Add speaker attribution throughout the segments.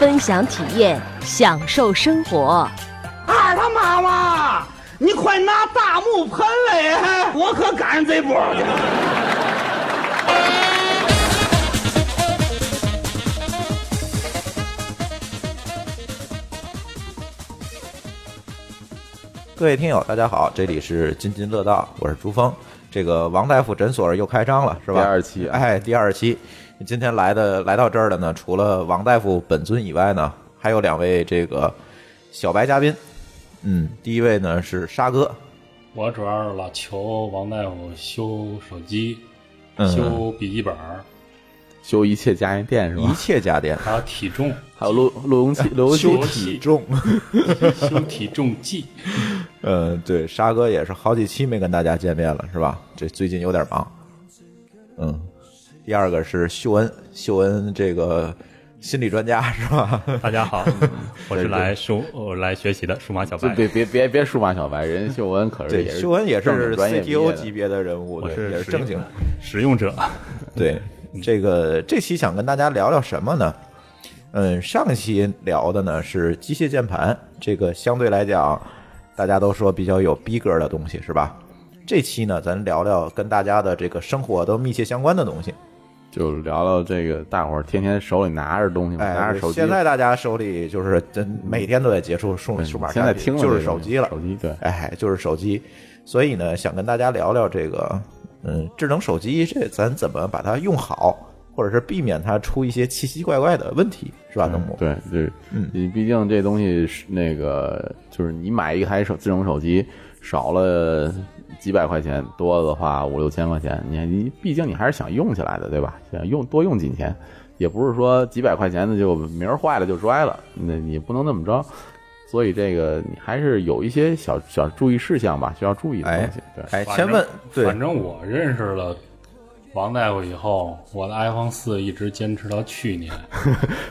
Speaker 1: 分享体验，享受生活。
Speaker 2: 二他妈妈，你快拿大木盆来，我可赶上这波了。
Speaker 3: 各位听友，大家好，这里是津津乐道，我是朱峰。这个王大夫诊所又开张了，是吧？
Speaker 4: 第二期啊
Speaker 3: 哎，第二期。今天来的来到这儿的呢，除了王大夫本尊以外呢，还有两位这个小白嘉宾。嗯，第一位呢是沙哥，
Speaker 5: 我主要是老求王大夫修手机、
Speaker 3: 嗯
Speaker 5: 修笔记本儿，
Speaker 4: 修一切家用电是吧？
Speaker 3: 一切家电，
Speaker 5: 还有体重，
Speaker 4: 还有录录容器、 录容器
Speaker 3: 修体重。
Speaker 5: 修体重计。
Speaker 3: 呃，对，沙哥也是好几期没跟大家见面了，是吧？这最近有点忙。嗯，第二个是秀恩，秀恩这个心理专家是吧？
Speaker 6: 大家好，我是来数我来学习的数码小
Speaker 4: 就
Speaker 6: 白，
Speaker 4: 别别别别数码小白，人家秀恩可是
Speaker 3: 对
Speaker 4: 也，是
Speaker 3: 秀恩也
Speaker 4: 正经
Speaker 3: 是
Speaker 4: 专业毕业
Speaker 3: CTO
Speaker 4: 的
Speaker 3: 级别的人物，
Speaker 6: 我
Speaker 3: 对
Speaker 6: 是
Speaker 3: 也是
Speaker 6: 使
Speaker 3: 正
Speaker 6: 用
Speaker 3: 经的。
Speaker 6: 使用者。
Speaker 3: 对，这个这期想跟大家聊聊什么呢？嗯，上期聊的呢是机械键盘，这个相对来讲，大家都说比较有逼格的东西，是吧？这期呢，咱聊聊跟大家的这个生活都密切相关的东西。
Speaker 4: 就聊聊这个，大伙儿天天手里拿着东西嘛，嗯拿
Speaker 3: 哎，
Speaker 4: 着手机。
Speaker 3: 现在大家手里就是真每天都在接触数
Speaker 4: 嗯
Speaker 3: 数码
Speaker 4: 现
Speaker 3: 产
Speaker 4: 在
Speaker 3: 品，
Speaker 4: 听了
Speaker 3: 就
Speaker 4: 这
Speaker 3: 是
Speaker 4: 个
Speaker 3: 手机了，
Speaker 4: 手机对
Speaker 3: 哎，就是手机。所以呢，想跟大家聊聊这个，嗯，智能手机这咱怎么把它用好，或者是避免它出一些奇奇怪怪的问题，是吧，东木？
Speaker 4: 对，就是
Speaker 3: 嗯
Speaker 4: 你毕竟这东西是那个，就是你买一台手智能手机，少了几百块钱，多了的话五六千块钱，你你毕竟你还是想用起来的，对吧？想用多用几年，也不是说几百块钱的就明儿坏了就摔了，那你不能那么着。所以这个你还是有一些小小注意事项吧，需要注意的东西。对，
Speaker 3: 哎，
Speaker 5: 反
Speaker 3: 先
Speaker 5: 正
Speaker 3: 问，对，
Speaker 5: 反正我认识了王大夫以后，我的 iPhone 四一直坚持到去年，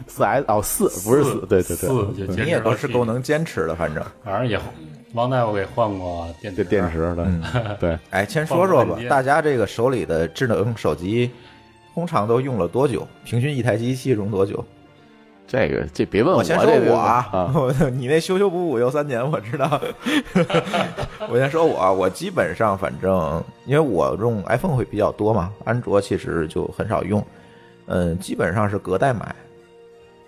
Speaker 4: 四 S 哦四不是四，对对
Speaker 5: 四
Speaker 4: 对，
Speaker 5: 就
Speaker 3: 你
Speaker 5: 坚
Speaker 3: 也
Speaker 5: 持
Speaker 3: 都
Speaker 5: 到
Speaker 3: 是
Speaker 5: 去
Speaker 3: 够
Speaker 5: 年，
Speaker 3: 能坚持的，反正。
Speaker 5: 反正也王大夫给换过电
Speaker 4: 这电
Speaker 3: 嗯
Speaker 4: 池的，对。
Speaker 3: 哎，先说说
Speaker 5: 放
Speaker 3: 吧
Speaker 5: 不，下
Speaker 3: 大家这个手里的智能手机，通常都用了多久？平均一台机器用多久？
Speaker 4: 这个这别问
Speaker 3: 我先说
Speaker 4: 这 个
Speaker 3: 我
Speaker 4: 啊，
Speaker 3: 你那修修补补又三年，我知 道。我先说我啊，我基本上反正因为我用 iPhone 会比较多嘛，安卓其实就很少用。嗯，基本上是隔代买，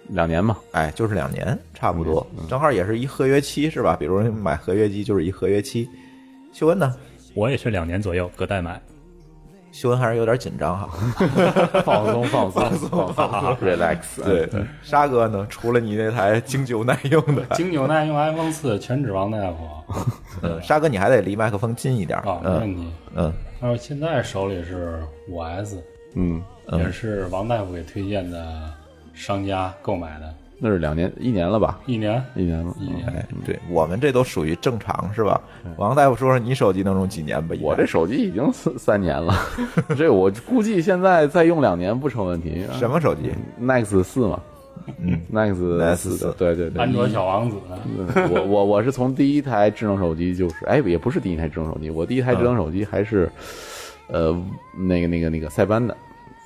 Speaker 4: 两年嘛，
Speaker 3: 哎，就是两年差不多
Speaker 4: 嗯，嗯
Speaker 3: 正好也是一合约期是吧？比如你买合约机就是一合约期。秀恩呢？
Speaker 6: 我也是两年左右隔代买，
Speaker 3: 秀恩还是有点紧 张哈。
Speaker 4: 放 松放松放松，relax。
Speaker 3: 对，嗯沙哥呢？除了你那台经久耐用的，
Speaker 5: 精久耐用 iPhone 四全指王大夫
Speaker 3: 嗯，沙哥你还得离麦克风近一点。
Speaker 5: 啊，没问
Speaker 3: 嗯
Speaker 5: 题。
Speaker 3: 嗯，
Speaker 5: 但是现在手里是五 S，
Speaker 4: 嗯，
Speaker 3: 嗯
Speaker 5: 也是王大夫给推荐的商家购买的，
Speaker 4: 那是两年一年了吧？
Speaker 5: 一年
Speaker 4: 一年了，
Speaker 5: 一年
Speaker 4: 嗯
Speaker 3: 哎，对我们这都属于正常是吧？王大夫说说你手机能用几年吧？
Speaker 4: 我这手机已经三三年 了，这我估计现在再用两年不成问题。
Speaker 3: 什么手机？
Speaker 4: Nex 四嘛，
Speaker 3: 嗯
Speaker 4: ，Nex
Speaker 3: 4
Speaker 4: 对对对，
Speaker 5: 安卓小王子
Speaker 4: 嗯 我我我是从第一台智能手机就是，哎，也不是第一台智能手机，我第一台智能手机还是，呃，那个那个那个塞班的，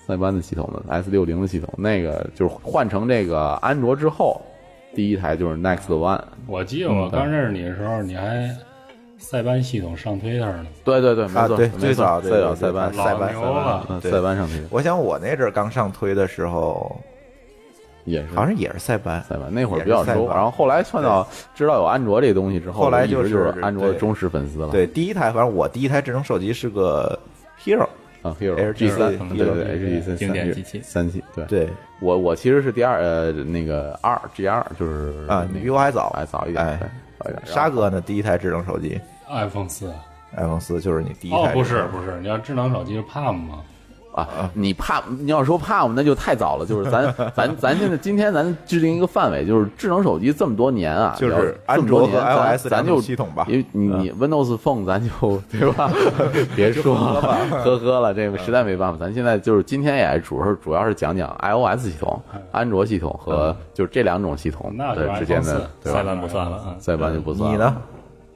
Speaker 4: 塞班的系统的 S 六零的系统，那个就是换成这个安卓之后，第一台就是 Next One，
Speaker 5: 我记得我刚认识你的时候，你还塞班系统上推特呢，
Speaker 4: 对对对，没错，
Speaker 3: 啊，对，
Speaker 4: 没错
Speaker 3: 最早
Speaker 4: 最早
Speaker 3: 的
Speaker 4: 塞班，
Speaker 3: 塞
Speaker 5: 老
Speaker 3: 班
Speaker 5: 牛
Speaker 3: 塞班
Speaker 5: 了
Speaker 4: 嗯，
Speaker 3: 对
Speaker 4: 塞班上去的
Speaker 3: 我想我那阵儿刚上推的时候，
Speaker 4: 也是
Speaker 3: 好像也是塞班。
Speaker 4: 塞嗯班，那会儿比较
Speaker 3: 也是塞
Speaker 4: 熟，
Speaker 3: 班
Speaker 4: 然后后来算到知道有安卓这东西之后，
Speaker 3: 后来
Speaker 4: 我一直
Speaker 3: 就是
Speaker 4: 就是安卓的
Speaker 3: 对
Speaker 4: 忠实粉丝了，
Speaker 3: 对，第一台，反正我第一台智能手机是个 Hero。
Speaker 4: 啊，Hero
Speaker 3: HTC
Speaker 4: G 三，对对
Speaker 6: 对
Speaker 4: 对，H G 三
Speaker 6: 经典机器
Speaker 4: 三系，对。
Speaker 3: 对
Speaker 4: 我我其实是第二呃那个二 G 二就是
Speaker 3: 啊，
Speaker 4: 那
Speaker 3: 你
Speaker 4: 个
Speaker 3: 比我还早，
Speaker 4: 还早一点，
Speaker 3: 哎
Speaker 4: 对早一点。
Speaker 3: 沙哥呢？第一台智能手机
Speaker 5: iPhone 四。
Speaker 3: iPhone 四就是你第一
Speaker 5: 哦
Speaker 3: 台，，
Speaker 5: 不是不是，你要智能手机是 Palm 吗？
Speaker 4: 啊，你怕你要说怕我们那就太早了，就是 咱咱咱现在今天咱制定一个范围，就是智能手机这么多年啊，
Speaker 3: 就是
Speaker 4: 聊这么
Speaker 3: 安卓
Speaker 4: 多
Speaker 3: 和
Speaker 4: 年咱
Speaker 3: iOS
Speaker 4: 咱
Speaker 3: 两种
Speaker 4: 就
Speaker 3: 系统吧嗯
Speaker 4: 因为你你 Windows Phone 咱就对吧？别说了，呵呵了，
Speaker 3: 嗯
Speaker 4: 这个实在没办法，咱现在就是今天也主要是主要是讲讲 iOS 系统、
Speaker 3: 嗯
Speaker 4: 安卓系统和就是这两种系统
Speaker 5: 那就
Speaker 4: 的之间
Speaker 5: iPhone
Speaker 4: 的
Speaker 5: 4，
Speaker 4: 对
Speaker 6: 塞
Speaker 4: 吧？
Speaker 6: 班不算了啊，
Speaker 4: 再班就不
Speaker 3: 嗯
Speaker 4: 算
Speaker 3: 你呢？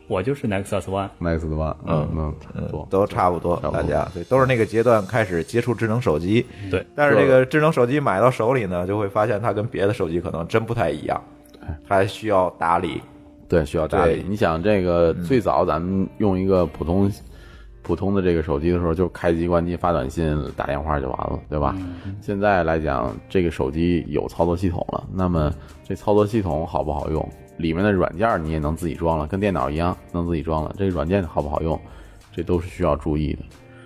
Speaker 6: 我就是 Nexus One，
Speaker 4: ？Next One，嗯嗯，差不多
Speaker 3: 都差不多，
Speaker 4: 差不多嗯
Speaker 3: 大家对都是那个阶段开始接触智能手机。
Speaker 6: 对，
Speaker 3: 但是这个智能手机买到手里呢，就会发现它跟别的手机可能真不太一样，
Speaker 4: 哎
Speaker 3: 它需要打理。
Speaker 4: 对，需要打理
Speaker 3: 对。
Speaker 4: 你想，这个最早咱们用一个普通、普通的这个手机的时候，就开机关机、发短信、打电话就完了，对吧？现在来讲，这个手机有操作系统了，那么这操作系统好不好用？里面的软件你也能自己装了，跟电脑一样能自己装了。这个软件好不好用，这都是需要注意的。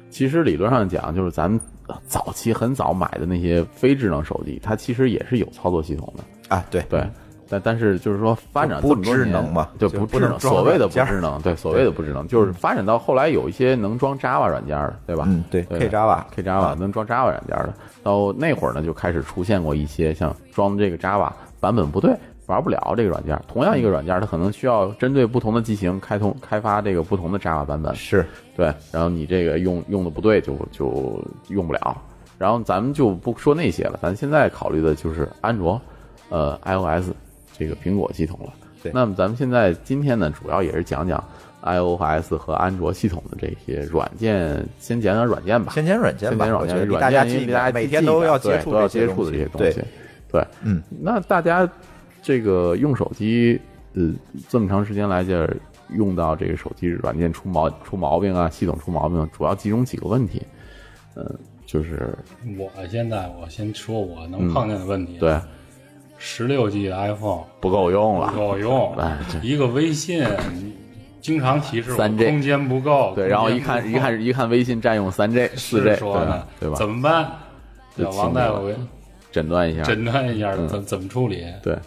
Speaker 4: 其实理论上讲，就是咱们早期很早买的那些非智能手机，它其实也是有操作系统的。
Speaker 3: 啊，对，
Speaker 4: 对，但但是就是说发展
Speaker 3: 就
Speaker 4: 这
Speaker 3: 不
Speaker 4: 么多
Speaker 3: 智
Speaker 4: 年
Speaker 3: 能嘛
Speaker 4: 对，
Speaker 3: 就
Speaker 4: 不
Speaker 3: 不
Speaker 4: 智
Speaker 3: 能
Speaker 4: 能，
Speaker 3: 装
Speaker 4: 所谓的
Speaker 3: 软
Speaker 4: 不
Speaker 3: 件儿
Speaker 4: 智能，对，所谓的不智能，就是发展到后来有一些能装 Java 软件儿的，对吧？
Speaker 3: 嗯，啊对
Speaker 4: 对
Speaker 3: ，K Java，
Speaker 4: K Java 能装 Java 软件儿的，到那会儿呢就开始出现过一些像装这个 Java 版本不对。玩不了这个软件儿，同
Speaker 3: 嗯
Speaker 4: 样一个软件儿，它可能需要针对不同的机型开通开发这个不同的 Java 版本。
Speaker 3: 是
Speaker 4: 对，然后你这个用用的不对就就用不了。然后咱们就不说那些了，咱现在考虑的就是安卓、呃 iOS 这个苹果系统了。
Speaker 3: 对
Speaker 4: 那么咱们现在今天呢，主要也是讲讲 iOS 和安卓系统的这些软件，先讲讲软件吧。
Speaker 3: 先前软件
Speaker 4: 先
Speaker 3: 吧
Speaker 4: 讲，
Speaker 3: 我
Speaker 4: 软
Speaker 3: 觉
Speaker 4: 件，
Speaker 3: 得离
Speaker 4: 软
Speaker 3: 大家
Speaker 4: 件因
Speaker 3: 记
Speaker 4: 为
Speaker 3: 忆
Speaker 4: 大家
Speaker 3: 每
Speaker 4: 记
Speaker 3: 天
Speaker 4: 忆
Speaker 3: 都
Speaker 4: 的
Speaker 3: 要
Speaker 4: 对
Speaker 3: 接触
Speaker 4: 都要接
Speaker 3: 些
Speaker 4: 触的这些东
Speaker 3: 对
Speaker 4: 西。对，
Speaker 3: 嗯，
Speaker 4: 那大家这个用手机，呃，这么长时间来讲，用到这个手机软件出毛出毛病啊，系统出毛病啊，主要集中几个问题，嗯、就是
Speaker 5: 我现在我先说我能碰见的问题，，
Speaker 4: 对
Speaker 5: 十六 G iPhone
Speaker 4: 不够用
Speaker 5: 不
Speaker 4: 了，
Speaker 5: 够用
Speaker 4: 哎这，
Speaker 5: 一个微信经常提示我
Speaker 4: 3G
Speaker 5: 空间不够，
Speaker 4: 对，然后一
Speaker 5: 空间
Speaker 4: 看
Speaker 5: 不
Speaker 4: 一
Speaker 5: 够
Speaker 4: 看一看微信占用三 G 四 G，
Speaker 5: 是说
Speaker 4: 对
Speaker 5: 呢
Speaker 4: 吧，对吧
Speaker 5: 怎？么办？
Speaker 4: 就
Speaker 5: 让王
Speaker 4: 请你
Speaker 5: 大
Speaker 4: 了
Speaker 5: 夫给
Speaker 4: 诊断一下，
Speaker 5: 诊断一下，怎怎么处理？
Speaker 4: 对。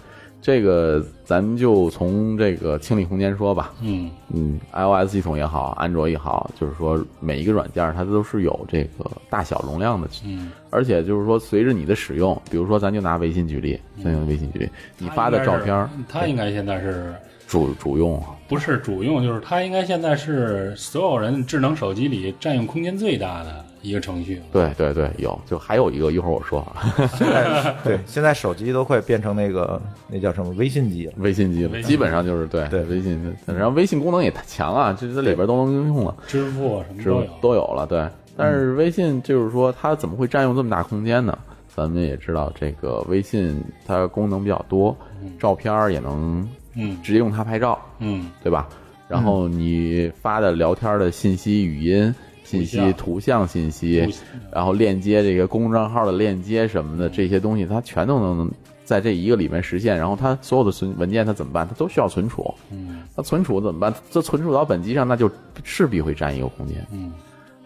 Speaker 4: 这个咱们就从这个清理空间说吧，
Speaker 5: 嗯，
Speaker 4: 嗯，iOS 系统也好，安卓也好，就是说每一个软件儿它都是有这个大小容量的，
Speaker 5: 嗯，
Speaker 4: 而且就是说随着你的使用，比如说咱就拿微信举例，咱用微信举例，你发的照片儿
Speaker 5: 他嗯应该现在是
Speaker 4: 主主用啊，
Speaker 5: 不是主用？就是它应该现在是所有人智能手机里占用空间最大的一个程序了。
Speaker 4: 对对对，有，就还有一个，一会儿我说啊，
Speaker 3: 现在对，现在手机都快变成那个那叫什么微信机了。
Speaker 4: 微信机了，
Speaker 5: 微信
Speaker 4: 基本上就是对
Speaker 3: 对
Speaker 4: 微信，然后微信功能也强啊，这这里边都能用了。
Speaker 5: 支付啊什么
Speaker 4: 是
Speaker 5: 都
Speaker 4: 吧
Speaker 5: 有，
Speaker 4: 都有了，对。但是微信就是说，它怎么会占用这么大空间呢？咱们也知道，这个微信它功能比较多，照片儿也能
Speaker 5: 嗯
Speaker 4: 直接用它拍照，
Speaker 5: 嗯，
Speaker 4: 对吧？然后你发的聊天的信息、语音信息、
Speaker 5: 像
Speaker 4: 图像信息
Speaker 5: 不，行
Speaker 4: 然后链接这个公众账号的链接什么的，这些东西它全都能在这一个里面实现。然后它所有的存文件它怎么办？它都需要存储。
Speaker 5: 嗯
Speaker 4: 那存储怎么办？这存储到本机上，那就势必会占一个空间，
Speaker 5: 嗯，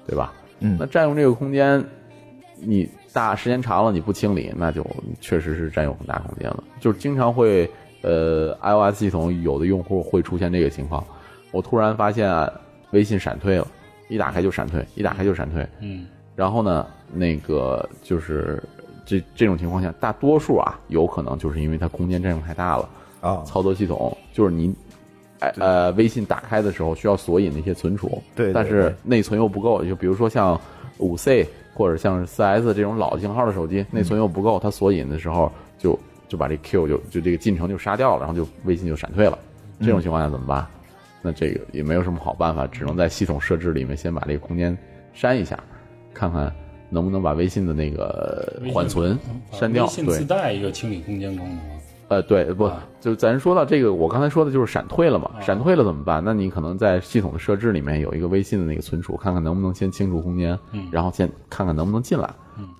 Speaker 4: 对吧？
Speaker 3: 嗯
Speaker 4: 那占用这个空间，你大时间长了你不清理，那就确实是占用很大空间了。就是经常会，呃，iOS 系统有的用户会出现这个情况，我突然发现微信闪退了，一打开就闪退，一打开就闪退。
Speaker 5: 嗯，
Speaker 4: 然后呢，那个就是这这种情况下，大多数啊，有可能就是因为它空间占用太大了。
Speaker 3: 啊，
Speaker 4: 操作系统，就是你，哎呃，微信打开的时候需要索引那些存储，
Speaker 3: 对对
Speaker 4: 但是内存又不够，就比如说像五 C 或者像是 4S 这种老型号的手
Speaker 3: 嗯
Speaker 4: 机，内存又不够，它索引的时候就就把这 Q 就就这个进程就杀掉了，然后就微信就闪退了。
Speaker 3: 嗯
Speaker 4: 这种情况下怎么办？那这个也没有什么好办法，只能在系统设置里面先把这个空间删一下，看看能不能把微信的那个
Speaker 5: 微信嗯
Speaker 4: 缓存
Speaker 5: 把
Speaker 4: 删掉。
Speaker 5: 微信
Speaker 4: 对
Speaker 5: 自，带一个清理空间功能，
Speaker 4: 呃，对，不，
Speaker 5: 啊
Speaker 4: 就咱说到这个，我刚才说的就是闪退了嘛，
Speaker 5: 啊
Speaker 4: 闪退了怎么办？那你可能在系统的设置里面有一个微信的那个存储，看看能不能先清除空间，
Speaker 5: 嗯
Speaker 4: 然后先看看能不能进来。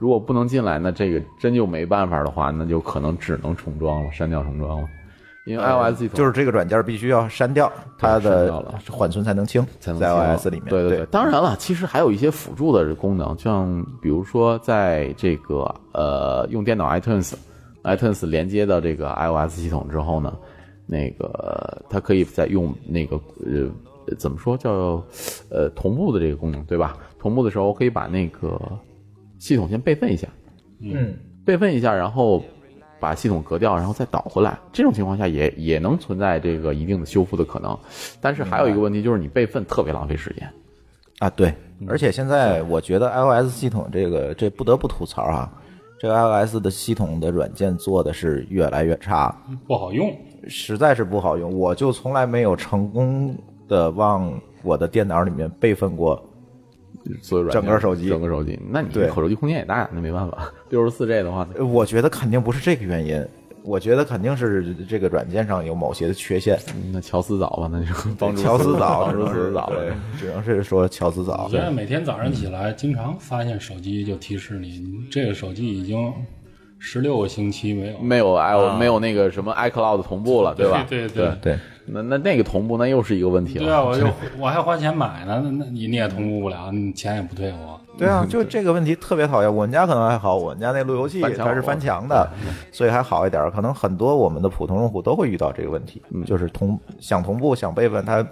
Speaker 4: 如果不能进来，那这个真就没办法的话，那就可能只能重装了，删掉重装了，因为
Speaker 5: 呃
Speaker 4: iOS 系统
Speaker 3: 就是这个软件必须要删掉，它
Speaker 4: 删
Speaker 3: 的
Speaker 4: 掉了
Speaker 3: 缓存才能清，
Speaker 4: 才能
Speaker 3: 在
Speaker 4: 进入
Speaker 3: iOS 里面。
Speaker 4: 对
Speaker 3: 对
Speaker 4: 对，当然了，其实还有一些辅助的功能，像比如说在这个呃用电脑 iTunes iTunes 连接到这个 iOS 系统之后呢，那个它可以再用那个呃怎么说叫呃同步的这个功能，对吧？同步的时候，我可以把那个系统先备份一下，
Speaker 3: 嗯，
Speaker 4: 备份一下，然后把系统革掉，然后再导回来。这种情况下也也能存在这个一定的修复的可能，但是还有一个问题就是你备份特别浪费时间。
Speaker 3: 啊，对，
Speaker 4: 嗯
Speaker 3: 而且现在我觉得 iOS 系统这个这不得不吐槽啊，这个 iOS 的系统的软件做的是越来越差，
Speaker 4: 嗯
Speaker 5: 不好用。
Speaker 3: 实在是不好用。我就从来没有成功的往我的电脑里面备份过。
Speaker 4: 所有软件
Speaker 3: 整个手机
Speaker 4: 整个手机，那你
Speaker 3: 对
Speaker 4: 口手机空间也大，那没办法。六十四 G 的话，
Speaker 3: 呃我觉得肯定不是这个原因，我觉得肯定是这个软件上有某些的缺陷。
Speaker 4: 那乔思早吧，那就帮助
Speaker 3: 乔斯早，
Speaker 4: 帮助
Speaker 3: 只能是
Speaker 4: 早了。
Speaker 3: 对，只能是说乔斯早
Speaker 5: 我。现在每天早上起来，经常发现手机就提示你，你这个手机已经十六个星期没有
Speaker 4: 没有 i
Speaker 6: 啊
Speaker 4: 没有那个什么 iCloud 同步了，吧？
Speaker 5: 对
Speaker 4: 对
Speaker 5: 对对
Speaker 3: 对，
Speaker 4: 那那那个同步那又是一个问题了。
Speaker 5: 对啊，我就我还花钱买呢，那那你你也同步不了，你钱也不退我。
Speaker 3: 对
Speaker 4: 嗯
Speaker 3: 啊，就这个问题特别讨厌。我们家可能还好，我们家那路由器
Speaker 4: 翻墙嗯
Speaker 3: 它是翻墙的，所以还好一点儿。可能很多我们的普通用户都会遇到这个问题，
Speaker 4: 嗯
Speaker 3: 就是同想同步想备份，它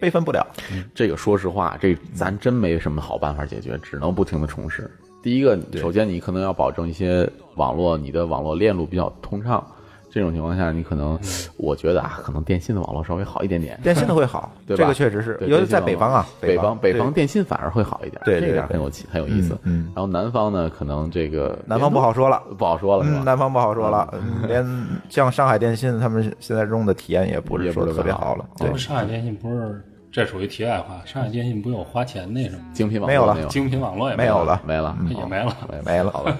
Speaker 3: 备份不了。
Speaker 4: 这个说实话，这咱真没什么好办法解决，只能不停的重试。第一个，首先你可能要保证一些网络，你的网络链路比较通畅。这种情况下，你可能，
Speaker 5: 嗯
Speaker 4: 我觉得啊，可能电信的网络稍微好一点点，
Speaker 3: 电信的会好，
Speaker 4: 对吧
Speaker 3: 这个确实是，
Speaker 4: 对
Speaker 3: 尤其
Speaker 4: 电信
Speaker 3: 在
Speaker 4: 网
Speaker 3: 北方啊，
Speaker 4: 北
Speaker 3: 方
Speaker 4: 北
Speaker 3: 北
Speaker 4: 方电信反而会好一点，
Speaker 3: 对
Speaker 4: 这
Speaker 3: 对
Speaker 4: 一点
Speaker 3: 对
Speaker 4: 很有很有意思。
Speaker 3: 嗯嗯
Speaker 4: 然后南方呢，可能这个
Speaker 3: 南方不好说了。
Speaker 4: 不好说了，是吧
Speaker 3: 嗯，？南方不好说了，嗯连像上海电信他们现在用的体验也不
Speaker 4: 也
Speaker 3: 是
Speaker 4: 不
Speaker 3: 说
Speaker 4: 是
Speaker 3: 得特
Speaker 4: 特
Speaker 3: 别
Speaker 4: 别好哦
Speaker 3: 好了。
Speaker 4: 对
Speaker 3: 对
Speaker 5: 咱们，哦上海电信不是，这属于题外话。上海电信不有花钱那什么
Speaker 4: 精品网
Speaker 3: 没
Speaker 4: 络
Speaker 3: 有了
Speaker 4: 没有
Speaker 5: 精品网络也
Speaker 3: 没有了
Speaker 4: 没了，
Speaker 5: 也没了。
Speaker 3: 没了
Speaker 4: 好吧，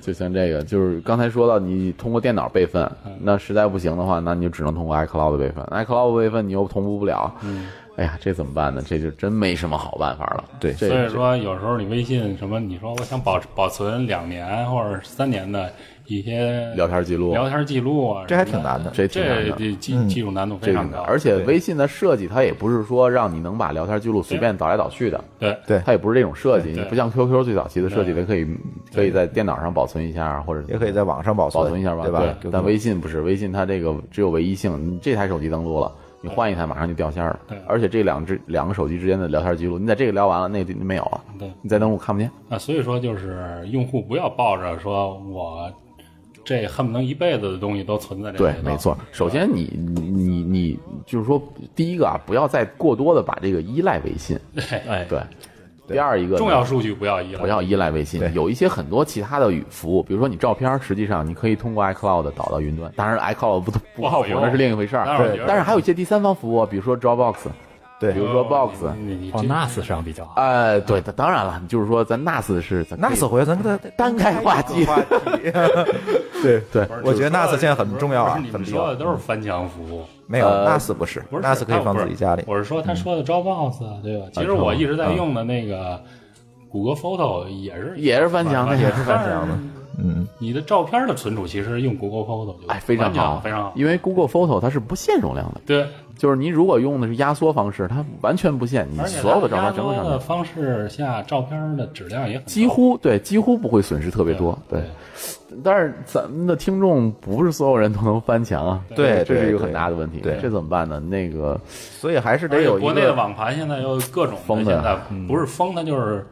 Speaker 4: 就像这个，就是刚才说到，你通过电脑备份，
Speaker 3: 嗯
Speaker 4: 那实在不行的话，那你就只能通过 iCloud 备份，iCloud 备份你又同步不了，
Speaker 3: 嗯
Speaker 4: 哎呀，这怎么办呢？这就真没什么好办法了。
Speaker 3: 对
Speaker 4: 这
Speaker 5: 所以说，有时候你微信什么，你说我想保保存两年或者三年的一些
Speaker 4: 聊天记录，
Speaker 5: 聊天记录啊，
Speaker 3: 这还挺难的。
Speaker 4: 这挺难
Speaker 5: 这
Speaker 4: 的。嗯
Speaker 5: 这技技术难度
Speaker 4: 这
Speaker 5: 非
Speaker 4: 个
Speaker 5: 常
Speaker 4: 难
Speaker 5: 高，
Speaker 4: 而且
Speaker 3: 对
Speaker 4: 微信的设计，它也不是说让你能把聊天记录随便导来导去的，
Speaker 5: 对
Speaker 3: 对
Speaker 4: 它也不是这种设计，
Speaker 5: 对
Speaker 4: 你不像 QQ 最早期的设计，它可以可以在电脑上保存一下，或者
Speaker 3: 也可以在网上保存
Speaker 4: 保存一下吧，
Speaker 3: 对吧？就
Speaker 4: 但微信不是，微信它这个只有唯一性，你这台手机登录了，你换一台马上就掉线儿了
Speaker 5: 对。
Speaker 4: 而且这两只两个手机之间的聊天记录，你在这个聊完了，那个就没有了，
Speaker 5: 对
Speaker 4: 你再登录看不见。
Speaker 5: 啊，所以说就是用户不要抱着说我这恨不能一辈子的东西都存在这
Speaker 4: 对
Speaker 5: 里，头
Speaker 4: 没错。首先你你你你就是说，第一个啊，不要再过多的把这个依赖微信，
Speaker 6: 哎，
Speaker 4: 对。第二一个呢，
Speaker 5: 重要数据不要依赖，
Speaker 4: 不要依赖微信
Speaker 3: 对，
Speaker 4: 有一些很多其他的服务，比如说你照片，实际上你可以通过 iCloud 导到云端。当然，iCloud 不不
Speaker 5: 不好
Speaker 4: 靠谱，
Speaker 5: 用
Speaker 4: 那是另一回事儿
Speaker 5: 当。然我觉得啊
Speaker 4: 但是还有一些第三方服务，比如说 Dropbox，
Speaker 3: 对
Speaker 4: 比如说 Box，
Speaker 5: 哦你你
Speaker 6: 放
Speaker 5: 这
Speaker 6: NAS 上比较好。
Speaker 4: 呃，对，当然了，就是说咱 NAS 是咱
Speaker 3: 那次回咱们
Speaker 4: 单开话题，
Speaker 3: 对对
Speaker 5: 不是
Speaker 3: 我觉得
Speaker 5: 就是
Speaker 3: NAS
Speaker 5: 说
Speaker 3: 现在很重要
Speaker 5: 不
Speaker 3: 啊
Speaker 5: 是你，
Speaker 3: 怎
Speaker 5: 们
Speaker 3: 么
Speaker 5: 说
Speaker 3: 说
Speaker 5: 的？都是翻墙服务，
Speaker 3: 没有
Speaker 4: 呃
Speaker 3: NAS 不是
Speaker 5: 不是
Speaker 3: ，NAS 可以
Speaker 5: 啊
Speaker 3: 放
Speaker 5: 不
Speaker 3: 自
Speaker 5: 是
Speaker 3: 己家里。
Speaker 5: 我是
Speaker 4: 嗯
Speaker 5: 说他说的 Dropbox，对吧？啊其实
Speaker 4: Dropbox，
Speaker 5: 我一直在用的那个谷歌 Photo 也是
Speaker 4: 嗯也是翻墙的，
Speaker 5: 也
Speaker 4: 也
Speaker 5: 是
Speaker 4: 是
Speaker 5: 翻
Speaker 4: 翻
Speaker 5: 墙
Speaker 4: 墙的。
Speaker 3: 嗯，
Speaker 5: 你的照片的存储其实用谷歌 Photo 就
Speaker 4: 哎，非常
Speaker 5: 完全
Speaker 4: 好，
Speaker 5: 非常好。
Speaker 4: 因为 Google Photo 它是不限容量的，
Speaker 5: 对，
Speaker 4: 就是你如果用的是压缩方式，它完全不限，你
Speaker 5: 而且
Speaker 4: 所有的
Speaker 5: 它
Speaker 4: 照
Speaker 5: 压
Speaker 4: 片整
Speaker 5: 缩
Speaker 4: 个上
Speaker 5: 的
Speaker 4: 面
Speaker 5: 方式下，照片的质量也很高
Speaker 4: 几乎对几乎不会损失特别多。对，但是咱们的听众不是所有人都能翻墙啊，
Speaker 3: 对
Speaker 4: 这是一
Speaker 3: 对对
Speaker 4: 个很大的问题。
Speaker 3: 对
Speaker 4: 这怎么办呢？那个
Speaker 3: 所以还是得
Speaker 5: 而且
Speaker 3: 有一
Speaker 5: 国内的
Speaker 3: 个
Speaker 5: 网盘现在又各种
Speaker 4: 疯的嗯
Speaker 5: 现在不是疯，它就是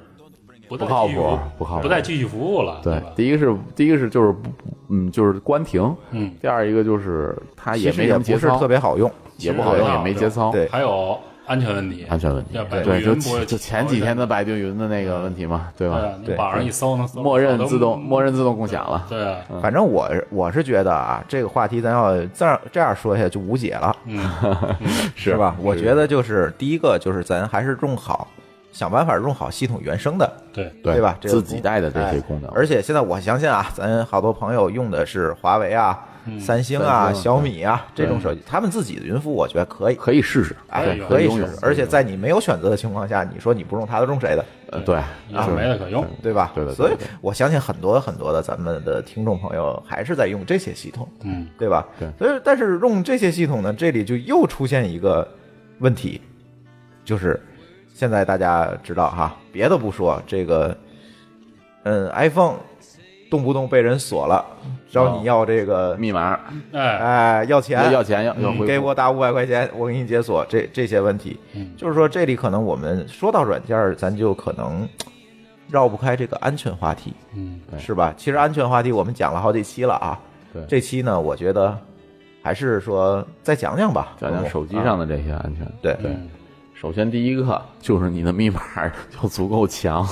Speaker 5: 不再
Speaker 4: 不靠谱
Speaker 5: 继续服
Speaker 4: 不靠谱
Speaker 5: 不再继续服务了，
Speaker 4: 对
Speaker 5: 吧，？
Speaker 4: 第一个是第一个是就是不嗯就是关停，
Speaker 5: 嗯，
Speaker 4: 第二一个就是它
Speaker 3: 其
Speaker 4: 啊也
Speaker 3: 实
Speaker 4: 没
Speaker 3: 也
Speaker 4: 什么
Speaker 3: 不
Speaker 4: 节
Speaker 3: 是
Speaker 4: 操，
Speaker 3: 特别好用。
Speaker 4: 也不好用，
Speaker 5: 其实
Speaker 4: 也没节操。
Speaker 3: 对
Speaker 5: 还有安全问题，
Speaker 4: 安全问题
Speaker 5: 对，百度
Speaker 4: 对，就
Speaker 5: 云不会
Speaker 4: 就前几天的百度云的那个问题嘛，对
Speaker 5: 对
Speaker 4: 吧？
Speaker 5: 啊，你
Speaker 3: 对
Speaker 5: 网上一搜能搜到
Speaker 4: 默认
Speaker 5: 都
Speaker 4: 自动默认自动共享了，
Speaker 5: 对啊，
Speaker 3: 反正我是我是觉得啊，这个话题咱要这样这样说一下就无解了，
Speaker 5: 嗯，
Speaker 3: 是吧？我觉得就是第一个就是咱还是用好，想办法用好系统原生的，
Speaker 5: 对，
Speaker 3: 对吧这个
Speaker 4: 自己带的这些
Speaker 3: 哎
Speaker 4: 功能，
Speaker 3: 而且现在我相信啊，咱好多朋友用的是华为啊、三星啊、
Speaker 4: 三星
Speaker 3: 小米啊这种手机，他们自己的云服务我觉得可以，
Speaker 4: 可以试试，
Speaker 3: 哎
Speaker 4: 对，，
Speaker 3: 可
Speaker 4: 以
Speaker 3: 以
Speaker 4: 拥有
Speaker 3: 试试。而且在你没有选择的情况下，你说你不用它，用谁的，
Speaker 4: 呃对，
Speaker 5: 也是
Speaker 4: 是
Speaker 5: 啊没得可用。
Speaker 3: 对吧？
Speaker 4: 对的对的
Speaker 3: 所以
Speaker 4: 对的
Speaker 3: 我相信很多很多的咱们的听众朋友还是在用这些系统，
Speaker 5: 嗯，
Speaker 3: 对吧？
Speaker 4: 对
Speaker 3: 所以，但是用这些系统呢，这里就又出现一个问题，就是现在大家知道哈，别的不说，这个嗯，iPhone 动不动被人锁了，找你要这个，
Speaker 4: 哦密码
Speaker 5: 哎，
Speaker 3: 哎，要钱，
Speaker 4: 要钱要要
Speaker 3: 你
Speaker 4: 回
Speaker 3: 给
Speaker 4: 复
Speaker 3: 我打五百块钱，我给你解锁这这些问题。
Speaker 5: 嗯
Speaker 3: 就是说，这里可能我们说到软件儿，咱就可能绕不开这个安全话题，
Speaker 5: 嗯，
Speaker 4: 对
Speaker 3: 是吧？其实安全话题我们讲了好几期了啊，
Speaker 4: 对，
Speaker 3: 这期呢，我觉得还是说再讲讲吧，
Speaker 4: 讲讲手机
Speaker 3: 啊
Speaker 4: 上的这些安全。
Speaker 3: 对
Speaker 4: 对，首先第一个就是你的密 码要足够强，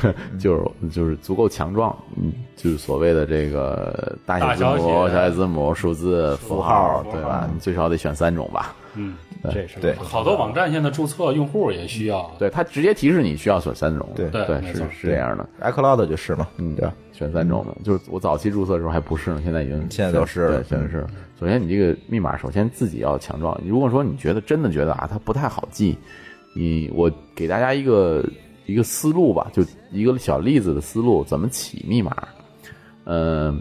Speaker 4: 对， 就是就是足够强壮，嗯，就是所谓的这个大
Speaker 5: 大
Speaker 4: 写字
Speaker 5: 小
Speaker 4: 母、
Speaker 5: 写
Speaker 4: 小写字母、数字、符号，
Speaker 5: 符号
Speaker 4: 对吧？你最少得选三种吧。
Speaker 5: 嗯，
Speaker 6: 这是
Speaker 3: 对
Speaker 5: 好多网站现在注册用户也需要，
Speaker 4: 对，它直接提示你需要选三种。
Speaker 3: 对
Speaker 5: 对
Speaker 4: 对，
Speaker 5: 没错
Speaker 4: 是是这样的。
Speaker 3: iCloud 就是嘛，
Speaker 4: 嗯，
Speaker 3: 对吧？
Speaker 4: 选三种的，就是我早期注册的时候还不是呢，现在已经
Speaker 3: 嗯现在都是了嗯
Speaker 4: 对，现在是。首先，你这个密码首先自己要强壮。如果说你觉得真的觉得啊，它不太好记，你我给大家一个一个思路吧，就一个小例子的思路，怎么起密码？嗯、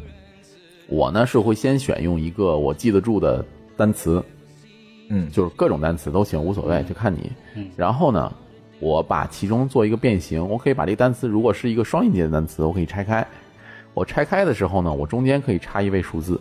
Speaker 4: 我呢是会先选用一个我记得住的单词，
Speaker 3: 嗯
Speaker 4: 就是各种单词都行，无所谓，就看你。
Speaker 5: 嗯
Speaker 4: 然后呢，我把其中做一个变形，我可以把这个单词，如果是一个双音节的单词，我可以拆开。我拆开的时候呢，我中间可以插一位数字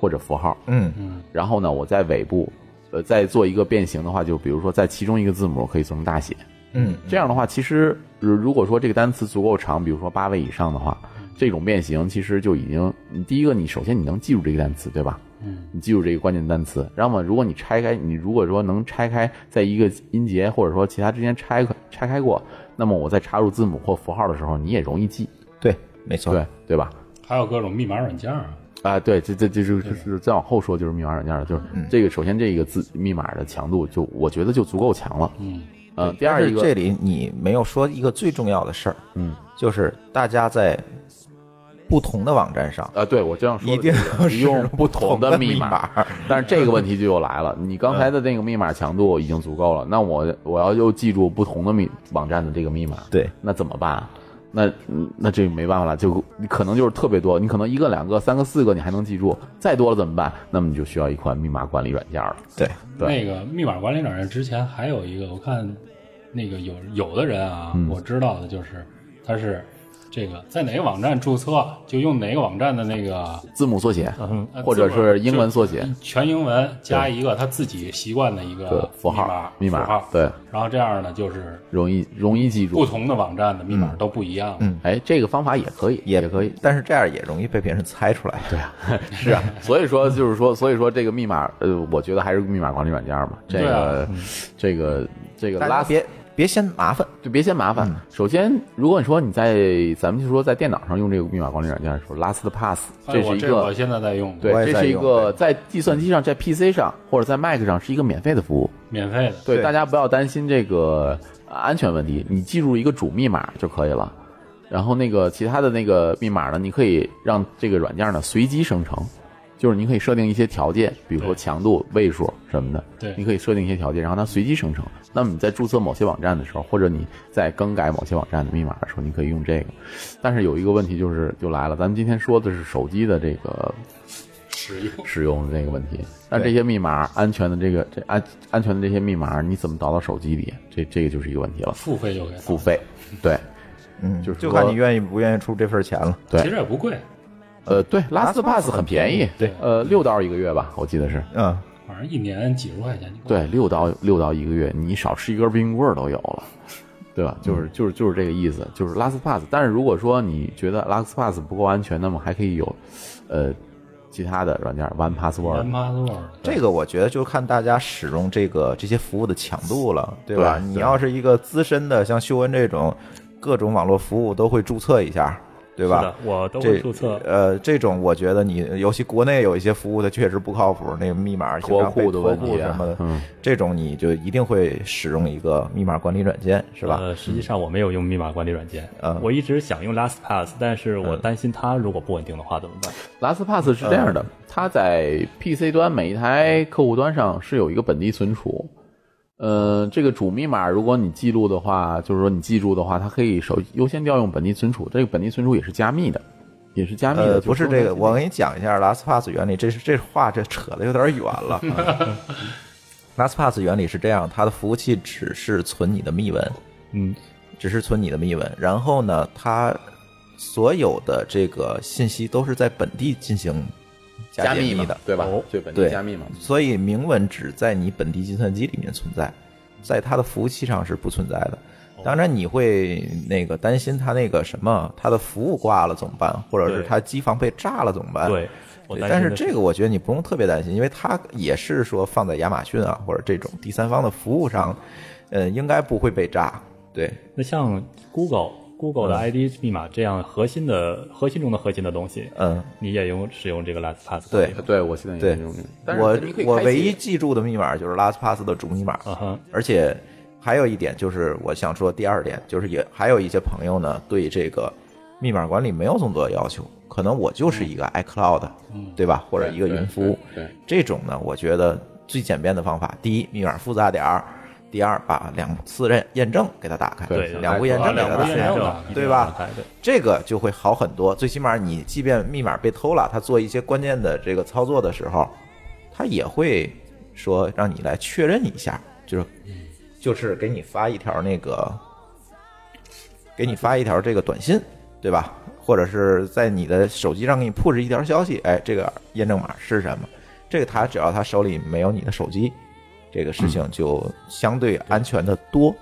Speaker 4: 或者符号，
Speaker 3: 嗯
Speaker 4: 然后呢，我在尾部，呃，再做一个变形的话，就比如说在其中一个字母可以做成大写。
Speaker 3: 嗯
Speaker 4: 这样的话，其实如如果说这个单词足够长，比如说八位以上的话，
Speaker 5: 嗯
Speaker 4: 这种变形其实就已经，你第一个你首先你能记住这个单词，对吧？
Speaker 5: 嗯，
Speaker 4: 你记住这个关键单词。然后嘛，如果你拆开，你如果说能拆开，在一个音节或者说其他之间拆开拆开过，那么我在插入字母或符号的时候，你也容易记，
Speaker 3: 对，没错，
Speaker 4: 对对吧？
Speaker 5: 还有各种密码软件啊，
Speaker 4: 啊，对，这这这就就是再往后说就是密码软件了，就是这个首先这个字密码的强度就我觉得就足够强了，
Speaker 5: 嗯，
Speaker 4: 呃，第二
Speaker 3: 但是
Speaker 4: 一
Speaker 3: 这
Speaker 4: 个
Speaker 3: 里你没有说一个最重要的事儿，
Speaker 4: 嗯，
Speaker 3: 就是大家在不同的网站上
Speaker 4: 啊，对我这样说
Speaker 3: 一
Speaker 4: 的
Speaker 3: 定
Speaker 4: 就是
Speaker 3: 要
Speaker 4: 你
Speaker 3: 使
Speaker 4: 用
Speaker 3: 用
Speaker 4: 不同的密
Speaker 3: 密
Speaker 4: 码，但是这个问题就又来了，你刚才的那个密码强度已经足够了，那我我要又记住不同的密网站的这个密码，
Speaker 3: 对，
Speaker 4: 那怎么办？那嗯那这没办法了，就你可能就是特别多，你可能一个、两个、三个、四个你还能记住，再多了怎么办？那么你就需要一款密码管理软件了。
Speaker 3: 对，
Speaker 4: 对
Speaker 5: 那个密码管理软件之前还有一个，我看那个有有的人啊，
Speaker 4: 嗯
Speaker 5: 我知道的就是他是这个在哪个网站注册就用哪个网站的那个
Speaker 4: 字母缩写，
Speaker 6: 嗯，
Speaker 5: 呃
Speaker 4: 或者
Speaker 5: 字母
Speaker 4: 是英文缩写
Speaker 5: 就全英文加一个他自己习惯的一
Speaker 4: 对
Speaker 5: 个，
Speaker 4: 符
Speaker 5: 码
Speaker 4: 号、密
Speaker 5: 符号，
Speaker 4: 对，
Speaker 5: 然后这样呢就是
Speaker 4: 容易容易记
Speaker 5: 不
Speaker 4: 住。
Speaker 5: 同的网站的密码都不一样。
Speaker 3: 嗯
Speaker 4: 哎，这个方法也可以，也可以。
Speaker 3: 但是这样也容易被别人猜出来。 对，
Speaker 4: 是 啊，所以说就是说，所以说这个密码，呃，我觉得还是密码管理软件嘛。这
Speaker 5: 对
Speaker 4: 个
Speaker 5: 啊，
Speaker 4: 这个，这个
Speaker 3: 大
Speaker 4: 拉
Speaker 3: 家别别嫌麻烦，
Speaker 4: 就别嫌麻烦。首先，如果你说你在咱们就说在电脑上用这个密码管理软件的时候，LastPass
Speaker 5: 哎
Speaker 4: 是
Speaker 5: 我
Speaker 4: 一
Speaker 5: 这我
Speaker 4: 个
Speaker 5: 现在在用的，
Speaker 3: 我也
Speaker 4: 对，这
Speaker 3: 在
Speaker 4: 是一
Speaker 3: 用
Speaker 4: 个在计算机上、在 PC 上或者在 Mac 上是一个免费的服务。
Speaker 5: 免费的。
Speaker 4: 对，
Speaker 3: 对
Speaker 4: 大家不要担心这个呃安全问题，你记住一个主密码就可以了。然后那个其他的那个密码呢，你可以让这个软件呢随机生成，就是你可以设定一些条件，比如说
Speaker 5: 对
Speaker 4: 强度、位数什么的。
Speaker 5: 对
Speaker 4: 你可以设定一些条件，然后它随机生成。那么你在注册某些网站的时候，或者你在更改某些网站的密码的时候，你可以用这个。但是有一个问题就是就来了，咱们今天说的是手机的这个
Speaker 5: 使用
Speaker 4: 使用这个问题。那
Speaker 3: 对
Speaker 4: 这些密码安全的这个这安安全的这些密码，你怎么导到手机里？这这个就是一个问题了。
Speaker 5: 付费就可以，
Speaker 4: 付费，对
Speaker 3: 嗯，
Speaker 4: 就是
Speaker 3: 就
Speaker 4: 说
Speaker 3: 看你愿意不愿意出这份钱了。
Speaker 4: 对
Speaker 5: 其实也不贵，
Speaker 4: 呃对，拉斯 pass 很便宜，
Speaker 5: 对
Speaker 4: 呃六刀一个月吧，我记得是。
Speaker 3: 嗯，
Speaker 5: 反正一年几十块钱就够。
Speaker 4: 对，六刀六刀一个月，你少吃一根冰棍儿都有了，对吧？就是就是就是这个意思，就是 LastPass。但是如果说你觉得 LastPass 不够安全，那么还可以有，呃，其他的软件 One
Speaker 5: ，One
Speaker 4: Password。
Speaker 5: Password
Speaker 3: 这个我觉得就看大家使用这个这些服务的强度了，对吧？
Speaker 4: 对啊
Speaker 3: 你要是一个资深的，像秀恩这种，各种网络服务都会注册一下，对
Speaker 6: 是
Speaker 3: 吧？
Speaker 6: 的，我都
Speaker 3: 这
Speaker 6: 会注册。
Speaker 3: 呃，这种我觉得你，尤其国内有一些服务它确实不靠谱，那个密码经
Speaker 4: 脱
Speaker 3: 常被
Speaker 4: 库的问
Speaker 3: 脱
Speaker 4: 题
Speaker 3: 库什
Speaker 4: 啊
Speaker 3: 么的，，
Speaker 4: 嗯，
Speaker 3: 这种你就一定会使用一个密码管理软件，是吧？
Speaker 6: 呃，实际上我没有用密码管理软件，
Speaker 3: 嗯
Speaker 6: 我一直想用 LastPass，但是我担心它如果不稳定的话怎么办？
Speaker 4: LastPass 是这样的，它在 PC 端每一台客户端上是有一个本地存储。呃，这个主密码如果你记录的话，就是说你记住的话，它可以首优先调用本地存储。这个本地存储也是加密的，也是加密的，
Speaker 3: 呃，
Speaker 4: 就
Speaker 3: 不是这个，
Speaker 4: 用
Speaker 3: 我给你讲一下 LastPass 原理。这是这话这扯的有点远了。LastPass 原理是这样，它的服务器只是存你的密文，
Speaker 6: 嗯，
Speaker 3: 只是存你的密文，然后呢，它所有的这个信息都是在本地进行
Speaker 4: 加
Speaker 3: 解
Speaker 4: 密
Speaker 3: 密
Speaker 4: 嘛
Speaker 3: 的，，
Speaker 4: 对吧
Speaker 6: 哦？
Speaker 4: 对本地
Speaker 3: 对
Speaker 4: 加密嘛。
Speaker 3: 所以
Speaker 4: 哦
Speaker 3: 明文只在你本地计算机里面存在，在它的服务器上是不存在的。当然你会那个担心它那个什么，它的服务挂了怎么办，或者是
Speaker 6: 对
Speaker 3: 它机房被炸了怎么办？
Speaker 6: 对，我
Speaker 3: 对
Speaker 6: 担
Speaker 3: 哎但是
Speaker 6: 心的
Speaker 3: 这个我觉得你不用特别担心，因为它也是说放在亚马逊啊或者这种第三方的服务上，呃，应该不会被炸。对，
Speaker 6: 那像 Google Google
Speaker 3: 嗯
Speaker 6: 的 ID 密码这样核心的核心中的核心的东西，
Speaker 3: 嗯，
Speaker 6: 你也用使用这个 LastPass
Speaker 3: 对
Speaker 6: 吗
Speaker 4: 对我现在也
Speaker 3: 对
Speaker 4: 是用这个，但是
Speaker 3: 我
Speaker 4: 你可以
Speaker 3: 我
Speaker 4: 开
Speaker 3: 唯
Speaker 4: 启
Speaker 3: 一记住的密码就是 LastPass 的主密码，
Speaker 6: 啊哈，
Speaker 3: 而且还有一点就是我想说第二点，就是也还有一些朋友呢对这个密码管理没有这么多要求，可能我就是一个 iCloud，、对吧？或者一个云服务，
Speaker 4: 对对
Speaker 3: 这种呢，我觉得最简便的方法，第一，密码复杂点儿；第二，把两次认验证给它打开，
Speaker 4: 对
Speaker 3: 两步验
Speaker 6: 啊
Speaker 3: 证给它
Speaker 6: 两
Speaker 3: 打
Speaker 6: 步验
Speaker 3: 开。
Speaker 6: 证啊
Speaker 3: 对吧
Speaker 6: 一定要打开对
Speaker 3: 这个就会好很多，最起码你即便密码被偷了，它做一些关键的这个操作的时候，它也会说让你来确认一下，就是就是给你发一条那个，给你发一条这个短信，对吧？或者是在你的手机上给你 push 一条消息，哎，这个验证码是什么？这个他只要他手里没有你的手机，这个事情就相对安全的多，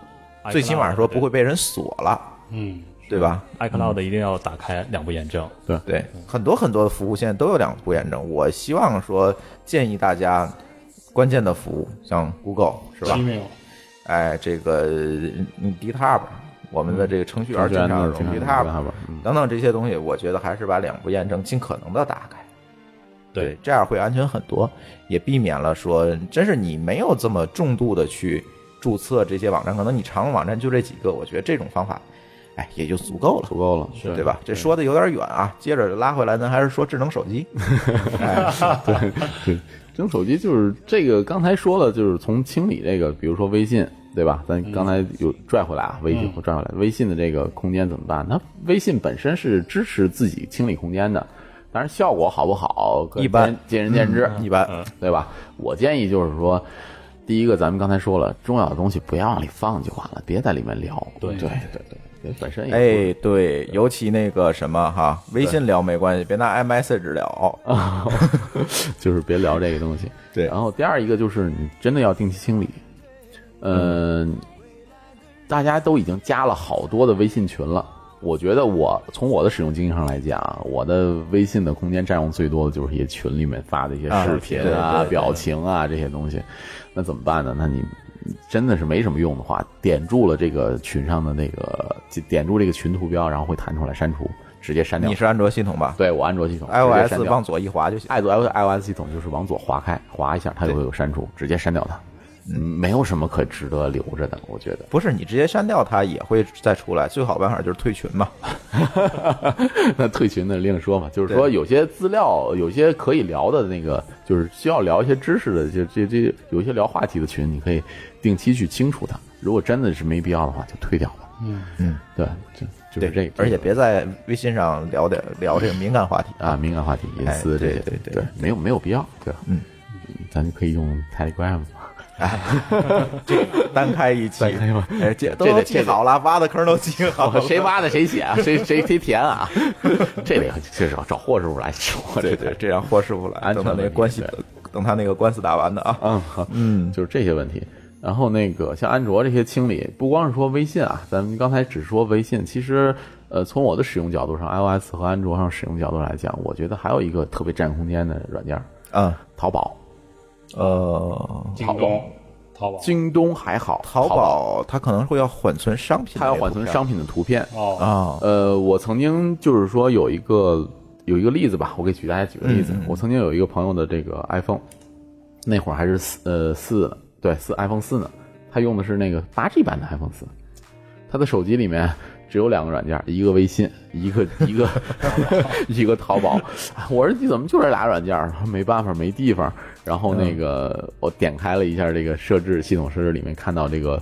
Speaker 3: 最起码说不会被人锁了，
Speaker 5: 嗯，
Speaker 3: 对吧？
Speaker 6: iCloud
Speaker 3: 嗯
Speaker 6: 一定要打开两步验证。
Speaker 3: 对，很多很多的服务现在都有两步验证。我希望说建议大家，关键的服务像 Google 是吧？
Speaker 5: Gmail
Speaker 3: 哎，这个嗯 GitHub，我们的这个程序员经常用
Speaker 4: 经常用
Speaker 3: GitHub
Speaker 4: GitHub，嗯
Speaker 3: 等等这些东西，我觉得还是把两步验证尽可能的打开。
Speaker 6: 对，
Speaker 3: 这样会安全很多，也避免了说，真是你没有这么重度的去注册这些网站，可能你常用网站就这几个，我觉得这种方法，哎，也就足够了。
Speaker 4: 足够了，
Speaker 3: 对吧？这说的有点远啊，接着拉回来，咱还是说智能手机。
Speaker 4: 嗯
Speaker 3: 哎，
Speaker 4: 智能手机就是这个，刚才说了，就是从清理这个，比如说微信，对吧？咱
Speaker 3: 嗯
Speaker 4: 刚才有拽回来啊，微信我拽回来，微信的这个空间怎么办？它微信本身是支持自己清理空间的，当然效果好不好，可能
Speaker 3: 一般嗯
Speaker 4: 见仁见智，
Speaker 3: 一般
Speaker 4: 对吧？我建议就是说，第一个咱们刚才说了，重要的东西不要往里放就完了，别在里面聊。
Speaker 5: 对
Speaker 4: 对对对，本身也不
Speaker 3: 哎，对，尤其那个什么哈，微信聊没关系，别拿 iMessage 聊。
Speaker 4: 啊， 就是别聊这个东西。
Speaker 3: 对
Speaker 4: 然后第二一个就是你真的要定期清理。嗯、大家都已经加了好多的微信群了，我觉得我从我的使用经验上来讲，我的微信的空间占用最多的就是一些群里面发的一些
Speaker 3: 啊
Speaker 4: 视频
Speaker 3: 对
Speaker 4: 啊、
Speaker 3: 对对
Speaker 4: 表情啊这些东西，那怎么办呢？那你。真的是没什么用的话，点住了这个群上的那个，点住这个群图标，然后会弹出来删除，直接删掉。
Speaker 3: 你是安卓系统吧
Speaker 4: 对我安卓系统直接
Speaker 3: ？iOS
Speaker 4: 删掉
Speaker 3: 往左一滑就行。哎
Speaker 4: 爱做 iOS 系统就是往左滑开，滑一下它就会有删除，直接删掉它，嗯，没有什么可值得留着的，我觉 得。
Speaker 3: 不是，你直接删掉它也会再出来。最好办法就是退群嘛。
Speaker 4: 那退群的另说嘛，就是说
Speaker 3: 对
Speaker 4: 有些资料，有些可以聊的那个，就是需要聊一些知识的，就这这有一些聊话题的群，你可以定期去清除它。如果真的是没必要的话，就退掉吧。
Speaker 5: 嗯
Speaker 3: 嗯，
Speaker 4: 对，就就
Speaker 3: 对，
Speaker 4: 是这个，
Speaker 3: 而且别在微信上聊点聊 这个敏感话题。
Speaker 4: 啊，敏感话题、隐
Speaker 3: 哎
Speaker 4: 私这
Speaker 3: 对
Speaker 4: 些，
Speaker 3: 对对
Speaker 4: 对，没有没有必要，对，
Speaker 3: 嗯，
Speaker 4: 咱就可以用 Telegram 嘛。
Speaker 3: 单开 一期，
Speaker 4: 单开吧
Speaker 3: 哎，这
Speaker 4: 这
Speaker 3: 都
Speaker 4: 得
Speaker 3: 记好了，挖的坑都记好
Speaker 4: 哦
Speaker 3: 了。
Speaker 4: 谁挖的谁写啊，谁谁谁填啊， 这得这找找霍师傅来说，
Speaker 3: 对对，这让霍师傅来，
Speaker 4: 安
Speaker 3: 等
Speaker 4: 全
Speaker 3: 他那
Speaker 4: 问
Speaker 3: 个
Speaker 4: 题
Speaker 3: 关系
Speaker 4: 对，
Speaker 3: 等他那个官司打完的啊。
Speaker 4: 嗯嗯，就是这些问题。然后那个像安卓这些清理，不光是说微信啊，咱们刚才只说微信，其实呃，从我的使用角度上，iOS 和安卓上使用角度来讲，我觉得还有一个特别占空间的软件儿，
Speaker 3: 嗯，
Speaker 4: 淘宝、
Speaker 3: 呃，
Speaker 5: 京东、淘宝
Speaker 4: 京东还好，
Speaker 3: 淘
Speaker 4: 宝
Speaker 3: 宝它可能会要缓存商品，
Speaker 4: 它要缓存商品的图片，
Speaker 5: 哦，
Speaker 3: 啊，
Speaker 4: 呃，我曾经就是说有一个有一个例子吧，我给举大家举个例子。我曾经有一个朋友的这个 iPhone，那会儿还是四呃四呢，对四 iPhone 四呢，他用的是那个八 G 版的 iPhone 四，他的手机里面只有两个软件，一个微信，一个一个 一个淘宝。我说你怎么就这俩软件？他说没办法，没地方。然后那个我点开了一下这个设置系统设置里面，看到这个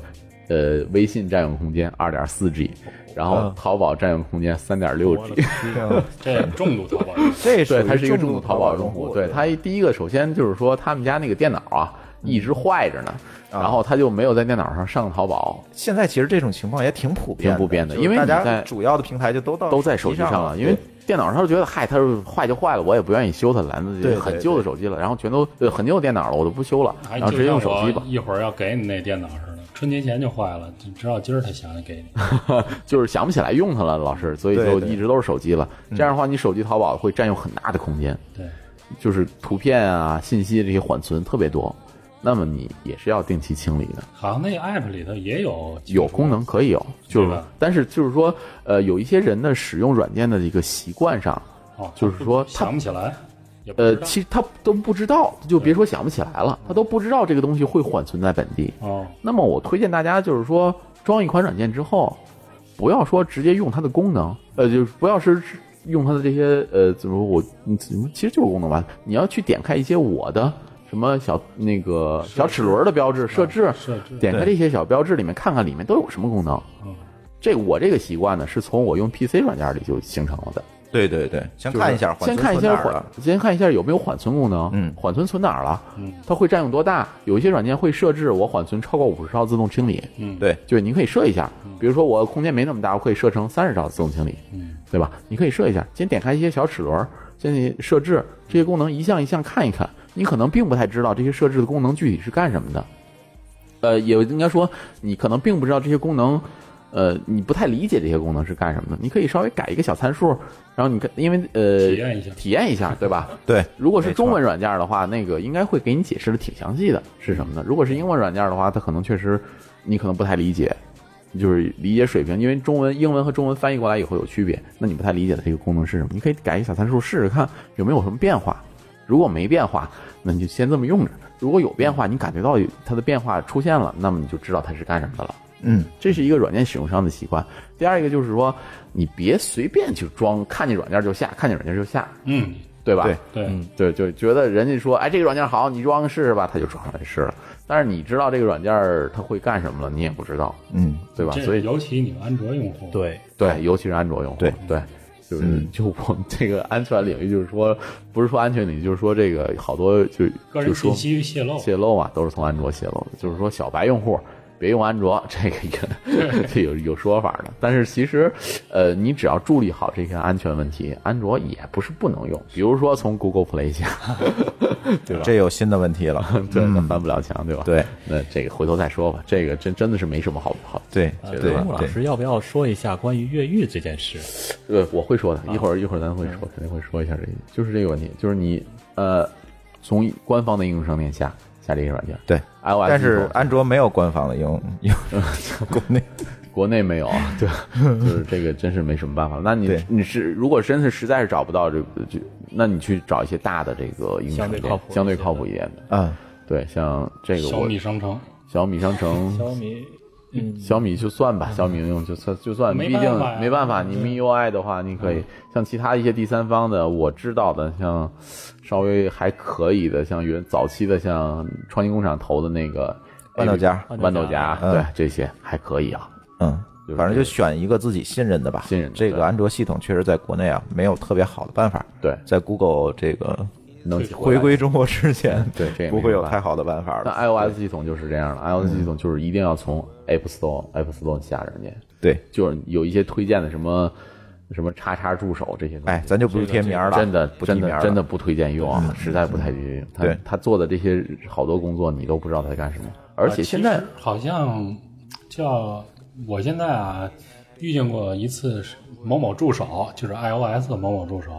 Speaker 4: 呃微信占用空间二点四 G，然后淘宝占用空间三点六 G。
Speaker 6: 啊
Speaker 5: 这重度淘 宝用户，
Speaker 3: 这
Speaker 4: 对，他是一个重
Speaker 3: 重
Speaker 4: 度淘宝用户。对他第一个，首先就是说他们家那个电脑啊一直坏着呢，然后他就没有在电脑上上淘宝，
Speaker 3: 现在其实这种情况也挺普遍，
Speaker 4: 挺普遍的
Speaker 3: 就是
Speaker 4: 因为
Speaker 3: 大
Speaker 4: 你在
Speaker 3: 家主要的平台就都到
Speaker 4: 都在手机
Speaker 3: 上
Speaker 4: 上了，因为。电脑上他就觉得嗨，它坏就坏了，我也不愿意修它，懒得
Speaker 3: 对对
Speaker 4: 很旧的手机了，然后全都呃很旧的电脑了，我就不修了，
Speaker 5: 还
Speaker 4: 啊然后直接用手机吧
Speaker 5: 哎就像我。一会儿要给你那电脑似的，春节前就坏了，就直到今儿才想起给 你。
Speaker 4: 就是想不起来用它了，老师，所以就
Speaker 3: 对对
Speaker 4: 一直都是手机了。这样的话，你手机淘宝会占用很大的空间，
Speaker 5: 对，
Speaker 4: 就是图片啊、信息这些缓存特别多，那么你也是要定期清理的。
Speaker 5: 好像那个 app 里头也有
Speaker 4: 有功能可以有，就
Speaker 5: 对
Speaker 4: 是
Speaker 5: 吧
Speaker 4: 但是就是说，呃，有一些人的使用软件的一个习惯上，
Speaker 5: 哦，
Speaker 4: 就是说它
Speaker 5: 想不起来，也不
Speaker 4: 呃
Speaker 5: 知，道
Speaker 4: 其实他都不知道，就别说想不起来了，他都不知道这个东西会缓存在本地。
Speaker 5: 哦，
Speaker 4: 那么我推荐大家就是说，装一款软件之后，不要说直接用它的功能，呃，就是不要是用它的这些呃，怎么说我嗯怎么其实就是功能吧，你要去点开一些我的什么小那个小齿轮的标志设置，
Speaker 5: 设置
Speaker 4: 点开这些小标志里面看看里面都有什么功能。
Speaker 5: 嗯
Speaker 4: 这我这个习惯呢，是从我用 PC 软件里就形成了的。
Speaker 3: 对对对，先
Speaker 4: 就是
Speaker 3: 看一下缓存
Speaker 4: 先看一
Speaker 3: 存哪
Speaker 4: 下
Speaker 3: 儿啊
Speaker 4: 缓
Speaker 3: 了，，
Speaker 4: 先看一下有没有缓存功能，
Speaker 3: 嗯
Speaker 4: 缓存存哪儿了，
Speaker 5: 嗯，
Speaker 4: 它会占用多大？有一些软件会设置我缓存超过五十兆自动清理，
Speaker 5: 嗯，
Speaker 3: 对，
Speaker 4: 就是你可以设一下，
Speaker 3: 嗯
Speaker 4: 比如说我空间没那么大，我可以设成三十兆自动清理，
Speaker 5: 嗯，
Speaker 4: 对吧？你可以设一下，先点开一些小齿轮，先去设置这些功能，一项一项看一看。你可能并不太知道这些设置的功能具体是干什么的，呃，也应该说你可能并不知道这些功能，呃，你不太理解这些功能是干什么的。你可以稍微改一个小参数，然后你看，因为呃，
Speaker 5: 体验一下
Speaker 4: 体验一下，对吧？
Speaker 3: 对，
Speaker 4: 如果是
Speaker 3: 没错
Speaker 4: 中文软件的话，那个应该会给你解释的挺详细的，是什么呢？如果是英文软件的话，它可能确实你可能不太理解，就是理解水平，因为中文、英文和中文翻译过来以后有区别，那你不太理解的这个功能是什么？你可以改一小参数试试看有没有什么变化。如果没变化，那你就先这么用着；如果有变
Speaker 3: 嗯
Speaker 4: 化，你感觉到有它的变化出现了，那么你就知道它是干什么的了。
Speaker 3: 嗯，
Speaker 4: 这是一个软件使用商的习惯。第二一个就是说，你别随便去装，看见软件就下，看见软件就下，
Speaker 5: 嗯，
Speaker 4: 对吧？
Speaker 3: 对
Speaker 5: 对，
Speaker 4: 对，就觉得人家说，哎，这个软件好，你装试试吧，他就装来试了。但是你知道这个软件儿它会干什么了，你也不知道，
Speaker 3: 嗯，
Speaker 4: 对吧？
Speaker 5: 这
Speaker 4: 所以
Speaker 5: 尤其你们安卓用户，，
Speaker 6: 对，
Speaker 4: 对，尤其是安卓用户，
Speaker 3: 对
Speaker 4: 对，就是、
Speaker 3: 嗯
Speaker 4: 就我们这个安全领域，就是说不是说安全领域，就是说这个好多就就
Speaker 5: 个人
Speaker 4: 说
Speaker 5: 信息泄露，
Speaker 4: 泄露啊，都是从安卓泄露的。就是说小白用户别用安卓，这个 也这有有说法的。但是其实，呃，你只要注意好这些安全问题，安卓也不是不能用。比如说从 Google Play 下， 对吧？
Speaker 3: 这有新的问题了，
Speaker 4: 对，那
Speaker 3: 嗯
Speaker 4: 翻不了墙，对吧？
Speaker 3: 对，
Speaker 4: 那这个回头再说吧。这个真真的是没什么好好。
Speaker 3: 对
Speaker 6: 呃
Speaker 3: 对
Speaker 6: 木老
Speaker 3: 对，
Speaker 6: 师要不要说一下关于越狱这件事？
Speaker 4: 呃，我会
Speaker 6: 啊
Speaker 4: 说的，一会儿一会儿咱会
Speaker 6: 嗯
Speaker 4: 说，肯定会说一下这个，就是这个问题，就是你呃，从官方的应用商店下下这个软件，
Speaker 3: 对
Speaker 4: ，iOS，
Speaker 3: 但是
Speaker 6: 哎
Speaker 4: 系统
Speaker 3: 安卓没有 官方的应用，应用国 内
Speaker 4: 国内没有啊， 对， 就是这个真是没什么办法。那你
Speaker 3: 对
Speaker 4: 你是如果真是实在是找不到这个，就那你去找一些大的这个应用商
Speaker 6: 相对
Speaker 4: 店
Speaker 6: 靠谱
Speaker 4: 相对
Speaker 6: 一些
Speaker 4: 靠
Speaker 6: 的
Speaker 4: 谱一点的，
Speaker 3: 啊，
Speaker 4: 对，像这个
Speaker 5: 小
Speaker 4: 我
Speaker 5: 米商城，
Speaker 4: 小米商城。
Speaker 6: 小米，嗯，
Speaker 4: 小米就算吧，小米应用就算就算，
Speaker 5: 没
Speaker 4: 毕
Speaker 5: 办
Speaker 4: 竟
Speaker 5: 法呀嗯
Speaker 4: 没办法，你 MIUI 的话，你可以像其他一些第三方的，我知道的，像稍微还可以的，像原早期的，像创新工厂投的那个
Speaker 3: 豌豆荚
Speaker 4: 豌豆荚，
Speaker 3: 嗯
Speaker 4: 对这些还可以啊。
Speaker 3: 嗯
Speaker 4: 就是，
Speaker 3: 反正就
Speaker 4: 这个
Speaker 3: 选一个自己信任的吧。
Speaker 4: 信任的
Speaker 3: 这
Speaker 4: 对
Speaker 3: 个安卓系统确实在国内啊没有特别好的办法，
Speaker 4: 对，
Speaker 3: 在 Google 这个
Speaker 4: 能
Speaker 3: 回归中国之 前，
Speaker 4: 对这也没
Speaker 3: 不会有
Speaker 4: 办法
Speaker 3: 太好的嗯办法
Speaker 4: 那
Speaker 3: 了。
Speaker 4: iOS 系统就是这样了，iOS 系统就是一定要从 App Store、App Store 下软件，
Speaker 3: 对，
Speaker 4: 就是有一些推荐的什么什么叉叉助手这些东西。
Speaker 3: 哎，咱就不贴名了，
Speaker 4: 真的
Speaker 3: 不提
Speaker 4: 真
Speaker 3: 名
Speaker 4: 的
Speaker 3: 了，嗯
Speaker 4: 真的不推荐用啊，实在不太推荐用。他
Speaker 3: 对
Speaker 4: 他做的这些好多工作，你都不知道他在干什么。而且
Speaker 5: 啊
Speaker 4: 现在
Speaker 5: 其实好像叫我现在啊，遇见过一次是某某助手，就是 iOS 的某某助手，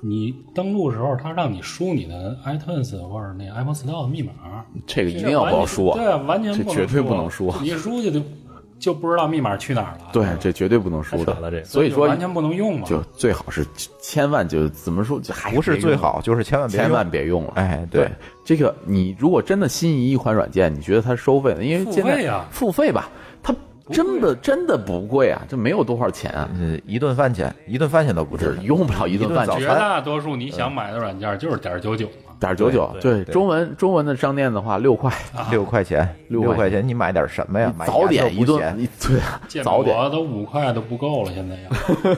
Speaker 5: 你登录时候他让你输你的 iTunes 或者那 Apple Store 的密码，
Speaker 4: 这个一定要不要说啊
Speaker 5: 这，个完全对，完全
Speaker 4: 这绝对不能
Speaker 5: 输
Speaker 4: 说，
Speaker 5: 你输去就就不知道密码去哪儿了，
Speaker 4: 对，这绝对不能输
Speaker 6: 太扯了这
Speaker 4: 的。
Speaker 6: 个
Speaker 4: 所以
Speaker 5: 就
Speaker 4: 说
Speaker 5: 完，全不能用嘛，
Speaker 4: 就最好是千万就怎么说，就还
Speaker 3: 不是
Speaker 4: 别用
Speaker 3: 最好，就是哎千万别
Speaker 4: 千万
Speaker 3: 用
Speaker 4: 别用了。
Speaker 3: 哎，
Speaker 4: 对，这个你如果真的心仪一款软件，你觉得它收费的，因为
Speaker 5: 付
Speaker 4: 现在
Speaker 5: 费啊
Speaker 4: 付费吧，它真的真的不贵啊，这没有多少钱啊，
Speaker 3: 呃，一顿饭钱，一顿饭钱都不
Speaker 4: 这
Speaker 3: 值，
Speaker 4: 用不了一顿饭
Speaker 3: 一顿早
Speaker 4: 钱
Speaker 3: 餐
Speaker 5: 绝大多数你想买的软件就是点儿九九嘛，
Speaker 4: 点九九，对
Speaker 6: 对
Speaker 4: 中文中文的商店的话，六块，
Speaker 3: 六块钱，
Speaker 4: 六
Speaker 3: 六
Speaker 4: 块钱
Speaker 3: 块钱，你买点什么呀？哎买
Speaker 4: 早点
Speaker 3: 一
Speaker 4: 一顿，你 对 啊，
Speaker 5: 建
Speaker 4: 早点
Speaker 5: 国都五块都不够了，现在要。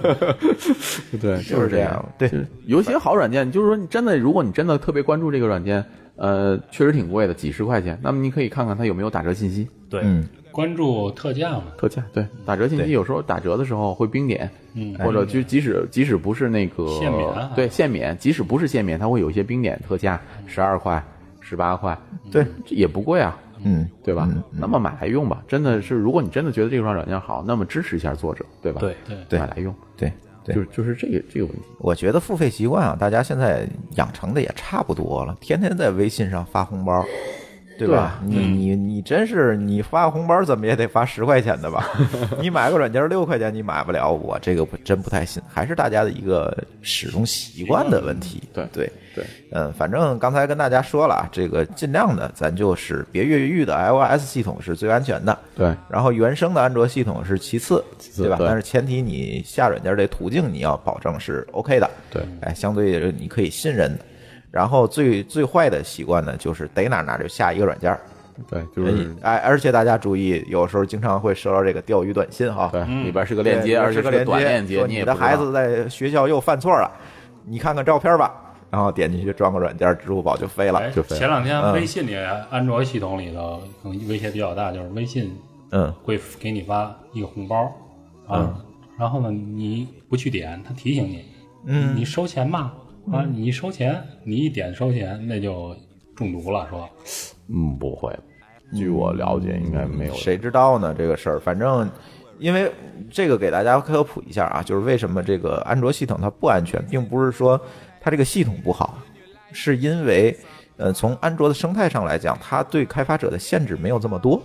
Speaker 4: 对，
Speaker 3: 就是是
Speaker 4: 这
Speaker 3: 这
Speaker 4: 样
Speaker 3: 样。对
Speaker 4: 就是有一些好软件，你就是说你真的，如果你真的特别关注这个软件，呃，确实挺贵的，几十块钱，那么你可以看看它有没有打折信息。
Speaker 6: 对，
Speaker 3: 嗯，
Speaker 5: 关注特价嘛，
Speaker 4: 特价对打折信息，
Speaker 3: 对
Speaker 4: 有时候打折的时候会冰点，
Speaker 5: 嗯
Speaker 4: 或者就即使即使不是那个
Speaker 5: 限免啊
Speaker 4: 对限免，即使不是限免，它会有一些冰点特价，十二块、十八块，
Speaker 3: 对，
Speaker 4: 这也不贵啊，
Speaker 3: 嗯，
Speaker 4: 对吧？那么买来用吧，真的是，如果你真的觉得这款软件好，那么支持一下作者，对吧？
Speaker 6: 对
Speaker 5: 对
Speaker 3: 对
Speaker 4: 买来用，
Speaker 3: 对对
Speaker 4: 就是就是这个这个问题，
Speaker 3: 我觉得付费习惯啊，大家现在养成的也差不多了，天天在微信上发红包，对啊吧？你你你真是你发红包怎么也得发十块钱的 吧？你买个软件六块钱你买不了，我这个不真不太信，还是大家的一个使用习惯的问题。
Speaker 4: 对
Speaker 3: 对
Speaker 4: 对，
Speaker 3: 嗯，反正刚才跟大家说了啊，这个尽量的咱就是别越狱的 iOS 系统是最安全的。
Speaker 4: 对
Speaker 3: 然后原生的安卓系统是其次，
Speaker 4: 次
Speaker 3: 对吧？
Speaker 4: 对
Speaker 3: 但是前提你下软件这途径你要保证是 OK 的，
Speaker 4: 对，
Speaker 3: 哎，相对你可以信任的。然后最最坏的习惯呢，就是逮哪儿哪儿就下一个软件儿，
Speaker 4: 对，就是
Speaker 3: 哎，而且大家注意，有时候经常会收到这个钓鱼短信哈，
Speaker 4: 对里边是个
Speaker 3: 啊嗯对
Speaker 4: 链接，而且
Speaker 3: 是个链
Speaker 4: 短链
Speaker 3: 说
Speaker 4: 接，也
Speaker 3: 你
Speaker 4: 不
Speaker 3: 的
Speaker 4: 知道
Speaker 3: 孩子在学校又犯错了，你看看照片吧，然后点进去装个软件，支付宝就飞了
Speaker 5: 哎，，
Speaker 4: 就飞了
Speaker 5: 前两天
Speaker 3: 嗯
Speaker 5: 微信里，安卓系统里头可能威胁比较大，就是微信
Speaker 3: 嗯，
Speaker 5: 会给你发一个红包，啊，然后呢，你不去点，他提醒你，嗯，你收钱吧，啊，你收钱，你一点收钱，那就中毒了，说，
Speaker 4: 嗯不会，据我了
Speaker 3: 嗯
Speaker 4: 解应该没有
Speaker 3: 谁知道呢？这个事儿，反正因为这个给大家科普一下啊，就是为什么这个安卓系统它不安全，并不是说它这个系统不好，是因为呃，从安卓的生态上来讲，它对开发者的限制没有这么多。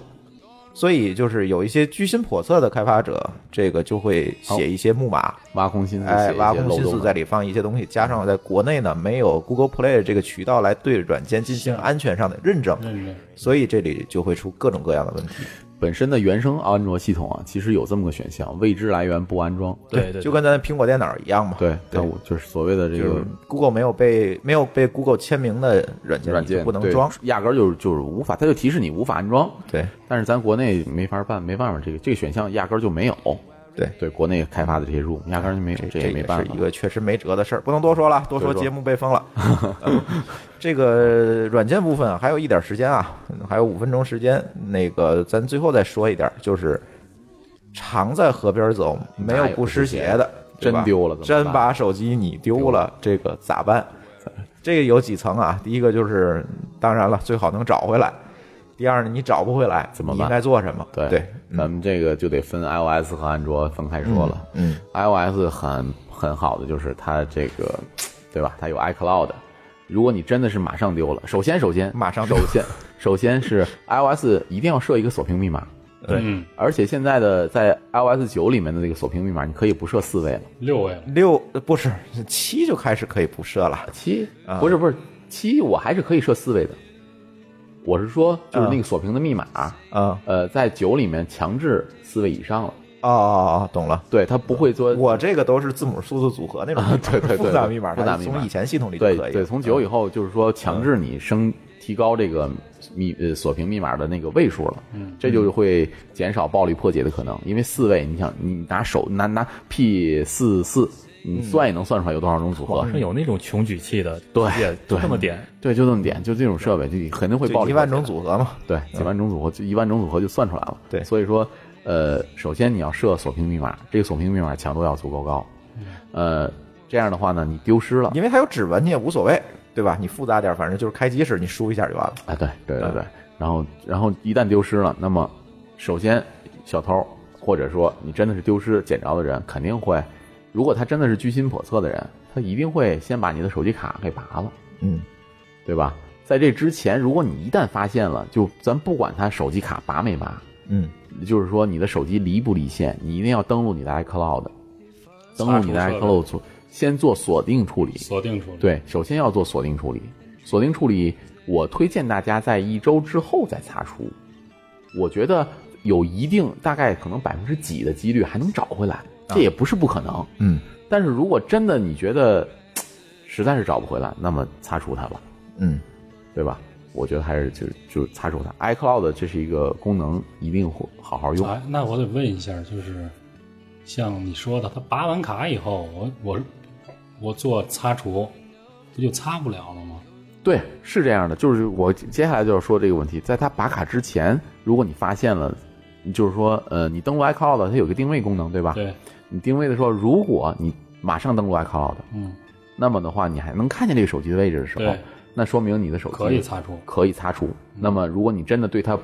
Speaker 3: 所以就是有一些居心叵测的开发者，这个就会写一些木马，
Speaker 4: 挖空心思嗯写
Speaker 3: 哎，
Speaker 4: 一
Speaker 3: 挖
Speaker 4: 些
Speaker 3: 空
Speaker 4: 漏
Speaker 3: 心思
Speaker 4: 洞啊
Speaker 3: 在里放一些东西，加上在国内呢没有 Google Play 这个渠道来对软件进行
Speaker 5: 是
Speaker 3: 安全上的认
Speaker 4: 嗯
Speaker 3: 证，
Speaker 5: 认认，
Speaker 3: 所以这里就会出各种各样的问题。
Speaker 4: 本身的原生安卓系统啊，其实有这么个选项，未知来源不安装。
Speaker 6: 对对，
Speaker 3: 就跟咱苹果电脑一样嘛。
Speaker 4: 对，
Speaker 3: 对
Speaker 4: 但我就是所谓的这
Speaker 3: 就是
Speaker 4: 个
Speaker 3: Google 没有被没有被 Google 签名的软件，
Speaker 4: 软
Speaker 3: 你就
Speaker 4: 件
Speaker 3: 不能
Speaker 4: 对
Speaker 3: 装。
Speaker 4: 压根儿就是就是无法，它就提示你无法安装。
Speaker 3: 对
Speaker 4: 但是咱国内没法办，没办法，这个这个选项压根儿就没有。
Speaker 3: 对
Speaker 4: 对，国内开发的这些入压根儿就没有，
Speaker 3: 这
Speaker 4: 也
Speaker 3: 个
Speaker 4: 没办
Speaker 3: 是
Speaker 4: 法
Speaker 3: 一。个确实没辙的事儿，不能多说了，多说
Speaker 4: 多说
Speaker 3: 节目被封 了。嗯这个软件部分啊还有一点时间啊，还有五分钟时间，那个咱最后再说一点，就是常在河边走，没有不湿鞋的，对吧
Speaker 4: 真丢了怎么
Speaker 3: 真
Speaker 4: 办
Speaker 3: 把手机你丢了，这个咋办？这个有几层啊，第一个就是当然了，最好能找回来。第二呢，你找不回来，
Speaker 4: 怎么
Speaker 3: 你
Speaker 4: 办
Speaker 3: 应该做什么？
Speaker 4: 对
Speaker 3: 对，嗯
Speaker 4: 咱们这个就得分 iOS 和安卓分开说了。
Speaker 3: 嗯
Speaker 4: iOS 很很好的就是它这个，对吧？它有 iCloud。如果你真的是马上丢了，首先首先
Speaker 3: 马上
Speaker 4: 首先首先是 iOS 一定要设一个锁屏密码，
Speaker 5: 嗯，
Speaker 4: 而且现在的在 iOS 九里面的这个锁屏密码，你可以不设四位了，
Speaker 5: 六位了，
Speaker 3: 六呃不是七就开始可以不设了。
Speaker 4: 七
Speaker 3: 啊
Speaker 4: 不是不是七，我还是可以设四位的。我是说，
Speaker 3: 啊
Speaker 4: 就是那个锁屏的密码，
Speaker 3: 嗯，
Speaker 4: 呃，在九里面强制四位以上了，
Speaker 3: 哦哦哦，懂了。
Speaker 4: 对它不会做
Speaker 3: 我这个都是字母数字组合那种密码，
Speaker 4: 呃啊对对对
Speaker 3: 复杂密码，
Speaker 4: 复杂密码
Speaker 3: 从以前系统里就
Speaker 4: 对
Speaker 3: 可以。嗯
Speaker 4: 对，从九以后就是说强制你升提高这个密呃锁屏密码的那个位数了，嗯，这就会减少暴力破解的可能，因为四位，你想你拿手拿拿 P 四四，你
Speaker 3: 嗯
Speaker 4: 算也能算出来有多少种组合
Speaker 6: 网，上有那种穷举器的，
Speaker 4: 对
Speaker 6: 也就
Speaker 4: 对
Speaker 6: 这么点，
Speaker 4: 对，就这么点，就这种设备，就肯定会暴
Speaker 3: 就
Speaker 4: 力
Speaker 3: 一万
Speaker 4: 破
Speaker 3: 种
Speaker 4: 解的
Speaker 3: 组合嘛。
Speaker 4: 对，几万种组合，就一万种组合就算出来了。
Speaker 3: 对
Speaker 4: 所以说，呃，首先你要设锁屏密码，这个锁屏密码强度要足够高。呃，这样的话呢，你丢失了，
Speaker 3: 因为它有指纹，你也无所谓，对吧？你复杂点，反正就是开机时你输一下就完了。
Speaker 4: 哎，对对
Speaker 3: 嗯
Speaker 4: 对对，然后然后一旦丢失了，那么首先小偷或者说你真的是丢失捡着的人，肯定会，如果他真的是居心叵测的人，他一定会先把你的手机卡给拔了。
Speaker 3: 嗯，
Speaker 4: 对吧？在这之前，如果你一旦发现了，就咱不管他手机卡拔没拔，
Speaker 3: 嗯，
Speaker 4: 就是说你的手机离不离线，你一定要登录你的 iCloud，登录你的
Speaker 5: 查出设备
Speaker 4: iCloud 做先做锁定处理。
Speaker 5: 锁定处理，，
Speaker 4: 对，首先要做锁定处理，锁定处理，我推荐大家在一周之后再擦除。我觉得有一定大概可能百分之几的几率还能找回来，这也不是不可能。
Speaker 3: 嗯，
Speaker 4: 但是如果真的你觉得实在是找不回来，那么擦除它吧。
Speaker 3: 嗯，
Speaker 4: 对吧？我觉得还是就就擦除它。iCloud 这是一个功能，一定会好好用。
Speaker 5: 哎，那我得问一下，就是像你说的，他拔完卡以后，我我我做擦除，不就擦不了了吗？
Speaker 4: 对，是这样的，就是我接下来就要说这个问题，在它拔卡之前，如果你发现了，就是说，呃，你登录 iCloud 它有个定位功能，对吧？
Speaker 5: 对，
Speaker 4: 你定位的时候，如果你马上登录 iCloud，
Speaker 5: 嗯，
Speaker 4: 那么的话，你还能看见这个手机的位置的时候
Speaker 5: 对，
Speaker 4: 那说明你的手机
Speaker 5: 可以擦嗯出。
Speaker 4: 可以擦除。那么如果你真的对它，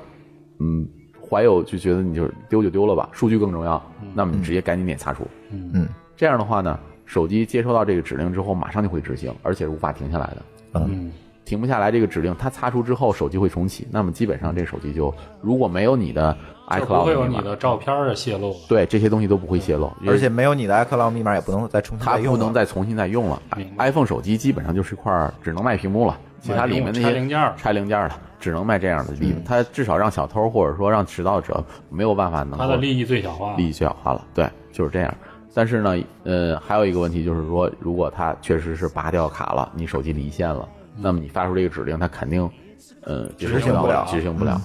Speaker 4: 嗯，怀有就觉得你就丢就丢了吧，数据更重要，那么你直接赶紧点擦除。
Speaker 5: 嗯
Speaker 3: 嗯
Speaker 4: 这样的话呢，手机接收到这个指令之后，马上就会执行，而且是无法停下来的。
Speaker 5: 嗯
Speaker 4: 停不下来这个指令，它擦除之后手机会重启，那么基本上这手机就如果没有你的
Speaker 5: 就不会
Speaker 4: iCloud
Speaker 5: 有
Speaker 4: 密
Speaker 5: 你
Speaker 4: 码
Speaker 5: 的照片的泄露了。
Speaker 4: 对这些东西都不会泄露，
Speaker 3: 而且没有你的 iCloud 密码也不能再重新
Speaker 4: 嗯它
Speaker 3: 再用
Speaker 4: 不
Speaker 3: 了，
Speaker 4: 能再重新再用了。啊
Speaker 5: 明白
Speaker 4: iPhone 手机基本上就是一块儿只能卖屏幕了，其他里面那
Speaker 5: 拆
Speaker 4: 些
Speaker 5: 零件儿
Speaker 4: 拆零件儿了，只能卖这样的里，它至少让小偷或者说让迟到者没有办法能
Speaker 5: 它
Speaker 4: 够
Speaker 5: 的利益最小
Speaker 3: 啊
Speaker 5: 化。
Speaker 4: 利益最小化了。对，就是这样。但是呢，呃，还有一个问题就是说，如果它确实是拔掉卡了，你手机离线了，那么你发出这个指令，它肯定，呃，执
Speaker 3: 嗯执行不了嗯
Speaker 4: 执行不了，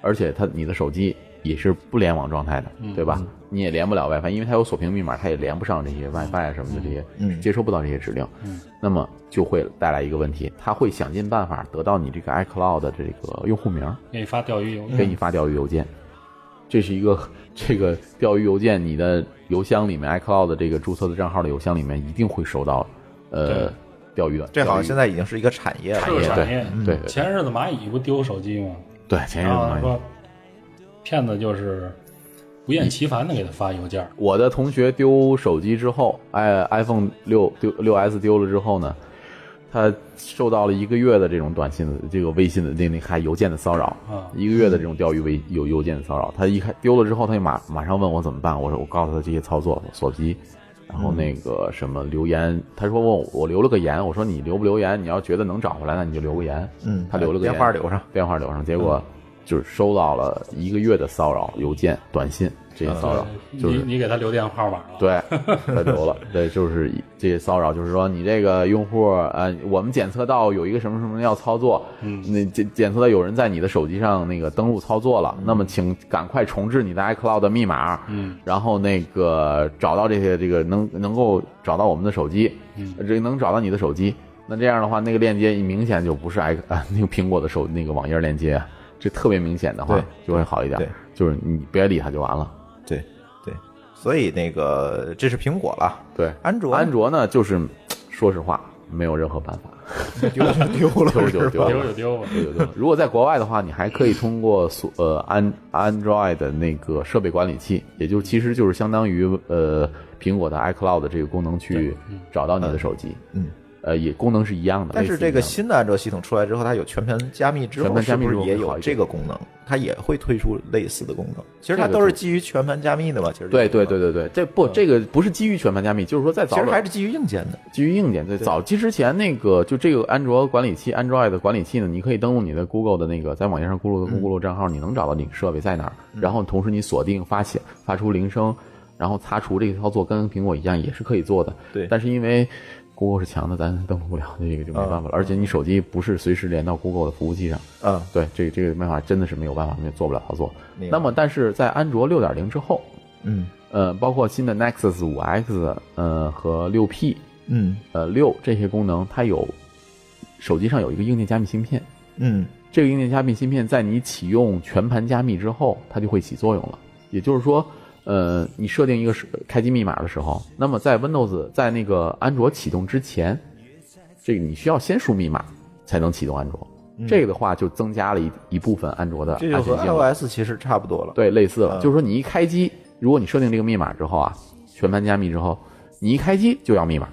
Speaker 4: 而且它你的手机也是不联网状态的，
Speaker 3: 嗯
Speaker 4: 对吧？你也连不了 WiFi，因为它有锁屏密码，它也连不上这些 WiFi 啊什么的这些，
Speaker 3: 嗯
Speaker 4: 接收不到这些指令，
Speaker 5: 嗯
Speaker 4: 那么就会带来一个问题，它会想尽办法得到你这个 iCloud 的这个用户名，
Speaker 5: 给你发钓鱼邮
Speaker 4: 给
Speaker 5: 件，
Speaker 4: 你发钓鱼邮件。这是一个这个钓鱼邮件，你的邮箱里面 iCloud 的这个注册的账号的邮箱里面一定会收到，呃
Speaker 5: 对，
Speaker 4: 钓鱼的。
Speaker 3: 这好像嗯
Speaker 4: 钓
Speaker 3: 现在已经是一个产业了，
Speaker 5: 这个产业。
Speaker 4: 鱼嗯对对
Speaker 5: 前日子蚂蚁不丢手机吗？
Speaker 4: 对，前
Speaker 5: 然
Speaker 4: 任
Speaker 5: 后
Speaker 3: 啊
Speaker 4: 同
Speaker 5: 他
Speaker 4: 学，
Speaker 5: 说，骗子就是不厌其烦的给他发邮件儿，
Speaker 4: 我的同学丢手机之后，哎，iPhone 六丢六 S 丢了之后呢，他受到了一个月的这种短信的这个微信的那那还邮件的骚扰，
Speaker 5: 啊
Speaker 4: 一个月的这种钓鱼微有邮件的骚扰，他一开丢了之后，他就马马上问我怎么办，我说我告诉他这些操作锁机，然
Speaker 3: 嗯
Speaker 4: 后那个什么留言，他说问我我留了个言，我说你留不留言？你要觉得能找回来，那你就留个言。
Speaker 3: 嗯，
Speaker 4: 他留了个言
Speaker 3: 电话留上，嗯
Speaker 4: 电话留上，结果就是收到了一个月的骚扰邮件、短信这
Speaker 3: 嗯
Speaker 4: 些骚扰，就
Speaker 5: 你
Speaker 4: 是
Speaker 5: 你给他留电话号码了，
Speaker 4: 对，他留了，对，就是一这些骚扰，就是说你这个用户，呃，我们检测到有一个什么什么要操作，嗯，那检检测到有人在你的手机上那个登录操作了，那么请赶快重置你的 iCloud 的密码，
Speaker 5: 嗯，
Speaker 4: 然后那个找到这些这个能能够找到我们的手机，
Speaker 5: 嗯
Speaker 4: 这个能找到你的手机，那这样的话，那个链接明显就不是 i 啊那个苹果的手那个网页链接啊，这特别明显的话
Speaker 3: 对
Speaker 4: 就会好一点
Speaker 3: 对，
Speaker 4: 就是你别理他就完了。
Speaker 3: 对对，所以那个这是苹果了，
Speaker 4: 对，
Speaker 3: 安卓
Speaker 4: 安卓呢，就是说实话，没有任何办法，
Speaker 3: 丢就丢了，
Speaker 4: 丢
Speaker 3: 是
Speaker 4: 就
Speaker 3: 吧
Speaker 4: 丢
Speaker 5: 丢
Speaker 4: 了。
Speaker 5: 就丢吧。
Speaker 4: 对对对， 如果在国外的话，你还可以通过所呃安 Android 的那个设备管理器，也就其实就是相当于呃苹果的 iCloud 这个功能去找到你的手机，
Speaker 3: 嗯，
Speaker 4: 呃也功能是一样的，
Speaker 3: 但是
Speaker 4: 类似一
Speaker 3: 这
Speaker 4: 样
Speaker 3: 个
Speaker 4: 的
Speaker 3: 新的安卓系统出来之后，它有全盘加密之
Speaker 4: 全
Speaker 3: 后，
Speaker 4: 盘
Speaker 3: 是
Speaker 4: 加密
Speaker 3: 不
Speaker 4: 之
Speaker 3: 是
Speaker 4: 后
Speaker 3: 也
Speaker 4: 会好
Speaker 3: 有
Speaker 4: 一点
Speaker 3: 这个功能？它也会推出类似的功能。其实它
Speaker 4: 这个
Speaker 3: 都是
Speaker 4: 就
Speaker 3: 基于全盘加密的嘛，其实
Speaker 4: 对对对，对对，这不这个不是基于全盘加密，就是说在
Speaker 3: 嗯其
Speaker 4: 早
Speaker 3: 实还
Speaker 4: 晚
Speaker 3: 是基于硬件的。
Speaker 4: 基于硬件，对，早期之前那个就这个安卓管理器，Android 的管理器呢，你可以登录你的 Google 的那个在网页上 Google 的 Google 账号，你能找到你设备在哪儿，
Speaker 3: 嗯
Speaker 4: 然后同时你锁定发现发出铃声，然后擦除这个操作跟苹果一样也是可以做的，
Speaker 3: 对
Speaker 4: 但是因为 Google 是强的，咱登录不了，这个就没办法了，而且你手机不是随时连到 Google 的服务器上，
Speaker 3: 嗯，
Speaker 4: 对，这个这个没法，真的是没有办法，也做不了操作。
Speaker 3: 明白
Speaker 4: 那么但是在安卓六点零之后，
Speaker 3: 嗯
Speaker 4: 呃，包括新的 Nexus 五 X，呃和六 P。
Speaker 3: 嗯
Speaker 4: 呃六这些功能，它有手机上有一个硬件加密芯片。
Speaker 3: 嗯
Speaker 4: 这个硬件加密芯片在你启用全盘加密之后，它就会起作用了。也就是说，呃，你设定一个是开机密码的时候，那么在 Windows 在那个安卓启动之前，这个你需要先输密码才能启动安卓。这个的话就增加了一一部分安卓的安
Speaker 3: 嗯这
Speaker 4: 全
Speaker 3: 就
Speaker 4: 性
Speaker 3: 和
Speaker 4: 了。
Speaker 3: iOS 其实差不多了。
Speaker 4: 对，类似了，
Speaker 3: 嗯
Speaker 4: 就是说你一开机，如果你设定这个密码之后啊，全盘加密之后，你一开机就要密码，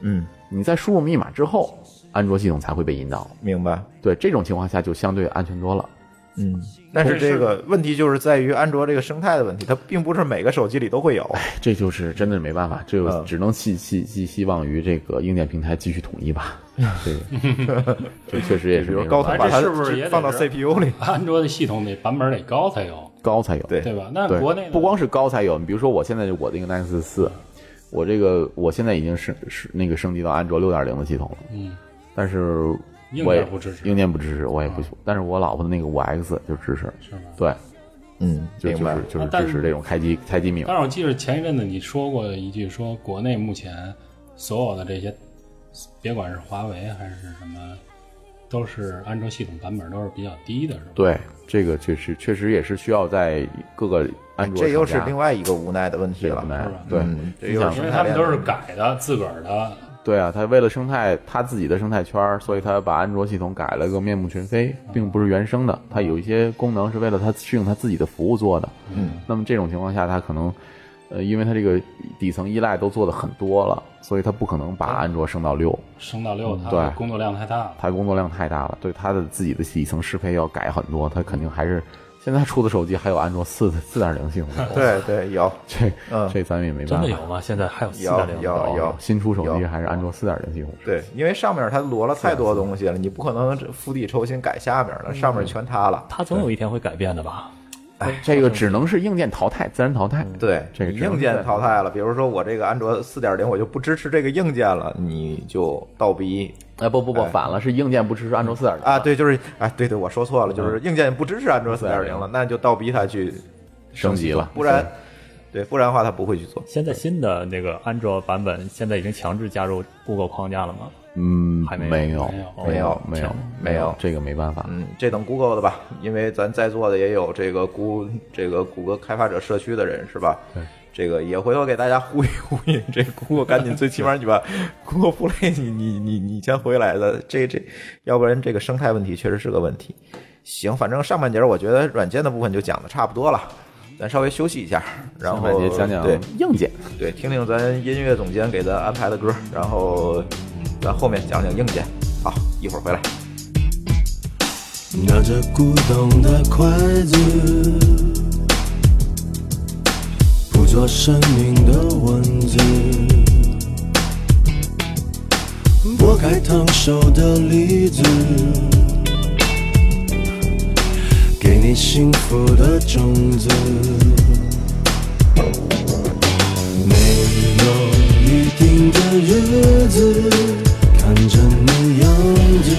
Speaker 3: 嗯，
Speaker 4: 你在输入密码之后，安卓系统才会被引导。
Speaker 3: 明白。
Speaker 4: 对这种情况下就相对安全多了。
Speaker 3: 嗯，但是这个问题就是在于安卓这个生态的问题，它并不是每个手机里都会有。
Speaker 4: 这就是真的没办法，这就
Speaker 3: 嗯
Speaker 4: 只能希希希希望于这个硬件平台继续统 一吧。这个这确实也
Speaker 3: 比
Speaker 4: 是
Speaker 3: 如
Speaker 4: 没有
Speaker 3: 高
Speaker 4: 办
Speaker 3: 通把
Speaker 4: 法
Speaker 3: 它
Speaker 5: 哎这是不是也得是
Speaker 3: 放到 CPU 里，
Speaker 5: 安卓的系统得版本得高才有，
Speaker 4: 高才有，
Speaker 3: 对
Speaker 5: 对吧？那
Speaker 4: 对，
Speaker 5: 国内
Speaker 4: 不光是高才有，你比如说我现在我这个 Nexus 四，我这个我现在已经是是那个升级到安卓六点零的系统了，
Speaker 5: 嗯，
Speaker 4: 但是
Speaker 5: 硬
Speaker 4: 我也
Speaker 5: 件不支持
Speaker 4: 硬件不支持，我也不，但是我老婆的那个五 X 就支持，
Speaker 5: 啊是吧？
Speaker 4: 对，
Speaker 3: 嗯，
Speaker 4: 就
Speaker 3: 明
Speaker 4: 就
Speaker 3: 白
Speaker 4: 是。就是
Speaker 5: 那啊但
Speaker 4: 支持这种开机开机密
Speaker 5: 但
Speaker 4: 码，
Speaker 5: 是我记得前一阵子你说过一句，说国内目前所有的这些，别管是华为还是什么都是安卓系统版本都是比较低的，是吧？
Speaker 4: 对，这个确实确实也是需要在各个安卓
Speaker 3: 这又
Speaker 4: 厂
Speaker 3: 是
Speaker 4: 家
Speaker 3: 另外一个无奈的问题了。
Speaker 4: 对
Speaker 5: 是吧
Speaker 4: 对
Speaker 3: 嗯，这
Speaker 4: 你
Speaker 3: 又
Speaker 4: 想
Speaker 3: 是
Speaker 5: 因
Speaker 3: 生
Speaker 5: 为
Speaker 3: 态
Speaker 5: 他
Speaker 3: 链
Speaker 5: 们都
Speaker 3: 的
Speaker 5: 是
Speaker 3: 问题
Speaker 5: 改的自个儿的，
Speaker 4: 对啊，他为了生态他自己的生态圈儿，所以他把安卓系统改了个面目全非，
Speaker 5: 嗯
Speaker 4: 并不是原生的。它有一些功能是为了他适应他自己的服务做的。
Speaker 3: 嗯，
Speaker 4: 那么这种情况下，他可能，呃，因为他这个底层依赖都做的很多了，所以他不可能把安卓升到六，
Speaker 5: 升到六，它
Speaker 4: 嗯对
Speaker 5: 的工作量太大了。
Speaker 4: 他工作量太大了，对他的自己的底层适配要改很多，他肯定还是现在出的手机还有安卓四四点零系统，
Speaker 3: 对对有
Speaker 4: 这
Speaker 3: 嗯
Speaker 4: 这咱们也没
Speaker 6: 真
Speaker 4: 办法啊
Speaker 6: 的。有吗？现在还有四
Speaker 3: 有
Speaker 6: 点零？
Speaker 3: 有有
Speaker 4: 新出手机
Speaker 3: 有
Speaker 4: 还是安卓四点零系统，
Speaker 3: 对，因为上面它摞了太多东西了，你不可能釜底抽薪改下面了，
Speaker 4: 嗯
Speaker 3: 上面全塌了。
Speaker 6: 它总有一天会改变的吧？
Speaker 3: 哎，
Speaker 4: 这个只能是硬件淘汰，自然淘汰。
Speaker 3: 对，
Speaker 4: 这个
Speaker 3: 你
Speaker 4: 只能
Speaker 3: 硬件淘汰了，比如说我这个安卓四点零，我就不支持这个硬件了，你就倒逼
Speaker 4: 哎，不不不
Speaker 3: 哎，
Speaker 4: 反了，是硬件不支持安卓四点零
Speaker 3: 啊，，对，就是哎，对对，我说错了，
Speaker 4: 嗯
Speaker 3: 就是硬件不支持安卓四点零了，那就倒逼它去
Speaker 4: 升级了
Speaker 3: 不然，对，不然的话它不会去做。
Speaker 6: 现在新的那个安卓版本现在已经强制加入 Google 框架了吗？
Speaker 4: 嗯，
Speaker 6: 还没有
Speaker 4: 没有
Speaker 6: 没
Speaker 3: 有
Speaker 4: 没有
Speaker 3: 哦没有
Speaker 4: 这个没办法。
Speaker 3: 嗯，这等 Google 的吧，因为咱在座的也有这个谷这个谷歌开发者社区的人是吧？
Speaker 4: 对，
Speaker 3: 这个也回头给大家呼吁呼吁，这 Google 赶紧，最起码你把 Google Play 你你你你先回来的，这这，要不然这个生态问题确实是个问题。行，反正上半节我觉得软件的部分就讲的差不多了，咱稍微休息一下，然后
Speaker 4: 上半节讲讲
Speaker 3: 对
Speaker 4: 硬件，
Speaker 3: 对，听听咱音乐总监给咱安排的歌，然后咱后面讲讲硬件。好，一会儿回来。
Speaker 7: 拿着古董的筷子，捕捉生命的文字，剥开烫手的梨子，给你幸福的种子。没有预定的日子，看着你样子。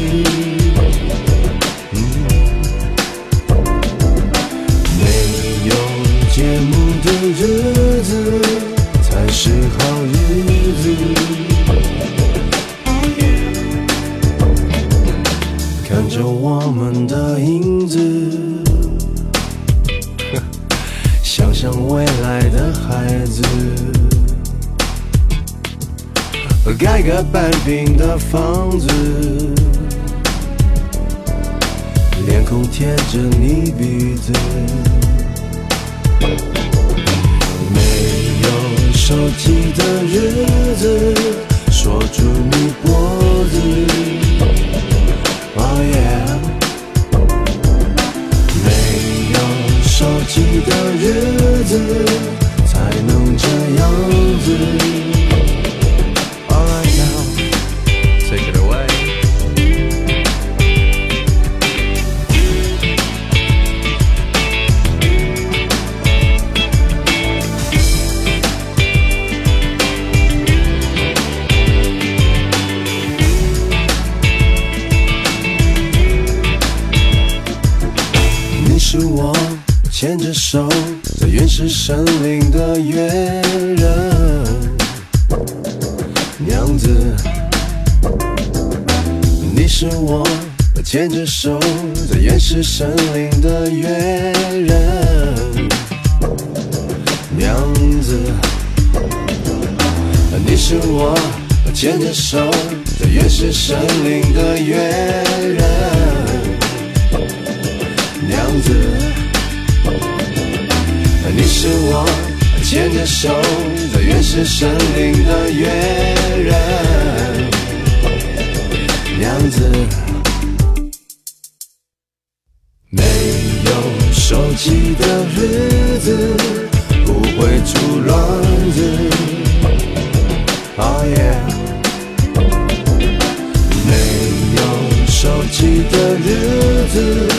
Speaker 7: 没有节目的日子才是好日子。看着我们的影子，想象未来的孩子。盖个半平的房子，脸孔贴着你鼻子。没有手机的日子，锁住你脖子。Oh yeah。没有手机的日子，才能这样子。All Oh right now, take it away. 你是我牵着手，在原始森林的约人，娘子。你是我牵着手，在原始森林的约人，娘子。你是我牵着手，在原始森林的约人。娘子，你是我牵着手在原始森林的约人，娘子。没有手机的日子，不会出乱子。Oh yeah。没有手机的日子，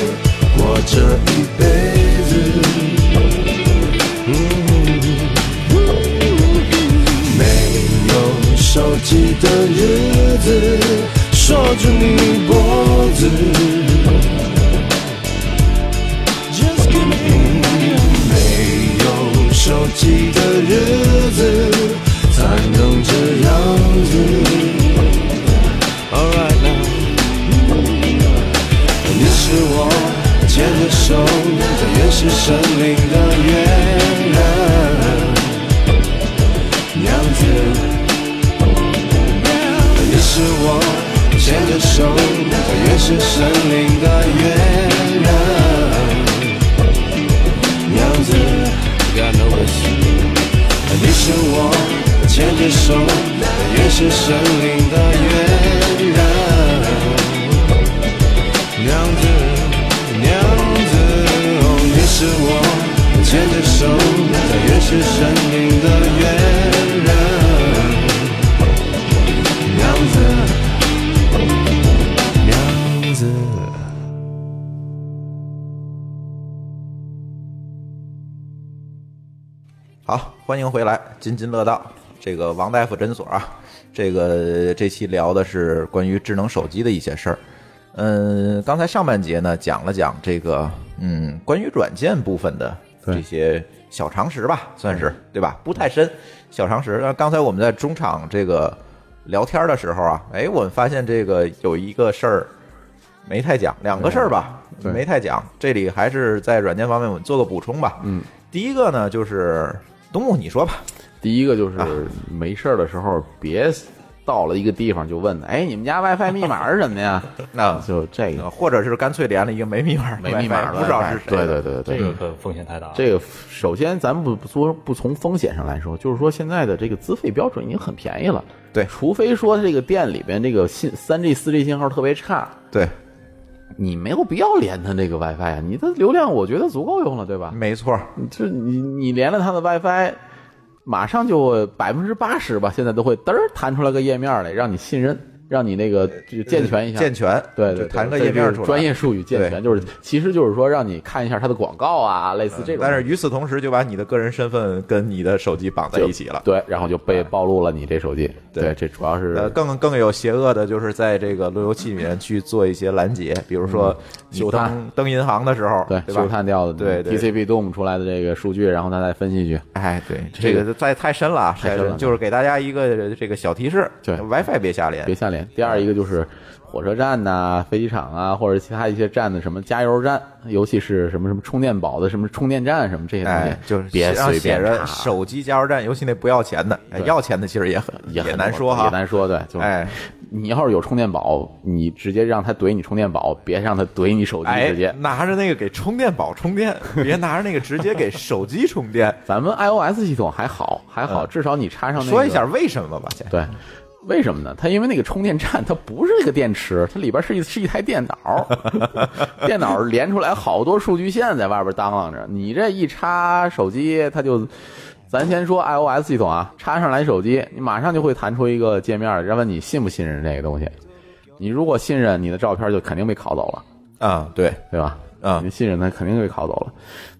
Speaker 7: 过这一辈子。嗯没有手机的日子，锁住你脖子。Just give me 没有手机的日子，才能这样子。Alright now. 是我牵着手，在原始森林的月亮，娘子。你是我牵着手，在原始森林的月亮，娘子。你是我牵着手，在原始森林的月亮。娘子，娘子，哦，你是我牵着手，在原始森林的月亮。娘子，娘子。
Speaker 3: 好，欢迎回来，津津乐道。这个王大夫诊所啊，这个这期聊的是关于智能手机的一些事儿。嗯，刚才上半节呢讲了讲这个，嗯，关于软件部分的这些小常识吧，算是对吧？不太深，小常识。那刚才我们在中场这个聊天的时候啊，哎，我们发现这个有一个事儿没太讲，两个事儿吧，
Speaker 4: 对
Speaker 3: 没太讲。这里还是在软件方面我们做个补充吧。
Speaker 4: 嗯，
Speaker 3: 第一个呢就是东木，你说吧。
Speaker 4: 第一个就是
Speaker 3: 啊
Speaker 4: 没事儿的时候别到了一个地方就问，哎，你们家 WiFi 密码是什么呀？
Speaker 3: 那
Speaker 4: 就这个
Speaker 3: 或者是干脆连了一个没密码的 WiFi，
Speaker 4: 啊没密码的哎 WiFi，
Speaker 3: 不知道是谁
Speaker 4: 对
Speaker 3: 的。
Speaker 4: 对对对
Speaker 6: 这
Speaker 4: 对
Speaker 6: 个。可风险太大了。
Speaker 4: 这个首先，咱们不不说不从风险上来说，就是说现在的这个资费标准已经很便宜了。
Speaker 3: 对
Speaker 4: 除非说这个店里边这个信三 G、四 G 信号特别差，
Speaker 3: 对，
Speaker 4: 你没有必要连它这个 WiFi 啊，你的流量我觉得足够用了，对吧？
Speaker 3: 没错。
Speaker 4: 这你你连了它的 WiFi，马上就百分之八十吧，现在都会嘚儿弹出来个页面来，让你信任，让你那个就健全一下。
Speaker 3: 呃健全，
Speaker 4: 对对
Speaker 3: 就
Speaker 4: 对，
Speaker 3: 弹个
Speaker 4: 这
Speaker 3: 页面
Speaker 4: 就是
Speaker 3: 出来。
Speaker 4: 专业术语健全就是，其实就是说让你看一下它的广告啊，类似这
Speaker 3: 嗯
Speaker 4: 种。
Speaker 3: 但是与此同时，就把你的个人身份跟你的手机绑在一起了。
Speaker 4: 对，然后就被暴露了你这手机。
Speaker 3: 哎对
Speaker 4: 这主要是
Speaker 3: 呃，更更有邪恶的就是在这个路由器里面去做一些拦截，比如说你
Speaker 4: 修探
Speaker 3: 登登银行的时候，
Speaker 4: 嗯对
Speaker 3: 对
Speaker 4: 修
Speaker 3: 吧？
Speaker 4: 探掉的
Speaker 3: 对对
Speaker 4: TCP DOM 出来的这个数据，然后他再分析去。
Speaker 3: 哎，对，
Speaker 4: 这
Speaker 3: 这
Speaker 4: 个
Speaker 3: 个再太深了啊，
Speaker 4: 太深了
Speaker 3: 这个就是给大家一个这个小提示，
Speaker 4: 对
Speaker 3: ，WiFi 别下连
Speaker 4: 别，下连。第二一个就是火车站呐、飞机场啊，或者其他一些站的什么加油站，尤其是什么什么充电宝的什么充电站什么这些东西，
Speaker 3: 哎，就是
Speaker 4: 别
Speaker 3: 让
Speaker 4: 随
Speaker 3: 写
Speaker 4: 便
Speaker 3: 着
Speaker 4: 查
Speaker 3: 手机加油站，尤其那不要钱的，哎
Speaker 4: 对
Speaker 3: 要钱的其实也很
Speaker 4: 也很
Speaker 3: 难
Speaker 4: 多
Speaker 3: 说
Speaker 4: 也
Speaker 3: 哈。
Speaker 4: 难说。对，就
Speaker 3: 哎，
Speaker 4: 你要是有充电宝，你直接让他怼你充电宝，别让他怼你手机，直接。
Speaker 3: 哎，拿着那个给充电宝充 电，别拿着那个直接给手机充电。
Speaker 4: 咱们 iOS 系统还好，还好，至少你插上那个。
Speaker 3: 嗯说一下为什么吧，先
Speaker 4: 对，为什么呢？它因为那个充电站它不是一个电池，它里边是一是一台电脑， 电脑连出来好多数据线在外边当啷着，你这一插手机，它就。咱先说 iOS 系统啊，插上来手机，你马上就会弹出一个界面，然后问你信不信任这个东西。你如果信任，你的照片就肯定被拷走了，
Speaker 3: 啊、对，
Speaker 4: 对吧？
Speaker 3: 嗯
Speaker 4: 你信任它肯定就被拷走了。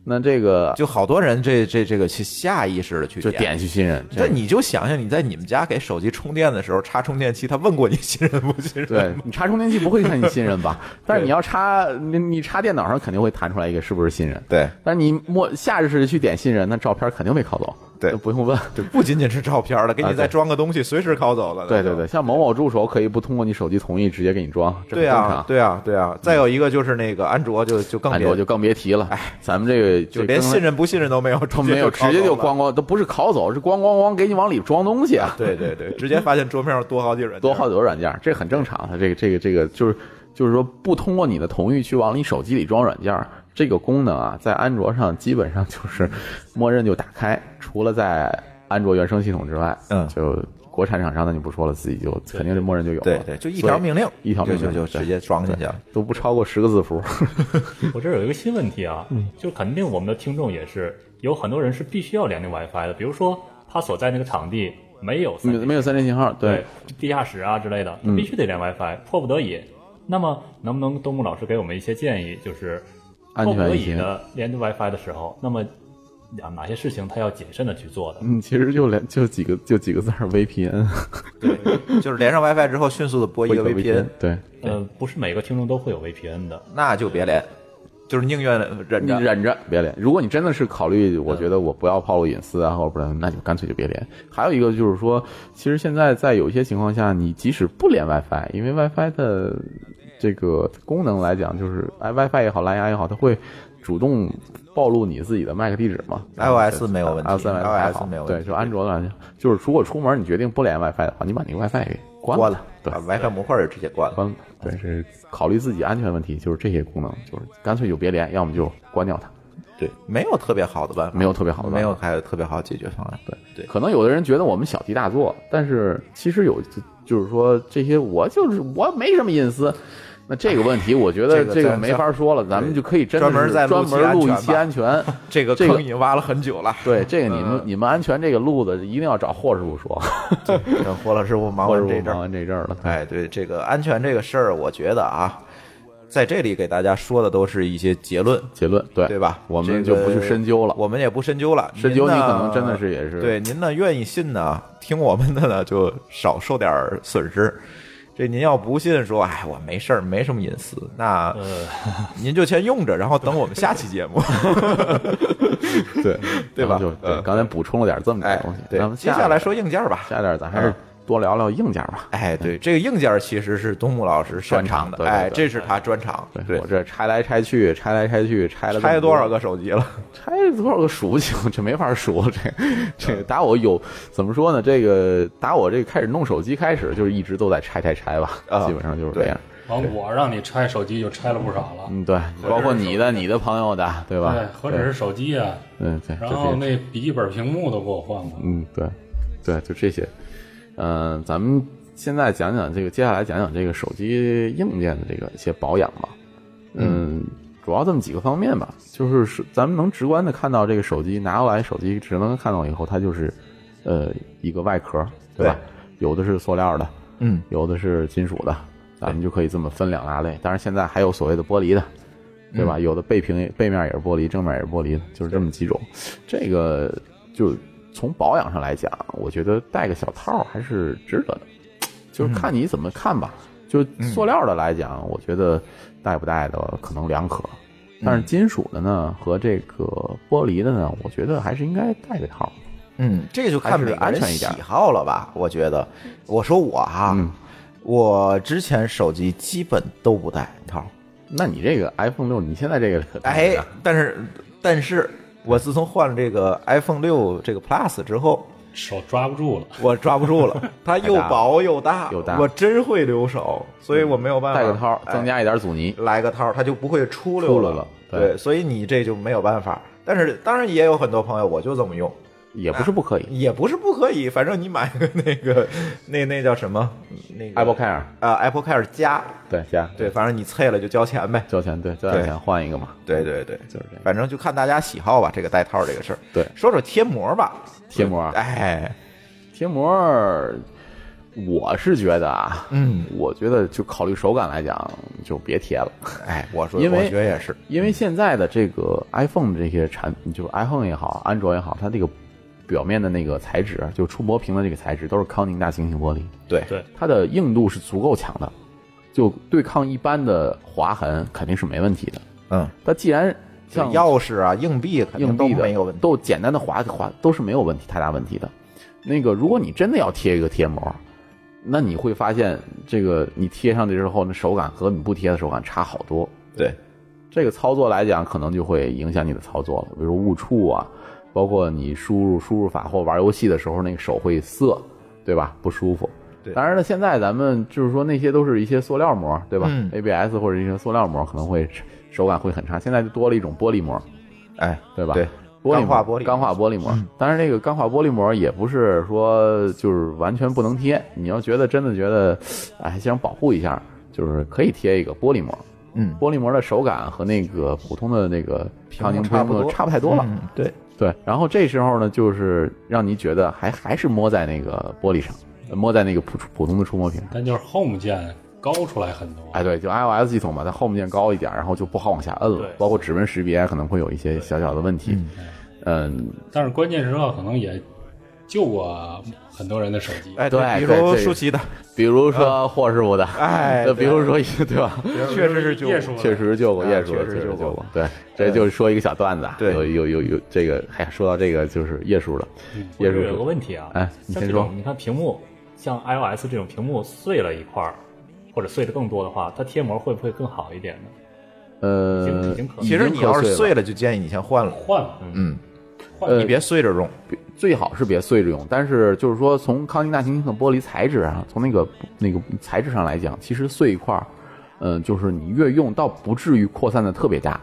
Speaker 4: 那这个
Speaker 3: 就好多人这这这个去下意识的去
Speaker 4: 就点去信任，
Speaker 3: 那你就想想你在你们家给手机充电的时候插充电器，他问过你信任不信任？
Speaker 4: 对，你插充电器不会看你信 任吧？但是你要插你你插电脑上肯定会弹出来一个是不是信任？
Speaker 3: 对，
Speaker 4: 但是你默下意识地去点信任，那照片肯定被拷走，
Speaker 3: 对
Speaker 4: 就不用问。
Speaker 3: 就不仅仅是照片了，给
Speaker 4: 啊
Speaker 3: 你
Speaker 4: 对
Speaker 3: 再装个东西，随时拷走了。
Speaker 4: 对
Speaker 3: 那
Speaker 4: 对
Speaker 3: 就
Speaker 4: 对，。像某某助手可以不通过你手机同意直接给你装，这很
Speaker 3: 对
Speaker 4: 正常嗯
Speaker 3: 啊，。对啊，对啊！再有一个就是那个安卓就就更
Speaker 4: 安
Speaker 3: 别
Speaker 4: 卓就更别提了，哎，咱们这个
Speaker 3: 就连信任不信任都没有，
Speaker 4: 都没有，直接就
Speaker 3: 光。
Speaker 4: 咣咣都不是拷走，是咣咣咣给你往里装东西啊，
Speaker 3: 对对对，直接发现桌面上多好几人，
Speaker 4: 多好几个软件儿，这很正常。啊它这个这个这个就是就是说不通过你的同意去往你手机里装软件儿，这个功能啊，在安卓上基本上就是默认就打开，除了在安卓原生系统之外，
Speaker 3: 嗯
Speaker 4: 就国产厂商那就不说了，自己就肯定是默认就有了，
Speaker 3: 对对，就一条命令，
Speaker 4: 一条命
Speaker 3: 就
Speaker 4: 令
Speaker 3: 就就直接装进去了。
Speaker 4: 都不超过十个 字符。
Speaker 6: 我这儿有一个新问题啊，就肯定我们的听众也是有很多人是必须要连那 WiFi 的，比如说他所在那个场地没有
Speaker 4: 没有
Speaker 6: 三
Speaker 4: 没有三 G 信号，对嗯
Speaker 6: 对，地下室啊之类的，必须得连 WiFi，、迫不得已。那么，能不能东木老师给我们一些建议，就是
Speaker 4: 安
Speaker 6: 迫不
Speaker 4: 全
Speaker 6: 得
Speaker 4: 一
Speaker 6: 已
Speaker 4: 些。
Speaker 6: 的连 WiFi 的时候，那么啊哪些事情他要谨慎的去做的？
Speaker 4: 嗯，其实就连就几个就几个字儿 VPN，
Speaker 3: 对，就是连上 WiFi 之后，迅速的拨一 个 VPN，
Speaker 4: 对，
Speaker 6: 呃，不是每个听众都会有 VPN 的，
Speaker 3: 那就别连，就是宁愿忍
Speaker 4: 你
Speaker 3: 着。嗯
Speaker 4: 忍着别连。如果你真的是考虑，我觉得我不要暴露隐私啊，或者不然，那就干脆就别连。还有一个就是说，其实现在在有一些情况下，你即使不连 WiFi，因为 WiFi 的这个功能来讲，就是哎 WiFi 也好，蓝牙也好，它会主动暴露你自己的 MAC 地址嘛
Speaker 3: iOS 没有问题
Speaker 4: ，iOS 还好
Speaker 3: iOS 没有问
Speaker 4: 对，
Speaker 3: 题
Speaker 4: 就安卓的话，就是如果出门你决定不连 WiFi 的话，你把那个 WiFi 给关
Speaker 3: 关了，
Speaker 4: 对
Speaker 3: 把，WiFi 模块儿也直接关了。
Speaker 4: 关了，对，是考虑自己安全问题，就是这些功能，就是干脆就别连，要么就关掉它。
Speaker 3: 对，没有特别好的办法，
Speaker 4: 没有特别好的办法
Speaker 3: 没有还有特别好的解决方案。对对，
Speaker 4: 可能有的人觉得我们小题大做，但是其实有，就就是说这些我就是我没什么隐私。那这个问题，我觉得
Speaker 3: 这个
Speaker 4: 这个
Speaker 3: 咱
Speaker 4: 没法说了，咱们就可以真的
Speaker 3: 专门
Speaker 4: 是
Speaker 3: 再录
Speaker 4: 专
Speaker 3: 期
Speaker 4: 门
Speaker 3: 安
Speaker 4: 录一
Speaker 3: 全
Speaker 4: 期
Speaker 3: 吧
Speaker 4: 安全。
Speaker 3: 这个
Speaker 4: 这个
Speaker 3: 坑已经挖了很久了。
Speaker 4: 对，这个你们
Speaker 3: 嗯
Speaker 4: 你们安全这个路子一定要找霍师傅说，
Speaker 3: 跟 霍老师傅忙
Speaker 4: 霍
Speaker 3: 完
Speaker 4: 师傅
Speaker 3: 这阵
Speaker 4: 忙
Speaker 3: 儿，
Speaker 4: 完这阵儿了。对，
Speaker 3: 哎，对这个安全这个事儿，我觉得啊，在这里给大家说的都是一些结论，
Speaker 4: 结论对
Speaker 3: 对吧？
Speaker 4: 我们就不去深究了。
Speaker 3: 我们也不深究了。
Speaker 4: 深究
Speaker 3: 您
Speaker 4: 你
Speaker 3: 呢
Speaker 4: 可能真的是也是
Speaker 3: 对您呢，愿意信呢，听我们的呢，就少受点儿损失。这您要不信说，哎，我没事儿，没什么隐私，那
Speaker 6: 呃，
Speaker 3: 您就先用着，然后等我们下期 节目。
Speaker 4: 对
Speaker 3: 对吧
Speaker 4: 咱们就对，
Speaker 3: 嗯
Speaker 4: 刚才补充了点这么点
Speaker 3: 哎
Speaker 4: 东西，。
Speaker 3: 对
Speaker 4: 咱们，
Speaker 3: 接下来说硬件吧。
Speaker 4: 下一点，咱还是
Speaker 3: 嗯
Speaker 4: 多聊聊硬件吧。
Speaker 3: 哎，对，这个硬件其实是东木老师擅长的，
Speaker 4: 专长对对
Speaker 3: 哎，
Speaker 4: 对
Speaker 3: 这是他专长。对
Speaker 4: 我，这拆来拆去，拆来拆去，拆了这么
Speaker 3: 拆了多少个手机了？
Speaker 4: 拆多少个数不清，这没法数。这
Speaker 5: 嗯
Speaker 4: 这个打我有怎么说呢？这个打我这个开始弄手机开始，就是一直都在拆拆拆吧，
Speaker 3: 啊
Speaker 4: 基本上就是这样。
Speaker 5: 完我让你拆手机就拆了不少了，
Speaker 4: 嗯，对，包括你的、你的朋友的，对吧
Speaker 5: 对，？何止是手机啊，
Speaker 4: 嗯，对，
Speaker 5: 然
Speaker 4: 就
Speaker 5: 后
Speaker 4: 这
Speaker 5: 那笔记本屏幕都给我换过。
Speaker 4: 嗯，对，对，就这些。嗯、咱们现在讲讲这个，接下来讲讲这个手机硬件的这个一些保养吧。嗯，主要这么几个方面吧，就是是咱们能直观的看到这个手机拿过来，手机只能看到以后，它就是呃一个外壳，对吧？有的是塑料的，
Speaker 3: 嗯，
Speaker 4: 有的是金属
Speaker 3: 啊
Speaker 4: 的，咱们就可以这么分两大类。当然，现在还有所谓的玻璃的，对
Speaker 3: 嗯
Speaker 4: 吧？有的背屏背面也是玻璃，正面也是玻璃的，就是这么几种。这个就从保养上来讲，我觉得戴个小套儿还是值得的，
Speaker 3: 嗯
Speaker 4: 就是看你怎么看吧。就塑料的来讲，我觉得戴不戴的可能两可，
Speaker 3: 嗯
Speaker 4: 但是金属的呢和这个玻璃的呢，我觉得还是应该戴个套儿。
Speaker 3: 嗯，这就看
Speaker 4: 还是
Speaker 3: 每个
Speaker 4: 安
Speaker 3: 人
Speaker 4: 全一点
Speaker 3: 喜好了吧？我觉得，我说我哈、
Speaker 4: 嗯
Speaker 3: 我之前手机基本都不带套，
Speaker 4: 那你这个 iPhone 六，你现在这个可戴啊
Speaker 3: 哎
Speaker 4: 着呢，
Speaker 3: 但是但是我自从换了这个 iPhone 六这个 Plus 之后，
Speaker 5: 手抓不住了，
Speaker 3: 我抓不住 了，它又薄又大，
Speaker 4: 又大嗯
Speaker 3: 我真会留手，所以我没有办法
Speaker 4: 戴个套儿，
Speaker 3: 哎
Speaker 4: 增加一点阻尼。
Speaker 3: 来个套儿，它就不会出溜
Speaker 4: 出溜了对
Speaker 3: 对，所以你这就没有办法。但是当然也有很多朋友我就这么用，
Speaker 4: 也不是不可以。
Speaker 3: 也不是不可以，反正你买个那 个那那叫什么那个
Speaker 4: Apple Care
Speaker 3: 啊 Apple Care 加，
Speaker 4: 对加
Speaker 3: 对，反正你脆了就交钱呗。
Speaker 4: 交钱对交点钱换一个嘛，
Speaker 3: 对对对，
Speaker 4: 就是这样。
Speaker 3: 反正就看大家喜好吧，这个带套这个事儿。
Speaker 4: 对
Speaker 3: 说说贴膜吧，
Speaker 4: 贴膜啊
Speaker 3: 哎，
Speaker 4: 贴膜儿，我是觉得啊，
Speaker 3: 嗯，
Speaker 4: 我觉得就考虑手感来讲，就别贴了，
Speaker 3: 哎，我说，
Speaker 4: 因为
Speaker 3: 我觉得也是，
Speaker 4: 因为现在的这个 iPhone 这些产，就是 iPhone 也好，安卓也好，它这个表面的那个材质，就触摸屏的这个材质，都是康宁大猩猩玻璃，
Speaker 3: 对
Speaker 6: 对
Speaker 4: 它的硬度是足够强的，就对抗一般的划痕肯定是没问题的。
Speaker 3: 嗯，
Speaker 4: 它既然像
Speaker 3: 钥匙啊、硬币肯定
Speaker 4: 硬
Speaker 3: 都
Speaker 4: 币的
Speaker 3: 没有问题。
Speaker 4: 都简单的划划都是没有问题太大问题的。那个，如果你真的要贴一个贴膜，那你会发现这个你贴上去之后，那手感和你不贴的手感差好多。
Speaker 3: 对，
Speaker 4: 这个操作来讲，可能就会影响你的操作了，比如误触啊，包括你输入输入法或玩游戏的时候，那个手会涩，对吧？不舒服。
Speaker 3: 对
Speaker 4: 当然了，现在咱们就是说那些都是一些塑料膜，对吧、
Speaker 3: 嗯
Speaker 4: a b s 或者一些塑料膜可能会手感会很差，现在就多了一种玻璃膜，
Speaker 3: 哎，
Speaker 4: 对吧？
Speaker 3: 对，
Speaker 4: 玻璃膜
Speaker 3: 钢化玻璃嗯
Speaker 4: 钢化玻璃膜。当然，这个钢化玻璃膜也不是说就是完全不能贴。你要觉得真的觉得，哎，想保护一下，就是可以贴一个玻璃膜。
Speaker 3: 嗯，
Speaker 4: 玻璃膜的手感和那个普通的那个
Speaker 3: 幕
Speaker 4: 康宁
Speaker 3: 差不
Speaker 4: 屏幕
Speaker 3: 多
Speaker 4: 差不太多了。
Speaker 3: 嗯，对，
Speaker 4: 对，然后这时候呢，就是让你觉得还还是摸在那个玻璃上，呃摸在那个普普通的触摸屏上。
Speaker 5: 但就是 Home 键高出来很多。
Speaker 4: 哎，对，就 iOS 系统嘛，它 Home 键高一点，然后就不好往下摁了
Speaker 6: 对，
Speaker 4: 包括指纹识别可能会有一些小小的问题。嗯，
Speaker 5: 但是关键时刻可能也救过很多人的手机。
Speaker 3: 哎，
Speaker 4: 对
Speaker 3: 比
Speaker 4: 对
Speaker 3: 如
Speaker 4: 这个
Speaker 3: 舒淇的，
Speaker 4: 比如说霍师傅的，
Speaker 3: 啊 哎对
Speaker 4: 呃比如说一个对 吧？
Speaker 3: 确实是就
Speaker 5: 叶叔
Speaker 4: 确实救过，
Speaker 3: 啊
Speaker 4: 叶叔
Speaker 3: 确实
Speaker 4: 救
Speaker 3: 救过
Speaker 4: 过。对，这就是说一个小段子啊。
Speaker 3: 对
Speaker 4: 有有有有这个，哎呀，说到这个就是叶叔了，
Speaker 3: 嗯
Speaker 6: 我
Speaker 4: 叶
Speaker 6: 这
Speaker 4: 叔
Speaker 6: 有个问题啊，
Speaker 4: 哎你
Speaker 6: 像
Speaker 4: 先
Speaker 6: 这
Speaker 4: 说
Speaker 6: 种你看屏幕，像 iOS 这种屏幕碎了一块儿，或者碎的更多的话，它贴膜会不会更好一点呢？已经
Speaker 4: 呃
Speaker 6: 已，经可能
Speaker 3: 其实你要是
Speaker 4: 已经磕碎
Speaker 3: 碎了，就建议你先换了，
Speaker 5: 换了，
Speaker 3: 嗯，
Speaker 5: 换
Speaker 4: 呃
Speaker 3: 你别碎着用。
Speaker 4: 最好是别碎着用，但是就是说，从康宁大行星的玻璃材质啊，从那个那个材质上来讲，其实碎一块儿，嗯、就是你越用，倒不至于扩散的特别大，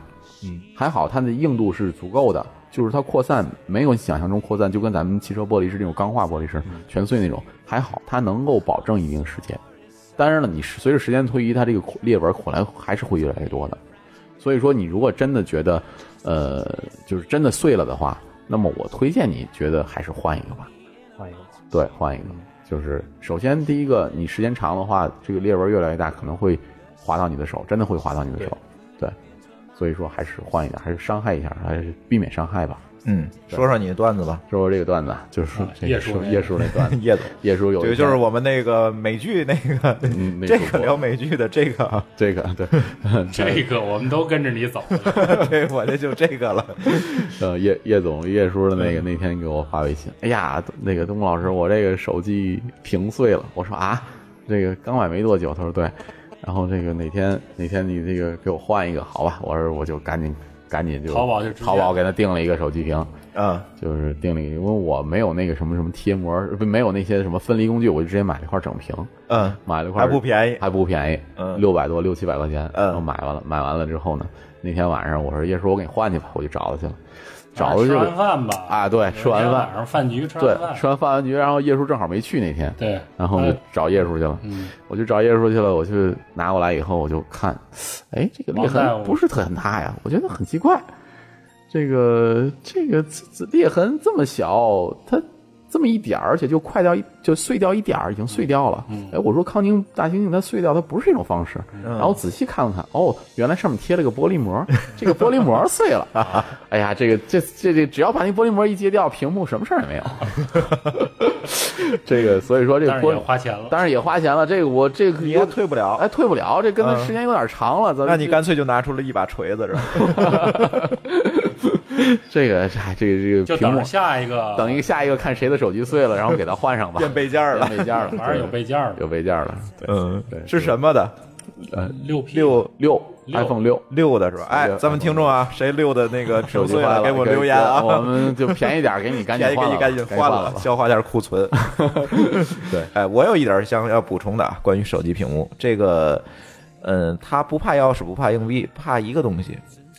Speaker 6: 嗯，
Speaker 4: 还好它的硬度是足够的，就是它扩散没有你想象中扩散，就跟咱们汽车玻璃是那种钢化玻璃是全碎那种，还好它能够保证一定时间。当然了，你随着时间推移，它这个裂纹可能还是会越来越多的。所以说，你如果真的觉得，呃，就是真的碎了的话，那么我推荐你觉得还是换一个吧。
Speaker 6: 换一个。
Speaker 4: 对，换一个，就是首先第一个，你时间长的话，这个裂纹越来越大，可能会划到你的手，真的会划到你的手。对，所以说还是换一个，还是伤害一下，还是避免伤害吧。
Speaker 3: 嗯，说说你的段子吧，，
Speaker 4: 说说这个段子啊，就是
Speaker 5: 啊
Speaker 4: 这
Speaker 5: 叶
Speaker 4: 个
Speaker 5: 叔
Speaker 4: 说
Speaker 5: 那个
Speaker 4: 叶叔那段子
Speaker 3: 叶总。
Speaker 4: 叶叔有一
Speaker 3: 对，就
Speaker 4: 天
Speaker 3: 是我们那个美剧那个，
Speaker 4: 嗯那
Speaker 3: 这
Speaker 4: 主
Speaker 3: 个
Speaker 4: 播
Speaker 3: 聊美剧的这个 啊，
Speaker 4: 这个对，
Speaker 5: 这个我们都跟着你走，
Speaker 3: 对我这就这个 了。
Speaker 4: 呃，叶叶总叶叔的
Speaker 5: 嗯
Speaker 4: 那个那天给我发微信，哎呀，那个东木老师，我这个手机屏碎了。我说啊，这个刚买没多久。他说对，然后这个哪天哪天你这个给我换一个，好吧？我说我就赶紧赶紧就
Speaker 5: 淘宝就直接
Speaker 4: 淘宝给他订了一个手机屏，
Speaker 3: 嗯，
Speaker 4: 就是订了一个，因为我没有那个什么什么贴膜，不没有那些什么分离工具，我就直接买了一块整屏，
Speaker 3: 嗯，
Speaker 4: 买了一块
Speaker 3: 还不便宜。
Speaker 4: 还不便宜，
Speaker 3: 嗯
Speaker 4: 六百多六七百块钱，
Speaker 3: 嗯
Speaker 4: 然后买完了，买完了之后呢，那天晚上我说叶叔，我给你换去吧，我就找他去了，找他去
Speaker 5: 吃
Speaker 4: 了
Speaker 5: 完。饭吧，
Speaker 4: 啊，对，吃完
Speaker 5: 昨天
Speaker 4: 饭
Speaker 5: 晚，上饭局吃
Speaker 4: 对
Speaker 5: 完，饭，
Speaker 4: 吃完饭完局，然后叶叔正好没去那天，
Speaker 5: 对，
Speaker 4: 然后就
Speaker 5: 哎
Speaker 4: 找叶叔去了。
Speaker 5: 嗯，
Speaker 4: 我就找叶叔去了，我去拿过来以后，我就看，哎，这个裂
Speaker 5: 王大夫
Speaker 4: 痕不是特很大呀，我觉得很奇怪。这个这个这这裂痕这么小，它这么一点儿，而且就快掉一就碎掉一点儿，已经碎掉了。哎，我说康宁大猩猩它碎掉，它不是这种方式。然后仔细看了看，哦，原来上面贴了个玻璃膜，这个玻璃膜碎了。哎呀，这个这这这，只要把那玻璃膜一揭掉，屏幕什么事儿也没有。这个所以说这个
Speaker 5: 但是
Speaker 4: 玻璃
Speaker 5: 也花钱了，
Speaker 4: 当然也花钱了，这个我这个
Speaker 3: 你也退不了
Speaker 4: 哎，退不了，这跟他
Speaker 3: 嗯
Speaker 4: 时间有点长了。咱
Speaker 3: 那你干脆就拿出了一把锤子，是吧？
Speaker 4: 这个，哎，这个这
Speaker 5: 就
Speaker 4: 个屏
Speaker 5: 等
Speaker 4: 幕
Speaker 5: 着，下一个，
Speaker 4: 等一个下一个看谁的手机碎了，然后给他换上吧。
Speaker 3: 变备件了
Speaker 4: 变备件了，
Speaker 5: 反正有备件儿
Speaker 4: 有
Speaker 5: 的，
Speaker 4: 备件了。对，
Speaker 3: 嗯
Speaker 4: 对
Speaker 3: 是什么的？
Speaker 5: 六 P
Speaker 3: 六
Speaker 4: 六
Speaker 5: 六
Speaker 4: iPhone 六。
Speaker 3: 六的是吧？哎
Speaker 4: 对，
Speaker 3: 咱们听众啊，谁六的那个
Speaker 4: 手
Speaker 3: 手
Speaker 4: 机
Speaker 3: 碎
Speaker 4: 坏了，
Speaker 3: 给我留言啊，
Speaker 4: 我们就便宜点儿，给你赶紧
Speaker 3: 便宜给
Speaker 4: 换
Speaker 3: 你
Speaker 4: 了，
Speaker 3: 赶紧
Speaker 4: 换
Speaker 3: 换
Speaker 4: 了
Speaker 3: 了，消化一下库 存。
Speaker 4: 对，
Speaker 3: 哎，我有一点想要补充的啊，关于手机屏幕这个，嗯，它不怕钥匙，不怕硬币，怕一个东西，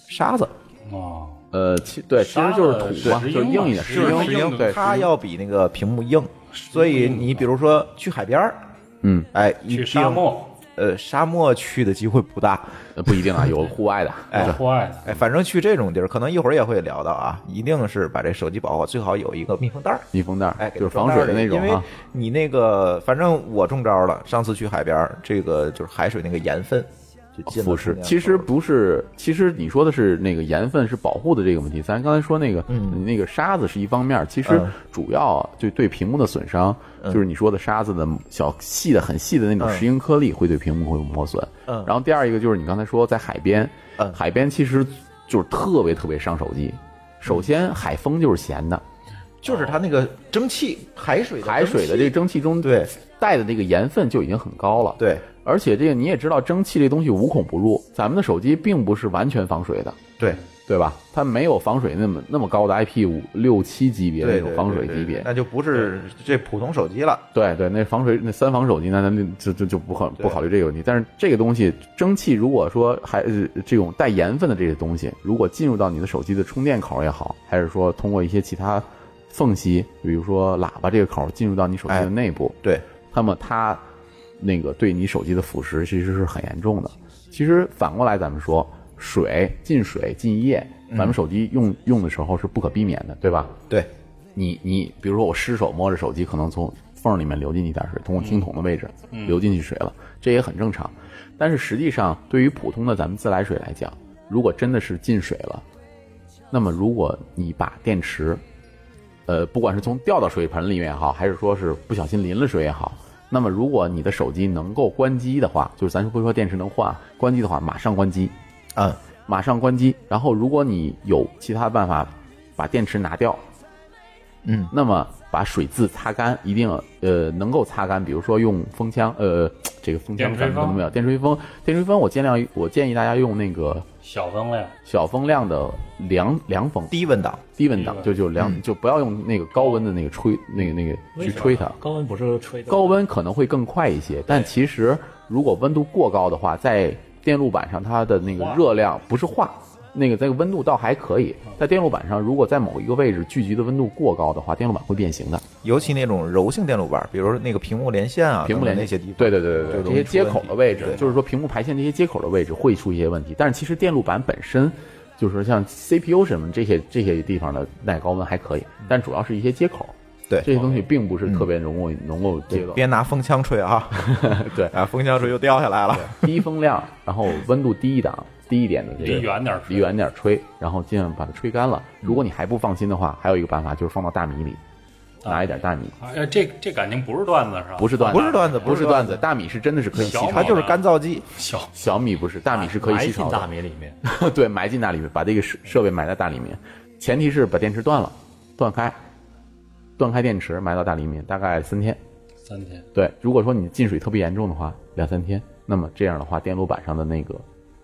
Speaker 3: 沙子。
Speaker 5: 哦，
Speaker 4: 呃，其对，其实就是土嘛，
Speaker 5: 石
Speaker 4: 就
Speaker 5: 英嘛
Speaker 4: 硬一点，
Speaker 5: 石
Speaker 4: 石
Speaker 5: 英
Speaker 4: 英，
Speaker 5: 石英
Speaker 4: 对，
Speaker 3: 它要比那个屏幕硬，所以你比如说去海边儿，
Speaker 4: 嗯，
Speaker 3: 哎，一
Speaker 5: 去
Speaker 3: 定
Speaker 5: 沙，漠，
Speaker 3: 呃，沙漠去的机会不大，
Speaker 4: 呃不一定啊，有户外的，
Speaker 3: 哎
Speaker 5: 户外的，
Speaker 3: 哎，反正去这种地儿，可能一会儿也会聊到啊，一定是把这手机保护好，最好有一个密封袋儿，
Speaker 4: 密封袋儿
Speaker 3: 哎，，给
Speaker 4: 就是
Speaker 3: 装
Speaker 4: 防
Speaker 3: 袋儿
Speaker 4: 水的那种
Speaker 3: 里因为
Speaker 4: 啊，
Speaker 3: 你那个，反正我中招了，上次去海边儿，这个就是海水那个盐分就进了
Speaker 4: 腐
Speaker 3: 中
Speaker 4: 蚀
Speaker 3: 间。
Speaker 4: 哦其实不是，其实你说的是那个盐分是保护的这个问题。咱刚才说那个，
Speaker 3: 嗯
Speaker 4: 那个沙子是一方面，其实
Speaker 3: 嗯
Speaker 4: 主要就对屏幕的损伤，就是你说的沙子的小细的、很细的那种
Speaker 3: 嗯
Speaker 4: 石英颗粒会对屏幕会有磨损。
Speaker 3: 嗯
Speaker 4: 然后第二一个就是你刚才说在海边，
Speaker 3: 嗯
Speaker 4: 海边其实就是特别特别伤手机。首先，海风就是咸的，
Speaker 3: 就是它那个蒸汽、海水、
Speaker 4: 海水的这个蒸汽中
Speaker 3: 对
Speaker 4: 带的这个盐分就已经很高了。
Speaker 3: 对
Speaker 4: 而且这个你也知道，蒸汽这东西无孔不入，咱们的手机并不是完全防水的，
Speaker 3: 对
Speaker 4: 对吧？它没有防水那么那么高的 IP 五六七级别
Speaker 3: 对哎
Speaker 4: 那种防水级别，
Speaker 3: 那就不是这普通手机了。
Speaker 4: 对对，那防水那三防手机，那咱就就就就不考不考虑这个问题。但是这个东西，蒸汽如果说还呃这种带盐分的这些东西，如果进入到你的手机的充电口也好，还是说通过一些其他缝隙，比如说喇叭这个口进入到你手机
Speaker 3: 哎
Speaker 4: 的内部，
Speaker 3: 对，
Speaker 4: 那么它那个对你手机的腐蚀其实是很严重的。其实反过来咱们说，水进水进液，咱们手机用用的时候是不可避免的，对吧？
Speaker 3: 对，
Speaker 4: 你你比如说我失手摸着手机，可能从缝儿里面流进一点水，通过听筒的位置、流进去水了，这也很正常。但是实际上，对于普通的咱们自来水来讲，如果真的是进水了，那么如果你把电池，呃，不管是从掉到水盆里面也好，还是说是不小心淋了水也好，那么如果你的手机能够关机的话，就是咱不说电池能换，关机的话马上关机，
Speaker 3: 嗯，
Speaker 4: 马上关机。然后如果你有其他办法把电池拿掉，
Speaker 3: 嗯，
Speaker 4: 那么把水渍擦干，一定呃能够擦干，比如说用风枪，呃，这个风枪咱
Speaker 5: 电吹
Speaker 4: 们用
Speaker 5: 风
Speaker 4: 不了，电吹风，电吹风我尽量我建议大家用那个
Speaker 5: 小分量，
Speaker 4: 小风量的凉凉风，
Speaker 3: 低温档，
Speaker 4: 低温档
Speaker 5: 低温
Speaker 4: 就就凉，就不要用那个高温的那个吹那个那个
Speaker 6: 为
Speaker 4: 去
Speaker 6: 什么
Speaker 4: 吹它，
Speaker 6: 高温不是吹的，
Speaker 4: 高温可能会更快一些，但其实如果温度过高的话，在电路板上它的那个
Speaker 5: 化
Speaker 4: 热量不是化，那个这个温度倒还可
Speaker 3: 嗯
Speaker 4: 以。在电路板上，如果在某一个位置聚集的温度过高的话，电路板会变形的。
Speaker 3: 尤其那种柔性电路板，比如说那个屏幕连线啊，
Speaker 4: 屏幕连
Speaker 3: 等等那些地方，
Speaker 4: 对对对对
Speaker 3: 就
Speaker 4: 对，
Speaker 3: 容易
Speaker 4: 这些接口的位
Speaker 3: 出问
Speaker 4: 置，
Speaker 3: 题
Speaker 4: 就是说屏幕排线这些接口的位置会出一些问题。但是其实电路板本身，就是像 CPU 什么这些这些地方的耐高温还可以，
Speaker 3: 嗯
Speaker 4: 但主要是一些接口。
Speaker 3: 对
Speaker 4: 这些东西并不是特别容易能够接到。
Speaker 3: 别拿风枪吹啊，
Speaker 4: 对
Speaker 3: 啊，风枪吹就掉下来了。
Speaker 4: 低风量，然后温度低一档，低一点的这个
Speaker 5: 离远点儿
Speaker 4: 离
Speaker 5: 吹
Speaker 4: 远点儿吹，然后尽量把它吹干了。如果你还不放心的话，还有一个办法就是放到大米里，拿一点大米，
Speaker 5: 哎，这这感情不是段子是吧？
Speaker 4: 不是段子，啊
Speaker 3: 不是段子
Speaker 4: 不
Speaker 3: 不
Speaker 4: 是
Speaker 3: 是
Speaker 4: 段
Speaker 3: 段
Speaker 4: 子
Speaker 3: 子，
Speaker 4: 大米是真的是可以吸
Speaker 5: 小
Speaker 4: 潮
Speaker 5: 米
Speaker 3: 它
Speaker 4: 的，
Speaker 3: 就是干燥剂，
Speaker 5: 小
Speaker 4: 小米不是，大米是可以
Speaker 6: 埋
Speaker 4: 吸
Speaker 6: 进
Speaker 4: 潮
Speaker 6: 大
Speaker 4: 的，
Speaker 6: 米里面，
Speaker 4: 对，埋进大里面，把这个设设备埋在大里面，前提是把电池断了，断开，断开电池埋到大里面，大概三天。
Speaker 5: 三天，
Speaker 4: 对，如果说你进水特别严重的话，两三天，那么这样的话，电路板上的那个，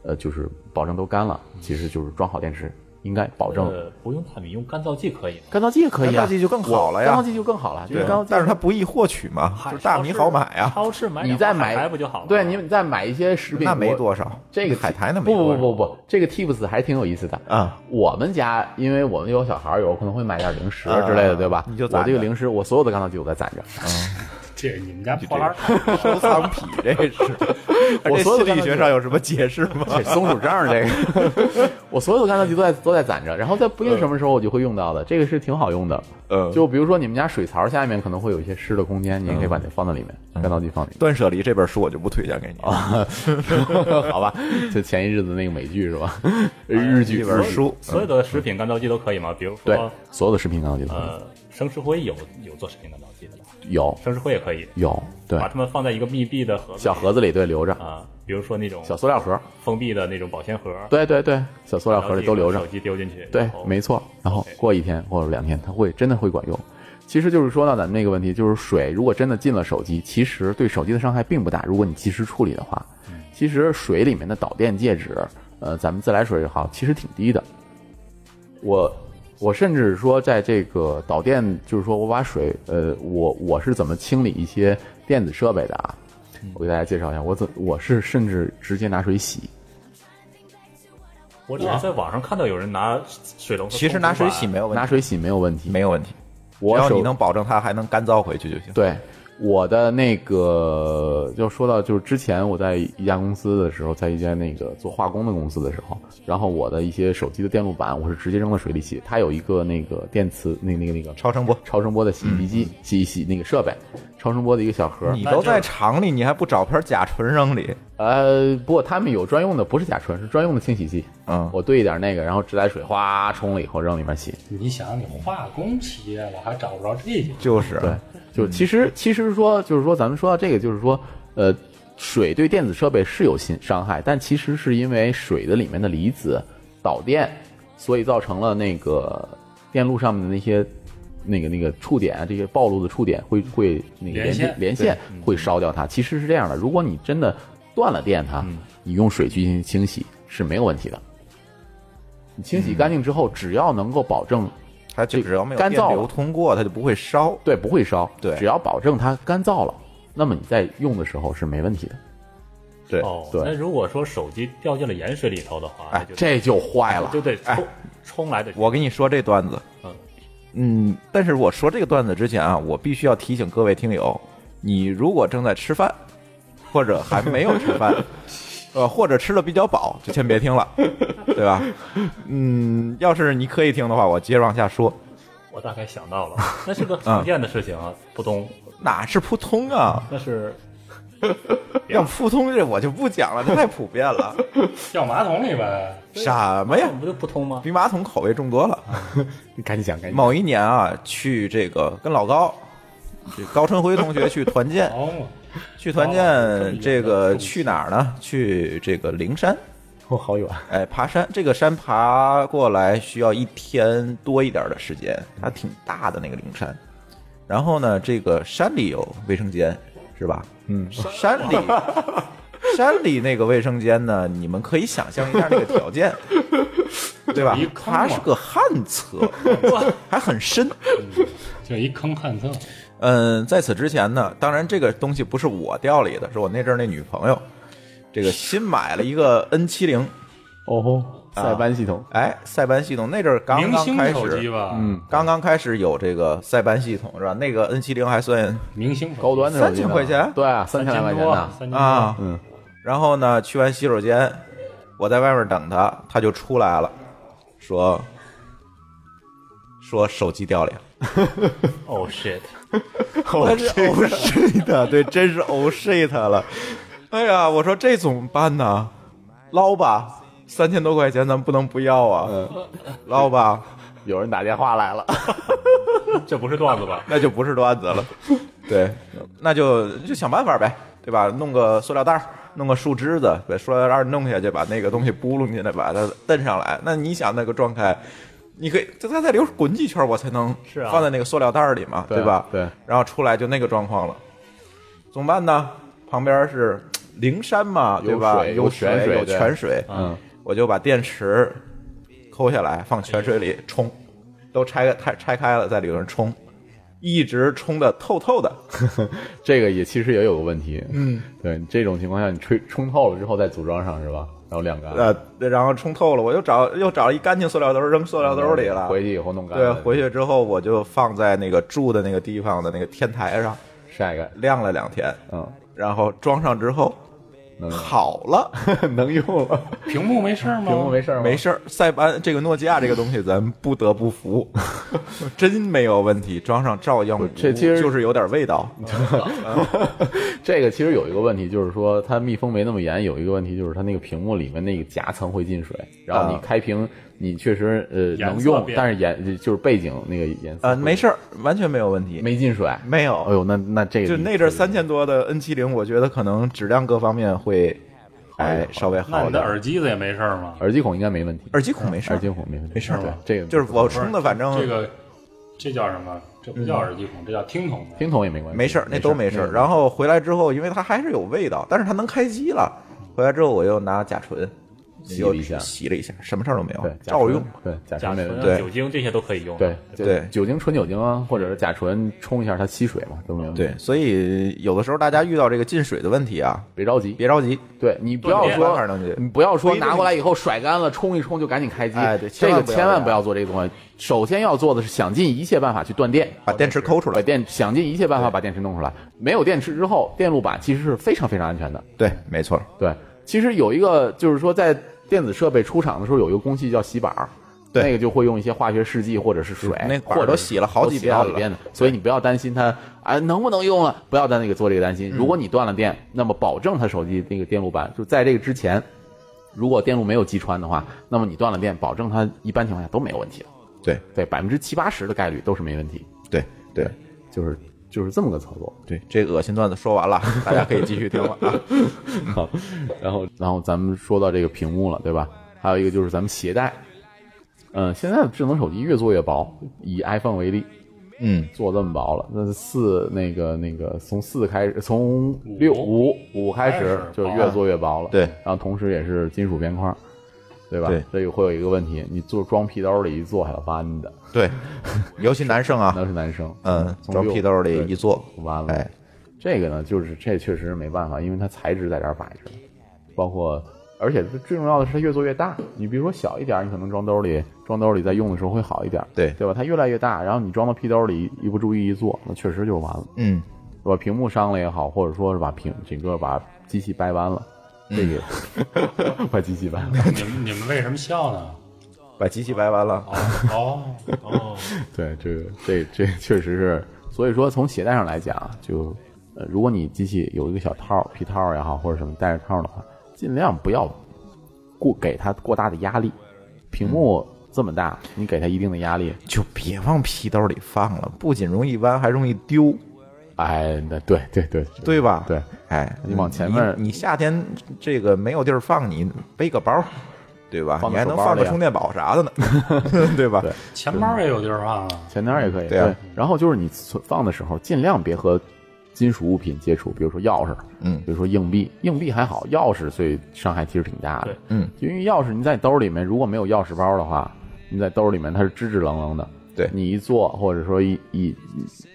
Speaker 4: 呃，就是保证都干了，
Speaker 3: 嗯
Speaker 4: 其实就是装好电池，应该保证。
Speaker 6: 呃，不用大米，用干燥剂可以吗？
Speaker 4: 干燥剂可以啊，
Speaker 3: 干燥剂就更好了呀
Speaker 4: 干燥剂就更好了，就是
Speaker 3: 对
Speaker 4: 干燥剂，
Speaker 3: 但是它不易获取嘛， 就是大米好买啊，
Speaker 6: 超市买
Speaker 4: 你
Speaker 6: 两
Speaker 4: 再
Speaker 6: 包
Speaker 4: 买
Speaker 6: 海苔不就好了吗？
Speaker 4: 对，你你再买一些食品，
Speaker 3: 那没
Speaker 4: 我
Speaker 3: 多少。
Speaker 4: 这个
Speaker 3: 海苔那没
Speaker 4: 不
Speaker 3: 多
Speaker 4: 不
Speaker 3: 少
Speaker 4: 不不，这个 tips 还挺有意思的
Speaker 3: 啊。
Speaker 4: 我们家因为我们有小孩儿，有可能会买点零食
Speaker 3: 啊
Speaker 4: 之类的，对吧？
Speaker 3: 你就攒
Speaker 4: 我这个
Speaker 3: 着
Speaker 4: 零食，我所有的干燥剂我在攒 着，
Speaker 5: 这是你们家破烂儿太
Speaker 3: 收藏 癖这是。
Speaker 4: 我
Speaker 3: 这
Speaker 4: 所有的
Speaker 3: 心理
Speaker 4: 干燥
Speaker 3: 学
Speaker 4: 剂
Speaker 3: 上有什么解释吗？
Speaker 4: 这松鼠杖这个， 我所有的干燥剂都在都在攒着，然后在不定什么时候我就会用到的，这个是挺好用的。
Speaker 3: 嗯
Speaker 4: 就比如说你们家水槽下面可能会有一些湿的空间，你也可以把它放到里面，干燥剂放里 面。
Speaker 3: 断舍离这本书我就不推荐给你啊。
Speaker 4: 好吧，就前一日子那个美剧是吧？日剧
Speaker 3: 一本书，
Speaker 6: 所有的食品干燥剂都可以吗？比如
Speaker 4: 对
Speaker 6: 说，，
Speaker 4: 所有的食品干燥剂都可以
Speaker 6: 呃，生石灰有有做食品干燥剂的吧？
Speaker 4: 有
Speaker 6: 生石灰也可以，
Speaker 4: 有对
Speaker 6: 把它们放在一个密闭的盒子
Speaker 4: 小盒子里对留着，
Speaker 6: 啊，比如说那种
Speaker 4: 小塑料盒，
Speaker 6: 封闭的那种保鲜盒，
Speaker 4: 对对对，小塑料
Speaker 6: 然
Speaker 4: 盒
Speaker 6: 后
Speaker 4: 里都留着
Speaker 6: 手。机丢进去，
Speaker 4: 对
Speaker 6: 然，后
Speaker 4: 没错。然后
Speaker 6: OK
Speaker 4: 过一天或者两天，它会真的会管用。其实就是说到咱们那个问题，就是水如果真的进了手机，其实对手机的伤害并不大。如果你及时处理的话，
Speaker 3: 嗯
Speaker 4: 其实水里面的导电介质，呃，咱们自来水也好，其实挺低的。我我甚至说，在这个导电，就是说我把水，呃，我我是怎么清理一些电子设备的啊？
Speaker 3: 嗯
Speaker 4: 我给大家介绍一下，我怎我是甚至直接拿水洗，
Speaker 6: 我只是在网上看到有人拿水龙头，
Speaker 3: 其实拿水洗没有问
Speaker 4: 拿
Speaker 3: 题，
Speaker 4: 水洗没有问题。
Speaker 3: 没有问题，只
Speaker 4: 我
Speaker 3: 要
Speaker 4: 手
Speaker 3: 你能保证它还能干燥回去就行。
Speaker 4: 对，我的那个就说到，就是之前我在一家公司的时候，在一家那个做化工的公司的时候，然后我的一些手机的电路板，我是直接扔到水里洗。它有一个那个电磁，那那个那个
Speaker 3: 超声波，
Speaker 4: 超声波的洗衣机，洗一洗那个设备，超声波的一个小盒。
Speaker 3: 你都在厂里，你还不找瓶甲醇扔里？
Speaker 4: 呃，不过他们有专用的，不是甲醇，是专用的清洗剂。
Speaker 3: 嗯
Speaker 4: 我兑一点那个，然后自来水哗冲了以后扔里面洗。
Speaker 5: 你想，你化工企业了还找不着这些，
Speaker 3: 就是
Speaker 4: 对，就是其
Speaker 5: 嗯
Speaker 4: 实其实说就是说咱们说到这个，就是说呃，水对电子设备是有新伤害，但其实是因为水的里面的离子导电，所以造成了那个电路上面的那些。那个那个触点啊，这些暴露的触点会会那个
Speaker 5: 连
Speaker 4: 连
Speaker 5: 线嗯
Speaker 4: 连线会烧掉它。其实是这样的，如果你真的断了电它，
Speaker 5: 嗯
Speaker 4: 你用水去进行清洗是没有问题的。你清洗干净之后，只要能够保证
Speaker 3: 它就只要没有
Speaker 4: 干
Speaker 3: 电
Speaker 4: 燥了
Speaker 3: 流通过，它就不会烧。
Speaker 4: 对，不会烧，
Speaker 3: 对
Speaker 4: 只要保证它干燥了，那么你在用的时候是没问题的。
Speaker 3: 对
Speaker 6: 哦，
Speaker 4: 对
Speaker 6: 那如果说手机掉进了盐水里头的话，
Speaker 3: 哎
Speaker 6: 那就
Speaker 4: 这就坏了
Speaker 6: 就，得冲冲来的。
Speaker 3: 我跟你说这段子
Speaker 6: 嗯，
Speaker 3: 嗯，但是我说这个段子之前啊，我必须要提醒各位听友，你如果正在吃饭，或者还没有吃 饭，呃，或者吃的比较饱，就先别听了，对吧？嗯，要是你可以听的话，我接着往下说。
Speaker 6: 我大概想 到了，那是个
Speaker 3: 嗯
Speaker 6: 常见的事情啊，扑通，
Speaker 3: 哪是扑通啊？
Speaker 6: 那是
Speaker 3: 要扑通这我就不讲了，这太普遍 了。
Speaker 5: 掉马桶里呗。
Speaker 3: 什么呀？
Speaker 6: 不就扑通吗？
Speaker 3: 比马桶口味重多了。
Speaker 4: 你啊 赶紧讲，赶紧讲。
Speaker 3: 某一年啊，去这个跟老高，这高春辉同学去团建，
Speaker 5: 哦，
Speaker 3: 去团
Speaker 5: 哦这么
Speaker 3: 建，这
Speaker 5: 远
Speaker 3: 个
Speaker 5: 的
Speaker 3: 去哪儿呢？去这个灵山，
Speaker 4: 我好远，
Speaker 3: 哎，爬山。这个山爬过来需要一天多一点的时间，它挺大的那个灵山。然后呢，这个山里有卫生间是吧？
Speaker 6: 嗯，
Speaker 3: 山里山里那个卫生间呢，你们可以想象一下那个条件，对吧
Speaker 5: 有一？坑吗
Speaker 3: 它是个旱厕，还很深。
Speaker 5: 就一坑旱厕，
Speaker 3: 嗯，在此之前呢，当然这个东西不是我调里的，是我那阵儿那女朋友，这个新买了一个 N 七零，
Speaker 4: 哦吼，塞班系统，
Speaker 3: 哎，塞班系统那阵儿刚
Speaker 5: 明
Speaker 3: 刚
Speaker 5: 星
Speaker 3: 开
Speaker 5: 手机
Speaker 3: 始，
Speaker 5: 吧，
Speaker 4: 嗯，
Speaker 3: 刚刚开始有这个塞班系统是吧？那个 N 七零还算
Speaker 5: 明星手机
Speaker 4: 高端的手机呢
Speaker 3: 3000块钱
Speaker 4: 对啊，三
Speaker 5: 三
Speaker 4: 千来块
Speaker 5: 千
Speaker 4: 钱
Speaker 5: 多
Speaker 4: 呢，，
Speaker 5: 三千多
Speaker 3: 啊，
Speaker 4: 嗯，
Speaker 3: 然后呢，去完洗手间，我在外面等他，他就出来了，说说手机掉脸，
Speaker 6: 哦 shit，
Speaker 3: 我是 oh shit，对，真是 oh shit 了。哎呀，我说这怎么办呢？捞吧，三千多块钱咱不能不要啊，捞吧，
Speaker 4: 有人打电话来了，
Speaker 6: 这不是段子吧？
Speaker 3: 那就不是段子了。对，那就就想办法呗，对吧？弄个塑料袋儿，弄个树枝子，把塑料袋儿弄下去，把那个东西拨弄进来，把它蹬上来。那你想那个状态，你可以就它再流滚几圈，我才能
Speaker 6: 是啊
Speaker 3: 放在那个塑料袋儿里嘛，
Speaker 4: 对啊
Speaker 3: 吧？
Speaker 4: 对
Speaker 3: 然后出来就那个状况了，怎么办呢？旁边是灵山嘛，
Speaker 4: 有
Speaker 3: 对吧？
Speaker 4: 水有
Speaker 3: 有
Speaker 4: 泉水
Speaker 3: 有
Speaker 4: 对
Speaker 3: 泉水，
Speaker 4: 嗯，
Speaker 3: 我就把电池抠下来放泉水里冲，都拆开拆拆开了，在里边冲，一直冲的透透的。
Speaker 4: 这个也其实也有个问题，嗯，对，这种情况下你吹冲透了之后再组装上是吧？然后晾干，
Speaker 3: 呃，然后冲透了，我又找又找一干净塑料兜扔塑料兜里了。
Speaker 4: 回去以后弄干
Speaker 3: 对，啊
Speaker 4: 了，
Speaker 3: 回去之后我就放在那个住的那个地方的那个天台上
Speaker 4: 晒干，
Speaker 3: 晾了两天，
Speaker 4: 嗯，
Speaker 3: 然后装上之后
Speaker 4: 能
Speaker 3: 好了，
Speaker 4: 能用了，
Speaker 5: 屏幕没事儿吗？
Speaker 4: 屏幕没事儿吗？
Speaker 3: 没事儿。塞班这个诺基亚这个东西，咱们不得不服， 真没有问题，装上照样无
Speaker 4: 这其实
Speaker 3: 就是有点味道。
Speaker 4: 这个其实有一个问题，就是说它密封没那么严，有一个问题就是它那个屏幕里面那个夹层会进水，然后你
Speaker 3: 啊
Speaker 4: 开屏，你确实呃
Speaker 5: 颜色
Speaker 4: 能用，
Speaker 5: 变
Speaker 4: 但是颜就是背景那个颜色
Speaker 3: 呃，
Speaker 4: 会
Speaker 3: 没事儿，完全没有问题，
Speaker 4: 没进水，
Speaker 3: 没有。
Speaker 4: 哎呦，那那这个
Speaker 3: 就那阵儿三千多的 N 七零，我觉得可能质量各方面会，哎，稍微
Speaker 5: 那
Speaker 3: 好
Speaker 5: 你的
Speaker 3: 点。
Speaker 5: 耳机子也没事儿吗？
Speaker 4: 耳机孔应该没问题，
Speaker 3: 耳机孔没事儿
Speaker 4: 哎耳机孔没问题，
Speaker 3: 没事儿
Speaker 4: 对
Speaker 5: 吧
Speaker 4: 这个
Speaker 3: 就是我充的，反正
Speaker 5: 这个这叫什么？这不叫耳机孔，这叫听筒的。
Speaker 4: 听筒也没关系，嗯
Speaker 3: 没事儿，那都没事儿。然
Speaker 4: 后
Speaker 3: 后回来之后，因为它还是有味道，但是它能开机了。回来之后，我又拿甲醇
Speaker 4: 洗了一下
Speaker 3: 又洗了一下，什么事儿都没有
Speaker 4: 对，甲
Speaker 3: 照
Speaker 4: 醇
Speaker 3: 用。
Speaker 4: 对甲
Speaker 6: 甲
Speaker 4: 醇没问
Speaker 6: 醇、
Speaker 4: 题，
Speaker 3: 对
Speaker 6: 啊、酒精这些都可以用。
Speaker 4: 对
Speaker 3: 对
Speaker 4: 酒精、纯酒精啊，或者是甲醇冲一下它吸水嘛，都没问题。
Speaker 3: 对，，所以有的时候大家遇到这个进水的问题啊，
Speaker 4: 别着急，
Speaker 3: 别着急，
Speaker 4: 对你不要
Speaker 6: 对
Speaker 3: 没办法
Speaker 4: 说嗯
Speaker 3: 弄去，
Speaker 4: 你不要说
Speaker 3: 不一定
Speaker 4: 拿过来以后甩干了冲一冲就赶紧开机，
Speaker 3: 哎对千万
Speaker 4: 这个
Speaker 3: 不要
Speaker 4: 千
Speaker 3: 这
Speaker 4: 万
Speaker 3: 样
Speaker 4: 不要做这个东西。首先要做的是想尽一切办法去断电，
Speaker 3: 把电池抠出
Speaker 4: 把
Speaker 3: 来。
Speaker 4: 电想尽一切办法把电池弄出来。没有电池之后，电路板其实是非常非常安全的。
Speaker 3: 对，没错。
Speaker 4: 对，其实有一个就是说，在电子设备出厂的时候，有一个工序叫洗板儿，
Speaker 3: 对
Speaker 4: 那个就会用一些化学试剂或者是水，
Speaker 3: 那板儿
Speaker 4: 或者
Speaker 3: 都洗了好几
Speaker 4: 都洗好
Speaker 3: 遍
Speaker 4: 几
Speaker 3: 了
Speaker 4: 遍的，所以你不要担心它啊能不能用了，不要担那个做这个担
Speaker 3: 嗯
Speaker 4: 心。如果你断了电，那么保证它手机那个电路板就在这个之前，如果电路没有击穿的话，那么你断了电，保证它一般情况下都没有问题的。
Speaker 3: 对
Speaker 4: 对，百分之七八十的概率都是没问题，
Speaker 3: 对对
Speaker 4: 就是就是这么个操作。
Speaker 3: 对，这恶心段子说 完了，大家可以继续听了啊。
Speaker 4: 好，然后然后咱们说到这个屏幕了，对吧？还有一个就是咱们携带，嗯、现在的智能手机越做越薄，以 iPhone 为例，
Speaker 3: 嗯，
Speaker 4: 做这么薄了，那四那个那个从四开始，从六五五开
Speaker 5: 开
Speaker 4: 始
Speaker 5: 始
Speaker 4: 就越做越薄了，
Speaker 3: 对
Speaker 4: 然后同时也是金属边框，对吧？
Speaker 3: 对
Speaker 4: 所以会有一个问题，你做装皮兜里一坐还弯的，
Speaker 3: 对，尤其男生啊，
Speaker 4: 那是 男生，
Speaker 3: 嗯，
Speaker 4: 从
Speaker 3: 装
Speaker 4: 六
Speaker 3: 屁兜
Speaker 4: 对
Speaker 3: 里一坐，
Speaker 4: 完了。
Speaker 3: 哎，
Speaker 4: 这个呢，就是这确实是没办法，因为它材质在这儿摆着，包括而且最重要的是它越做越大。你比如说小一点儿，你可能装兜里，装兜里在用的时候会好一点，
Speaker 3: 对
Speaker 4: 对吧？它越来越大，然后你装到屁兜里，一不注意一坐，那确实就是完了，
Speaker 3: 嗯，
Speaker 4: 把屏幕伤了也好，或者说是把屏整个把机器掰弯了，这个、 把机器掰弯了，
Speaker 5: 你们你们为什么笑呢？
Speaker 3: 把机器掰完了，
Speaker 5: 哦哦 哦，
Speaker 4: 对，这个这这 确实是，所以说从携带上来讲，就呃，如果你机器有一个小套儿皮套儿也好，或者什么带着套儿的话，尽量不要过给它过大的压力。屏幕这么大，你给它一定的压力，
Speaker 3: 就别往皮兜里放了，不仅容易弯，还容易丢，
Speaker 4: 哎，那对对对
Speaker 3: 对吧？
Speaker 4: 对，
Speaker 3: 哎，
Speaker 4: 你往前面
Speaker 3: 你你夏天这个没有地儿放，你背个包，对吧？
Speaker 4: 放
Speaker 3: 你
Speaker 4: 个
Speaker 3: 还
Speaker 4: 手
Speaker 3: 能
Speaker 4: 包
Speaker 3: 放个
Speaker 4: 里啊
Speaker 3: 充电宝啥的 呢，对吧？
Speaker 5: 钱包也有地儿放啊。
Speaker 4: 前天也可以。
Speaker 3: 对啊
Speaker 4: 然后就是你存放的时候，尽量别和金属物品接触，比如说钥匙，
Speaker 3: 嗯
Speaker 4: 比如说硬币，硬币还好，钥匙对伤害其实挺大的
Speaker 6: 对。
Speaker 3: 嗯，
Speaker 4: 因为钥匙你在兜里面，如果没有钥匙包的话，你在兜里面它是支支棱棱的。
Speaker 3: 对
Speaker 4: 你一坐，或者说一一，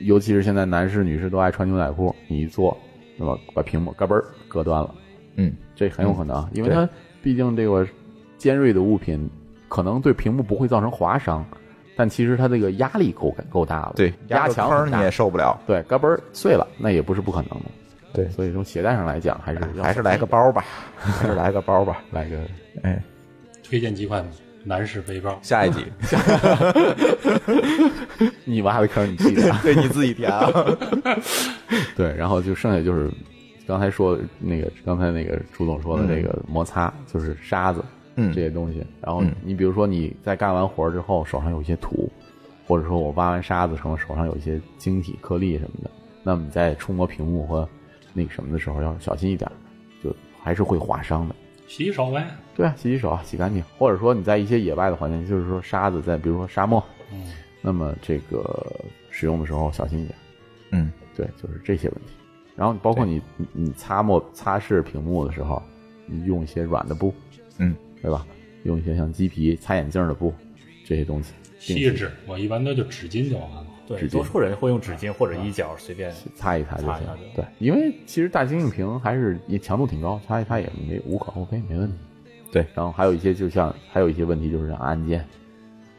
Speaker 4: 尤其是现在男士女士都爱穿牛仔裤，你一坐，那么把屏幕嘎嘣儿割断了。
Speaker 3: 嗯，
Speaker 4: 这很有可能，因为
Speaker 3: 对
Speaker 4: 它毕竟这个尖锐的物品可能对屏幕不会造成划伤，但其实它这个压力够够大了，
Speaker 3: 对，
Speaker 4: 压
Speaker 3: 个
Speaker 4: 强
Speaker 3: 坑
Speaker 4: 很
Speaker 3: 你
Speaker 4: 大
Speaker 3: 也受不了，
Speaker 4: 对，嘎嘣儿碎了，那也不是不可能的。
Speaker 3: 对哎
Speaker 4: 所以从携带上来讲，还是要
Speaker 3: 还是来个包 吧，还是来个包吧。
Speaker 4: 来个
Speaker 3: 哎，
Speaker 5: 推荐几款男士背 包，
Speaker 3: 下一集
Speaker 4: 你挖的坑，你记 得啊。
Speaker 3: 对你自己填啊。
Speaker 4: 对，然后就剩下就是刚才说那个，刚才那个朱总说的这个摩擦，就是沙子，
Speaker 3: 嗯
Speaker 4: 这些东西。然后
Speaker 3: 嗯
Speaker 4: 你比如说你在干完活儿之后，手上有一些土，或者说我挖完沙子，成了手上有一些晶体颗粒什么的，那么你在触摸屏幕和那个什么的时候要小心一点，就还是会划伤的。
Speaker 5: 洗手呗。
Speaker 4: 对啊，洗洗手啊，洗干净，或者说你在一些野外的环境，就是说沙子在，比如说沙漠，
Speaker 5: 嗯，
Speaker 4: 那么这个使用的时候小心一点。
Speaker 3: 嗯，
Speaker 4: 对，就是这些问题。然后包括你你你擦抹擦拭屏幕的时候，你用一些软的布，
Speaker 3: 嗯，
Speaker 4: 对吧？用一些像鸡皮、擦眼镜的布这些东西，定
Speaker 5: 锡
Speaker 4: 期
Speaker 5: 纸我一般都就纸巾就完了。
Speaker 6: 对，
Speaker 4: 纸巾
Speaker 6: 多数人会用纸巾或者衣角随便。
Speaker 4: 擦一擦就
Speaker 6: 擦一
Speaker 4: 行
Speaker 6: 下就。
Speaker 4: 对，因为其实大猩猩屏还是也强度挺高，擦一擦也没无可厚非，没问题。
Speaker 3: 对，
Speaker 4: 然后还有一些就像还有一些问题就是像按键，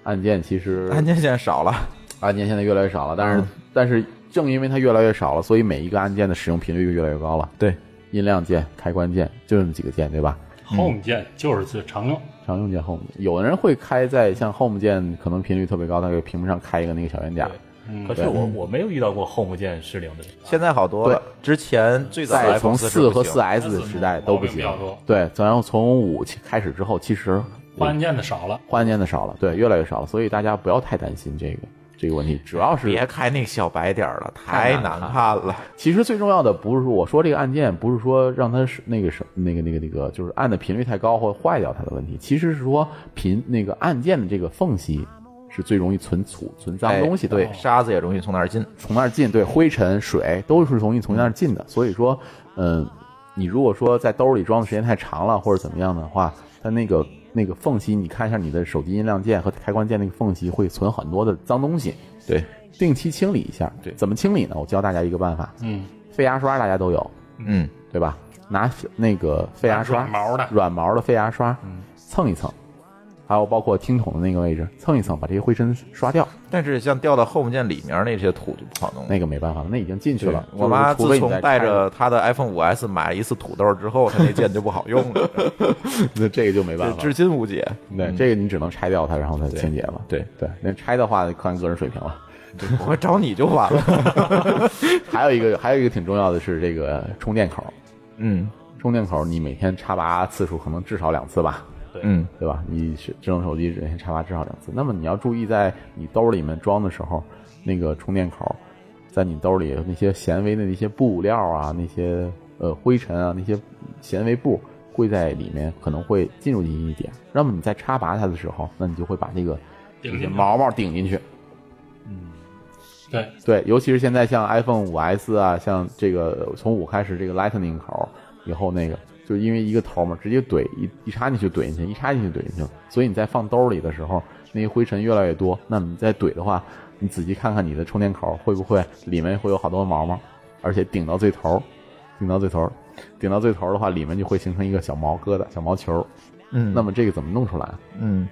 Speaker 4: 按键其实
Speaker 3: 按键现在少了，
Speaker 4: 按键现在越来越少了，但是、但是正因为它越来越少了，所以每一个按键的使用频率越来越高了。
Speaker 3: 对，
Speaker 4: 音量键、开关键就这么几个键，对吧？
Speaker 5: Home 键就是最常用，
Speaker 4: 常用键 Home，有的人会开在像 Home 键可能频率特别高，它给屏幕上开一个那个小圆点儿。
Speaker 5: 嗯
Speaker 6: 可是我我没有遇到过 home 键失灵的，
Speaker 3: 现在好多了。之前最早
Speaker 4: 在
Speaker 3: i
Speaker 4: 从
Speaker 3: p
Speaker 4: 四和四 S 的时代都不
Speaker 5: 毛病比
Speaker 4: 行
Speaker 5: 较多，
Speaker 4: 对，然后从五起开始之后，其实
Speaker 5: 换按键的少了。
Speaker 4: 换按键的少了，对，越来越少了，所以大家不要太担心这个这个问题，主要是
Speaker 3: 别开那个小白点儿了，太难看了。
Speaker 4: 其实最重要的不是说我说这个按键，不是说让它是那个什那个那个那个，就是按的频率太高或坏掉它的问题，其实是说频那个按键的这个缝隙是最容易存储存脏东西的，
Speaker 3: 哎对，沙子也容易从那儿进。
Speaker 4: 从那儿进，对，灰尘、水都是容易从那儿进的。所以说，嗯，你如果说在兜里装的时间太长了，或者怎么样的话，它那个那个缝隙，你看一下你的手机音量键和开关键那个缝隙会存很多的脏东西，
Speaker 3: 对，
Speaker 4: 定期清理一下。
Speaker 3: 对
Speaker 4: 怎么清理呢？我教大家一个办法，
Speaker 5: 嗯，
Speaker 4: 废牙刷大家都有，
Speaker 3: 嗯，
Speaker 4: 对吧？拿那个废牙刷，
Speaker 5: 软毛的
Speaker 4: 软毛的废牙刷，
Speaker 3: 嗯
Speaker 4: 蹭一蹭，还有包括听筒的那个位置，蹭一蹭，把这些灰尘刷掉。
Speaker 3: 但是像掉到 home 键里面那些土就不好弄。
Speaker 4: 那个没办法了，那已经进去
Speaker 3: 对
Speaker 4: 了。
Speaker 3: 我妈
Speaker 4: 就
Speaker 3: 自
Speaker 4: 是除非你
Speaker 3: 从
Speaker 4: 再
Speaker 3: 带
Speaker 4: 拆
Speaker 3: 着她的 iPhone 五 S 买了一次土豆之后，她那键就不好用 了，
Speaker 4: 那这个就没办
Speaker 3: 这
Speaker 4: 法了
Speaker 3: 至。今无 解。
Speaker 4: 对，这个你只能拆掉它，然后再清洁了。
Speaker 3: 对
Speaker 4: 对，那拆的话看个人水平了。
Speaker 3: 我找你就完了。
Speaker 4: 还有一个，还有一个挺重要的是这个充电口，
Speaker 3: 嗯
Speaker 4: 充电口你每天插拔次数可能至少两次吧，
Speaker 3: 嗯，
Speaker 4: 对吧？你是智能手机每天插拔至少两次，那么你要注意在你兜里面装的时候，那个充电口，在你兜里那些纤维的那些布料啊，那些呃灰尘啊，那些纤维布会在里面可能会进入进去一点，那么你在插拔它的时候，那你就会把这个这
Speaker 5: 顶进
Speaker 4: 些
Speaker 5: 去
Speaker 4: 毛毛顶进去。
Speaker 5: 对，
Speaker 4: 对，尤其是现在像 iPhone 五 S 啊，像这个从五开始这个 Lightning 口以后那个，就因为一个头嘛，直接怼一一插进去怼进去，一插进去怼进去，所以你在放兜里的时候，那些灰尘越来越多。那么你再怼的话，你仔细看看你的充电口会不会里面会有好多毛毛，而且顶到最头，顶到最头，顶到最头的话，里面就会形成一个小毛疙瘩、小毛球。
Speaker 3: 嗯
Speaker 4: 那么这个怎么弄出来？啊
Speaker 3: 嗯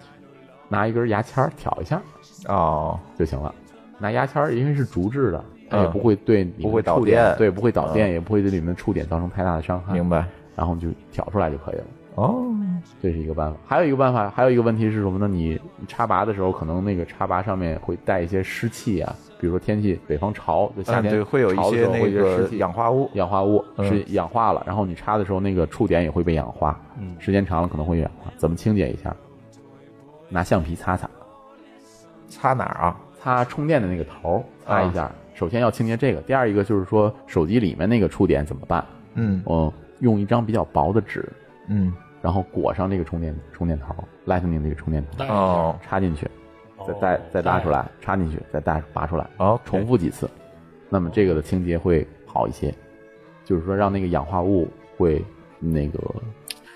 Speaker 4: 拿一根牙签儿挑一下，
Speaker 3: 哦，
Speaker 4: 就行了。拿牙签儿，因为是竹制的，它也
Speaker 3: 嗯
Speaker 4: 不会对你
Speaker 3: 不会导电
Speaker 4: 对，不会导电，
Speaker 3: 嗯
Speaker 4: 也不会对你们的触点造成太大的伤害。
Speaker 3: 明
Speaker 4: 白。
Speaker 3: 白。
Speaker 4: 然后你就挑出来就可以了，
Speaker 3: 哦，
Speaker 4: 这是一个办法。还有一个办法，还有一个问题是什么呢？你你插拔的时候，可能那个插拔上面会带一些湿气啊，比如说天气北方潮，就夏
Speaker 3: 嗯，
Speaker 4: 天、
Speaker 3: 对，会有一些那个氧化物。
Speaker 4: 氧化物
Speaker 3: 嗯
Speaker 4: 是氧化了，然后你插的时候那个触点也会被氧化，
Speaker 6: 嗯
Speaker 4: 时间长了可能会氧化。怎么清洁一下？拿橡皮擦擦，
Speaker 3: 擦哪儿啊？
Speaker 4: 擦充电的那个头儿擦一下。首先要清洁这个，第二一个就是说手机里面那个触点怎么办？哦
Speaker 3: 嗯
Speaker 4: 嗯，用一张比较薄的纸，
Speaker 3: 嗯
Speaker 4: 然后裹上这个充电充电头，Lightning 这个充电头，
Speaker 5: 带
Speaker 3: 哦
Speaker 4: 插进去，再带再拉出来，插进去，再带拔出来，
Speaker 3: 哦，
Speaker 4: 重复几次，那么这个的清洁会好一些，就是说让那个氧化物会那个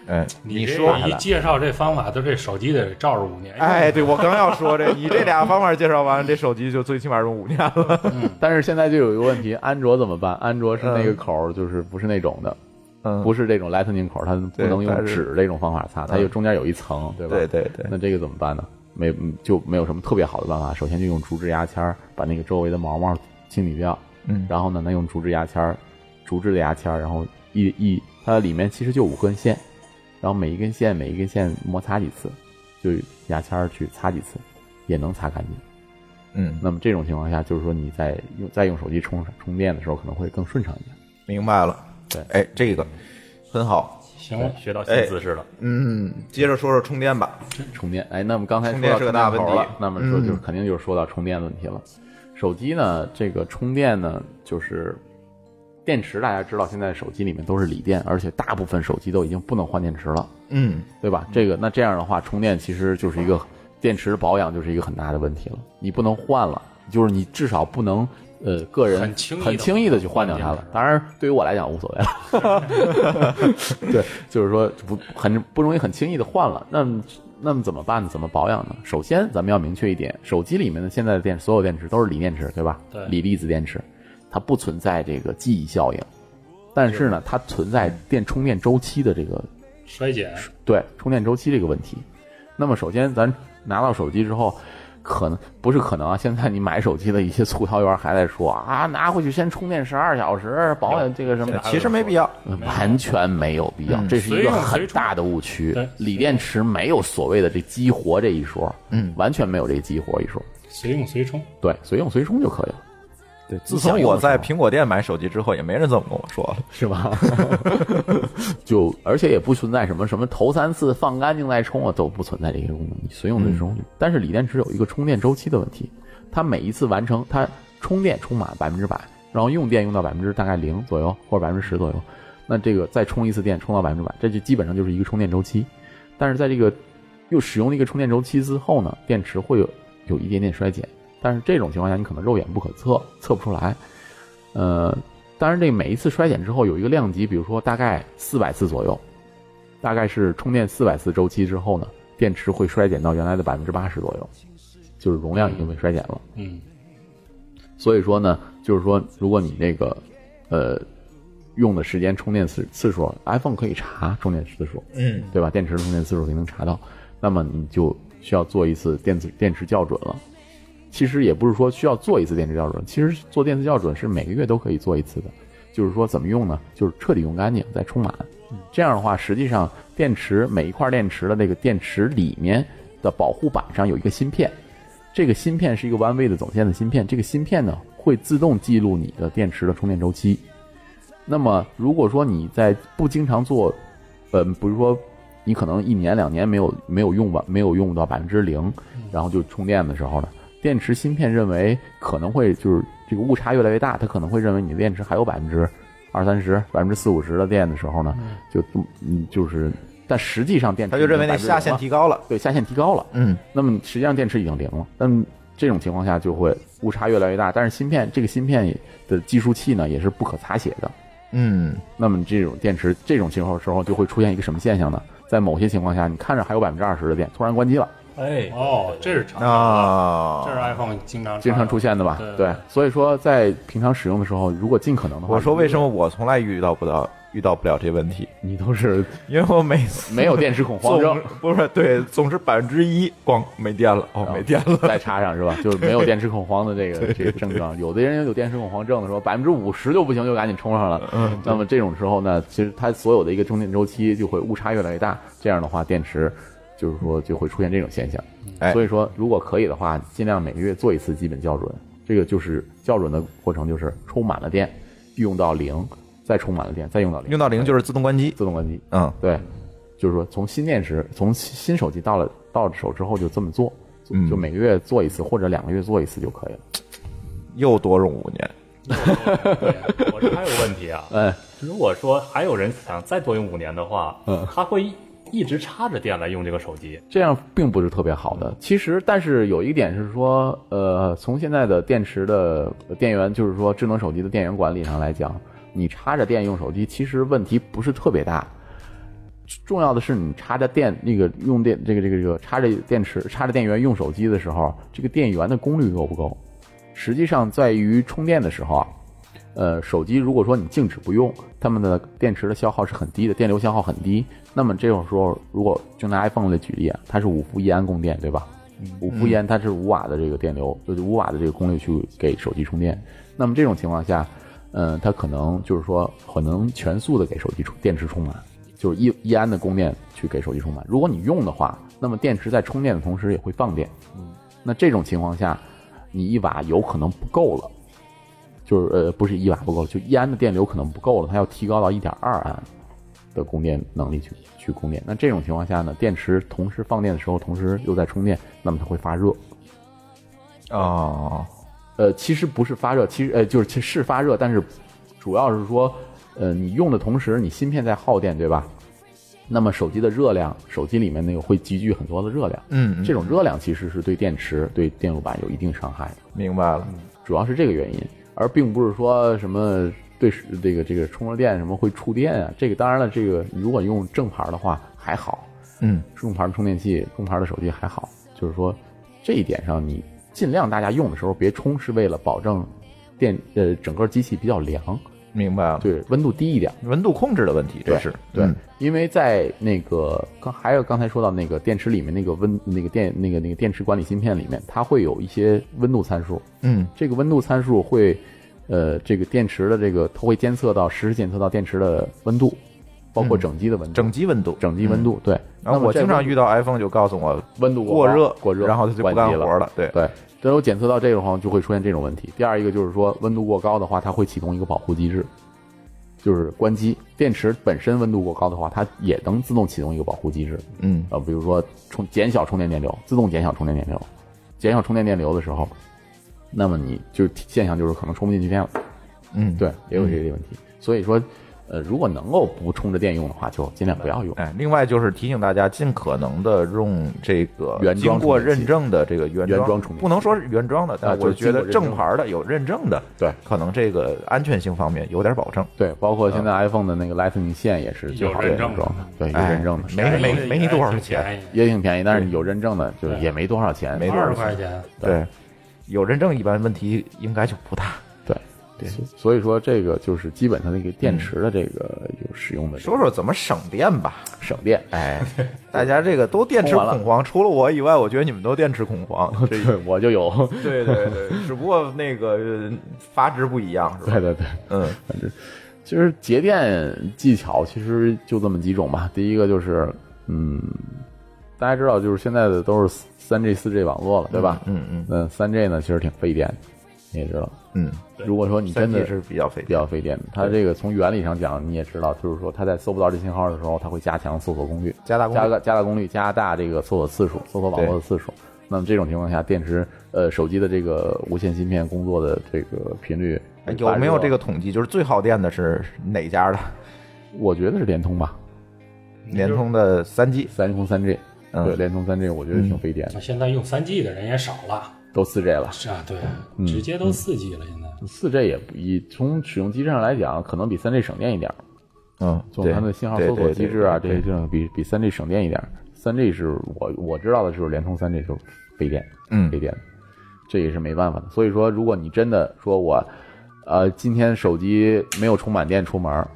Speaker 3: 哎，
Speaker 5: 你
Speaker 3: 说
Speaker 5: 这一介绍这方法，都这手机得照着五年。
Speaker 3: 哎，对我刚要说 这，你这俩方法介绍完了，这手机就最起码用五年了。
Speaker 4: 但是现在就有一个问题，安卓怎么办？安卓是那个
Speaker 3: 嗯
Speaker 4: 口儿，就是不是那种的，
Speaker 3: 嗯，
Speaker 4: 不是这种 Lightning 口儿，它不
Speaker 3: 对
Speaker 4: 能用
Speaker 3: 但是
Speaker 4: 纸这种方法擦，它
Speaker 3: 嗯
Speaker 4: 有中间有一层，对吧？
Speaker 3: 对对对，
Speaker 4: 那这个怎么办呢？没嗯就没有什么特别好的办法，首先就用竹制牙签儿把那个周围的毛毛清理掉，
Speaker 3: 嗯
Speaker 4: 然后呢，再用竹制牙签儿，竹制的牙签儿，然后一一它里面其实就五根线，然后每一根线每一根线摩擦几次，就牙签儿去擦几次，也能擦干净。
Speaker 3: 嗯，
Speaker 4: 那么这种情况下，就是说你在用再用手机充充电的时候，可能会更顺畅一点。
Speaker 3: 明白了。
Speaker 4: 对
Speaker 3: 哎，这个很好。
Speaker 5: 行
Speaker 3: 哎
Speaker 5: 了，
Speaker 6: 学到新姿势了。
Speaker 3: 嗯，接着说说充电吧。
Speaker 4: 充电，哎，那么刚才
Speaker 3: 充
Speaker 4: 说
Speaker 3: 电
Speaker 4: 到
Speaker 3: 是个大
Speaker 4: 充电头
Speaker 3: 问题
Speaker 4: 了，那么说
Speaker 3: 嗯
Speaker 4: 就是肯定就是说到充电问题了。手机呢，这个充电呢，就是电池，大家知道现在手机里面都是锂电，而且大部分手机都已经不能换电池了，
Speaker 3: 嗯，
Speaker 4: 对吧？这个那这样的话，充电其实就是一个
Speaker 5: 嗯
Speaker 4: 电池保养就是一个很大的问题了，你不能换了，就是你至少不能。呃，个人
Speaker 5: 很轻易地
Speaker 4: 很轻易的去换掉它
Speaker 5: 换
Speaker 4: 了
Speaker 5: 电池。
Speaker 4: 当然，对于我来讲无所谓了。 对，就是说不很不容易很轻易的换了。那么那么怎么办呢？怎么保养呢？首先咱们要明确一点，手机里面的现在的电所有电池都是锂电池，对吧？
Speaker 5: 对
Speaker 4: 锂离子电池，它不存在这个记忆效应，但是呢，它存在电充电周期的这个
Speaker 5: 衰减
Speaker 4: 对充电周期这个问题。那么首先咱拿到手机之后。可能不是可能啊！现在你买手机的一些促销员还在说啊，拿回去先充电十二小时，保养这个什么，
Speaker 3: 其实没嗯必要。
Speaker 4: 完全没有必要，这是一个很大的误区
Speaker 5: 对。
Speaker 4: 锂电池没有所谓的这激活这一说，
Speaker 3: 嗯
Speaker 4: 完全没有这激活一说，
Speaker 5: 随用随充，
Speaker 4: 对，随用随充就可以了，
Speaker 3: 对，自从我在苹果店买手机之后，也没人这么跟我说了。
Speaker 4: 是吧？就而且也不存在什么什么头三次放干净再充啊，都不存在这些功能，你随用随充。但是锂电池有一个充电周期的问题，它每一次完成它充电充满百分之百，然后用电用到百分之大概零左右或者百分之十左右，那这个再充一次电充到百分之百，这就基本上就是一个充电周期。但是在这个又使用了一个充电周期之后呢，电池会有有一点点衰减，但是这种情况下你可能肉眼不可测，测不出来。呃，当然这每一次衰减之后有一个量级，比如说大概四百次左右，大概是充电四百次周期之后呢，电池会衰减到原来的百分之八十左右，就是容量已经被衰减了。
Speaker 5: 嗯，
Speaker 4: 所以说呢，就是说，如果你这个，呃，用的时间、充电次次数，iPhone 可以查充电次数，嗯，对吧？电池充电次数也能查到，那么你就需要做一次电子电池校准了。其实也不是说需要做一次电池校准，其实做电池校准是每个月都可以做一次的。就是说怎么用呢？就是彻底用干净再充满。这样的话，实际上电池每一块电池的那个电池里面的保护板上有一个芯片，这个芯片是一个弯位的总线的芯片，这个芯片呢会自动记录你的电池的充电周期。那么如果说你在不经常做，嗯、比如说你可能一年两年没有没有用吧，没有用到百分之零，
Speaker 3: 嗯
Speaker 4: 然后就充电的时候呢，电池芯片认为可能会就是这个误差越来越大，它可能会认为你的电池还有百分之二三十、百分之四五十的电的时候呢，就嗯就是，但实际上电池
Speaker 3: 他就认为那
Speaker 4: 已经
Speaker 3: 下
Speaker 4: 0%
Speaker 3: 限
Speaker 4: 了
Speaker 3: 提高了。
Speaker 4: 对下限提高了，
Speaker 3: 嗯，
Speaker 4: 那么实际上电池已经零了，那么这种情况下就会误差越来越大。但是芯片这个芯片的计数器呢也是不可擦写的，
Speaker 3: 嗯，
Speaker 4: 那么这种电池这种情况时候就会出现一个什么现象呢？在某些情况下，你看着还有百分之二十的电，突然关机了，
Speaker 6: 哎，
Speaker 5: 哦，这是常
Speaker 4: 啊
Speaker 5: 见的，这是
Speaker 3: 啊，
Speaker 5: iPhone 经常
Speaker 4: 经常出现的吧？
Speaker 5: 对
Speaker 4: 对，所以说在平常使用的时候，如果尽可能的话，
Speaker 3: 我说为什
Speaker 4: 么
Speaker 3: 么我从来遇到不到遇到不了这问题？
Speaker 4: 你都是
Speaker 3: 因为我每次
Speaker 4: 没有电池恐慌症
Speaker 3: 总，不是 对，总是百分之一光没电了，哦，没电了。
Speaker 4: 再插上是吧？就是没有电池恐慌的这个这个症状。有的人有电池恐慌症的时候，百分之五十就不行，就赶紧充上了。嗯，那么这种时候呢，其实它所有的一个充电周期就会误差越来越大，这样的话，电池就是说就会出现这种现象。
Speaker 3: 哎
Speaker 4: 所以说如果可以的话，尽量每个月做一次基本校准。这个就是校准的过程，就是充满了电，用到零，再充满了电，再用到零，
Speaker 3: 用到零就是自动关机。
Speaker 4: 自动关机。
Speaker 3: 嗯，
Speaker 4: 对，就是说从新电池，从新新手机到了到了手之后就这么做，就
Speaker 3: 嗯
Speaker 4: 就每个月做一次或者两个月做一次就可以了。
Speaker 3: 又多用五年。哎
Speaker 6: 对我这还有个问题啊，
Speaker 4: 嗯，
Speaker 6: 如果说还有人想再多用五年的话，
Speaker 4: 嗯
Speaker 6: 他会一直插着电来用这个手机。
Speaker 4: 这样并不是特别好的。其实，但是有一点是说，呃，从现在的电池的呃电源，就是说智能手机的电源管理上来讲，你插着电用手机，其实问题不是特别大。重要的是你插着电那个用电这个这个这个插着电池插着电源用手机的时候，这个电源的功率够不够？实际上在于充电的时候啊，呃，手机如果说你静止不用，它们的电池的消耗是很低的，电流消耗很低。那么这种时候，如果就拿 iPhone 来举例啊，它是五伏一安供电，对吧？五伏一安它是五瓦的这个电流，就是五瓦的这个功率去给手机充电。那么这种情况下，嗯、它可能就是说可能全速的给手机充电池充满，就是一一安的供电去给手机充满。如果你用的话，那么电池在充电的同时也会放电。那这种情况下，你一瓦有可能不够了，就是呃不是一瓦不够了，就一安的电流可能不够了，它要提高到一点二安的供电能力去去供电。那这种情况下呢，电池同时放电的时候，同时又在充电，那么它会发热。
Speaker 3: 哦，
Speaker 4: 呃，其实不是发热，其实呃就是其实是发热，但是主要是说，呃，你用的同时，你芯片在耗电，对吧？那么手机的热量，手机里面那个会积聚很多的热量，
Speaker 3: 嗯，
Speaker 4: 这种热量其实是对电池、对电路板有一定伤害的，
Speaker 3: 明白了，
Speaker 4: 主要是这个原因，而并不是说什么对这个这个充了电什么会触电啊，这个当然了，这个如果用正牌的话还好，
Speaker 3: 嗯，
Speaker 4: 正牌的充电器、正牌的手机还好，就是说这一点上，你尽量大家用的时候别充，是为了保证电呃整个机器比较凉，
Speaker 3: 明白了，
Speaker 4: 对，温度低一点。
Speaker 3: 温度控制的问题，这是
Speaker 4: 对，
Speaker 3: 嗯
Speaker 4: 因为在那个刚还有刚才说到那个电池里面那个温那个电那个那个电池管理芯片里面，它会有一些温度参数，
Speaker 3: 嗯，
Speaker 4: 这个温度参数会，呃，这个电池的这个它会监测到实时监测到电池的温度，包括整机的温
Speaker 3: 嗯
Speaker 4: 度，
Speaker 3: 整机温度，嗯
Speaker 4: 整机温度、对。
Speaker 3: 然后
Speaker 4: 那么
Speaker 3: 我
Speaker 4: 这
Speaker 3: 经常
Speaker 4: 温
Speaker 3: 遇到 iPhone 就告诉我
Speaker 4: 温度
Speaker 3: 过
Speaker 4: 高
Speaker 3: 热，
Speaker 4: 过热，
Speaker 3: 然后它就不干
Speaker 4: 关机
Speaker 3: 活了。对，
Speaker 4: 对，只有检测到这种情况就会出现这种问题。第二一个就是说，温度过高的话，它会启动一个保护机制，就是关机。电池本身温度过高的话，它也能自动启动一个保护机制，
Speaker 3: 嗯，
Speaker 4: 呃，比如说充减小充电电流，自动减小充电电流，减小充电电流的时候，那么你就现象就是可能充不进去电了。
Speaker 3: 嗯，
Speaker 4: 对，也有这个问题。所以说，呃，如果能够不充着电用的话，就尽量不要用。
Speaker 3: 哎，另外就是提醒大家，尽可能的用这个
Speaker 4: 原装
Speaker 3: 经过
Speaker 4: 充电器
Speaker 3: 认证的这个原
Speaker 4: 原装
Speaker 3: 装
Speaker 4: 充电器
Speaker 3: 不能说是原装的，但
Speaker 4: 就
Speaker 3: 我
Speaker 4: 是
Speaker 3: 觉得
Speaker 4: 经过认证
Speaker 3: 正牌的有认证的，
Speaker 4: 对
Speaker 3: 可能这个安全性方面有点保证。
Speaker 4: 对，包括现在
Speaker 3: 嗯
Speaker 4: iPhone 的那个 Lightning 线也是最好的
Speaker 5: 有认证的
Speaker 4: 装的，对，有
Speaker 3: 哎
Speaker 4: 认证的，
Speaker 3: 没没没你多少
Speaker 5: 挺
Speaker 3: 钱
Speaker 5: 便宜，
Speaker 4: 也挺便宜，但是有认证的，就是也没多少钱，啊
Speaker 3: 没多
Speaker 5: 二
Speaker 3: 少
Speaker 5: 十块钱，
Speaker 3: 对，有认证一般问题应该就不大。
Speaker 4: 对对，所以说这个就是基本它那个电池的这个有使用的这
Speaker 3: 说
Speaker 4: 个
Speaker 3: 说怎么省电吧，
Speaker 4: 省电，
Speaker 3: 哎，大家这个都电池
Speaker 4: 充完了
Speaker 3: 恐慌，除了我以外，我觉得你们都电池恐慌。这
Speaker 4: 对我就有，
Speaker 3: 对对对，只不过那个呃阀值不一样，是吧？
Speaker 4: 对对对，
Speaker 3: 嗯
Speaker 4: 其实节电技巧其实就这么几种吧。第一个就是，嗯，大家知道，就是现在的都是三 G、四 G 网络了，对吧？
Speaker 3: 嗯嗯
Speaker 4: 那三 G 呢，其实挺费电的，你也知道。
Speaker 3: 嗯，
Speaker 4: 如果说你真
Speaker 3: 三 G
Speaker 4: 的
Speaker 3: 是比较费
Speaker 4: 比
Speaker 3: 电。
Speaker 4: 较费电的，它这个从原理上讲，你也知道，就是说它在搜不到这信号的时候，它会加强搜索功率，
Speaker 3: 加大功率
Speaker 4: 加个加大功率，加大这个搜索次数，搜索网络的次数。那么这种情况下，电池呃手机的这个无线芯片工作的这个频率
Speaker 3: 哎有没有这个
Speaker 4: 发热？
Speaker 3: 统计？就是最耗电的是哪家的？
Speaker 4: 我觉得是联通吧，
Speaker 3: 联通的三 G，
Speaker 4: 联通三 G，
Speaker 3: 嗯
Speaker 4: 对，联通三 G 我觉得挺费电的，
Speaker 5: 现在用三 G 的人也少了，
Speaker 4: 都四 G 了。
Speaker 5: 是啊，对，
Speaker 4: 嗯
Speaker 5: 直接都四 G 了，现在。
Speaker 4: 四 G 也不以从使用机制上来讲，可能比三 G 省电一点儿，
Speaker 3: 嗯，
Speaker 4: 从
Speaker 3: 对，
Speaker 4: 它的信号搜索机制啊，这
Speaker 3: 对对对
Speaker 4: 些
Speaker 3: 对
Speaker 4: 地方比比三 G 省电一点儿。三 G 是我我知道的就是联通三 G 就是费电，
Speaker 3: 嗯
Speaker 4: 费电，这也是没办法的。所以说，如果你真的说我，呃，今天手机没有充满电出门儿，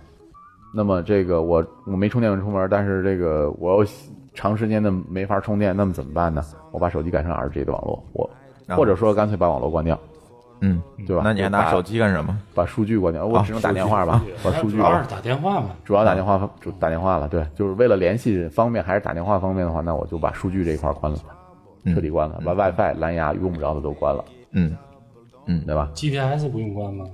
Speaker 4: 那么这个我我没充电出门儿，但是这个我又长时间的没法充电，那么怎么办呢？我把手机改成 2G 的网络，我
Speaker 3: 啊
Speaker 4: 或者说干脆把网络关掉，
Speaker 3: 嗯，
Speaker 4: 对吧？
Speaker 3: 那你还拿手机干什么？
Speaker 4: 把数据关掉，我
Speaker 3: 啊
Speaker 4: 只能打电话 吧，把数据
Speaker 5: 主
Speaker 4: 关
Speaker 3: 哦
Speaker 4: 掉
Speaker 5: 要是打电话嘛，
Speaker 4: 主要打电话就打电话了，对，就是为了联系方便还是打电话方便的话，那我就把数据这一块关了，彻底关了，把 WiFi、蓝牙用不着的都关了，
Speaker 3: 嗯，
Speaker 4: 对吧？
Speaker 5: GPS 不用关吗？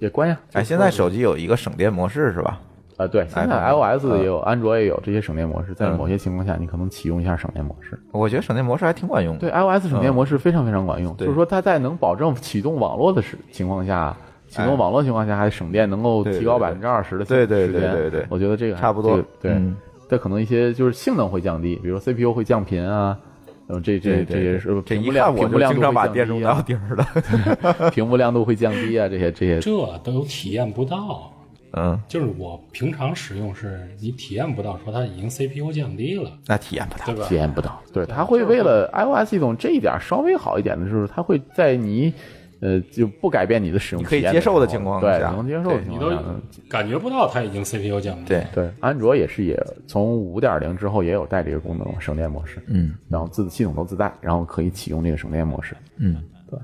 Speaker 4: 也关呀，
Speaker 3: 哎，现在手机有一个省电模式是吧？
Speaker 4: 啊，对，现在
Speaker 3: iPhone，
Speaker 4: iOS 也有，安卓也有这些省电模式，
Speaker 3: 嗯
Speaker 4: 在某些情况下，你可能启用一下省电模式。
Speaker 3: 我觉得省电模式还挺管用的。
Speaker 4: 对 iOS 省电模式非常非常管用，
Speaker 3: 嗯对
Speaker 4: 就是说它在能保证启动网络的时情况下。启动网络情况下还省电，能够提高
Speaker 3: 对
Speaker 4: 百
Speaker 3: 对
Speaker 4: 分之二十的
Speaker 3: 对对
Speaker 4: 时间
Speaker 3: 对对对
Speaker 4: 我觉得这个还
Speaker 3: 差不多
Speaker 4: 这个对
Speaker 3: 嗯，
Speaker 4: 它可能一些就是性能会降低，比如说 CPU 会降频啊，然后这这
Speaker 3: 对
Speaker 4: 这
Speaker 3: 对
Speaker 4: 些是
Speaker 3: 这
Speaker 4: 屏
Speaker 3: 一
Speaker 4: 幕
Speaker 3: 看
Speaker 4: 量
Speaker 3: 我
Speaker 4: 屏幕
Speaker 3: 就
Speaker 4: 亮
Speaker 3: 经
Speaker 4: 度
Speaker 3: 常
Speaker 4: 会
Speaker 3: 把
Speaker 4: 降
Speaker 3: 电容
Speaker 4: 低
Speaker 3: 当
Speaker 4: 啊，
Speaker 3: 底儿 了。
Speaker 4: 屏幕亮度会降低啊，这些这些
Speaker 5: 这都体验不到。
Speaker 3: 嗯，
Speaker 5: 就是我平常使用是你体验不到，说它已经 CPU 降低了，
Speaker 3: 那体验不到。
Speaker 5: 对吧
Speaker 4: 体？验不到。对，它会为了 iOS 系统这一点稍微好一点的时候，它会在你呃就不改变你的使用
Speaker 3: 你可以
Speaker 4: 体验
Speaker 3: 接受的
Speaker 4: 时候
Speaker 3: 情况
Speaker 4: 对，
Speaker 3: 下
Speaker 4: 能接受的
Speaker 3: 对
Speaker 4: 情
Speaker 5: 你
Speaker 4: 况
Speaker 5: 都
Speaker 4: 下呢，
Speaker 5: 感觉不到它已经 CPU 降低。
Speaker 3: 对，
Speaker 4: 对，安卓也是也从五点零之后也有带这个功能省电模式，
Speaker 3: 嗯，
Speaker 4: 然后自系统都自带，然后可以启用这个省电模式，
Speaker 3: 嗯，
Speaker 4: 对，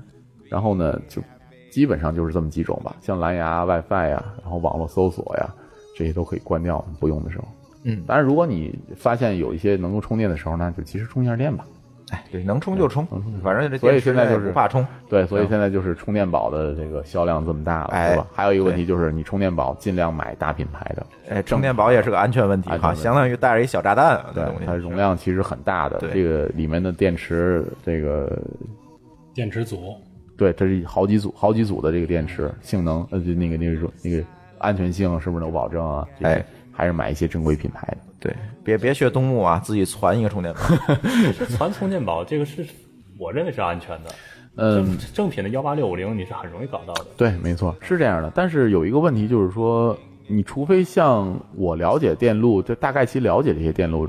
Speaker 4: 然后呢就基本上就是这么几种吧，像蓝牙、WiFi 呀，然后网络搜索呀，这些都可以关掉，不用的时候。
Speaker 3: 嗯
Speaker 4: 当然，如果你发现有一些能够充电的时候呢，就及时充一下电吧。
Speaker 3: 哎，对，能充就充
Speaker 4: 嗯能充就，充
Speaker 3: 反正这
Speaker 4: 所以
Speaker 3: 电池
Speaker 4: 现在
Speaker 3: 也
Speaker 4: 就是
Speaker 3: 不怕充。
Speaker 4: 对，所以现在就是充电宝的这个销量这么大了，
Speaker 3: 哎
Speaker 4: 对吧？还有一个问题就是，你充电宝尽量买大品牌的，
Speaker 3: 哎，充电宝也是个安全问题
Speaker 4: 安全
Speaker 3: 哈，
Speaker 4: 问题
Speaker 3: 相当于带着一小炸弹啊，这
Speaker 4: 对
Speaker 3: 东，西
Speaker 4: 它容量其实很大的，
Speaker 3: 对
Speaker 4: 这个里面的电池，这个
Speaker 5: 电池组
Speaker 4: 对，这是好几组好几组的这个电池性能，呃，就那个那个那个安全性是不是能有保证啊？这些
Speaker 3: 哎，
Speaker 4: 还是买一些正规品牌的。
Speaker 3: 对，别别学东木啊，自己攒一个充电 宝。
Speaker 6: 传充电宝这个是我认为是安全的，
Speaker 4: 嗯
Speaker 6: 正，正品的幺八六五零你是很容易搞到的。
Speaker 4: 对，没错，是这样的。但是有一个问题就是说，你除非像我了解电路，就大概其了解这些电路，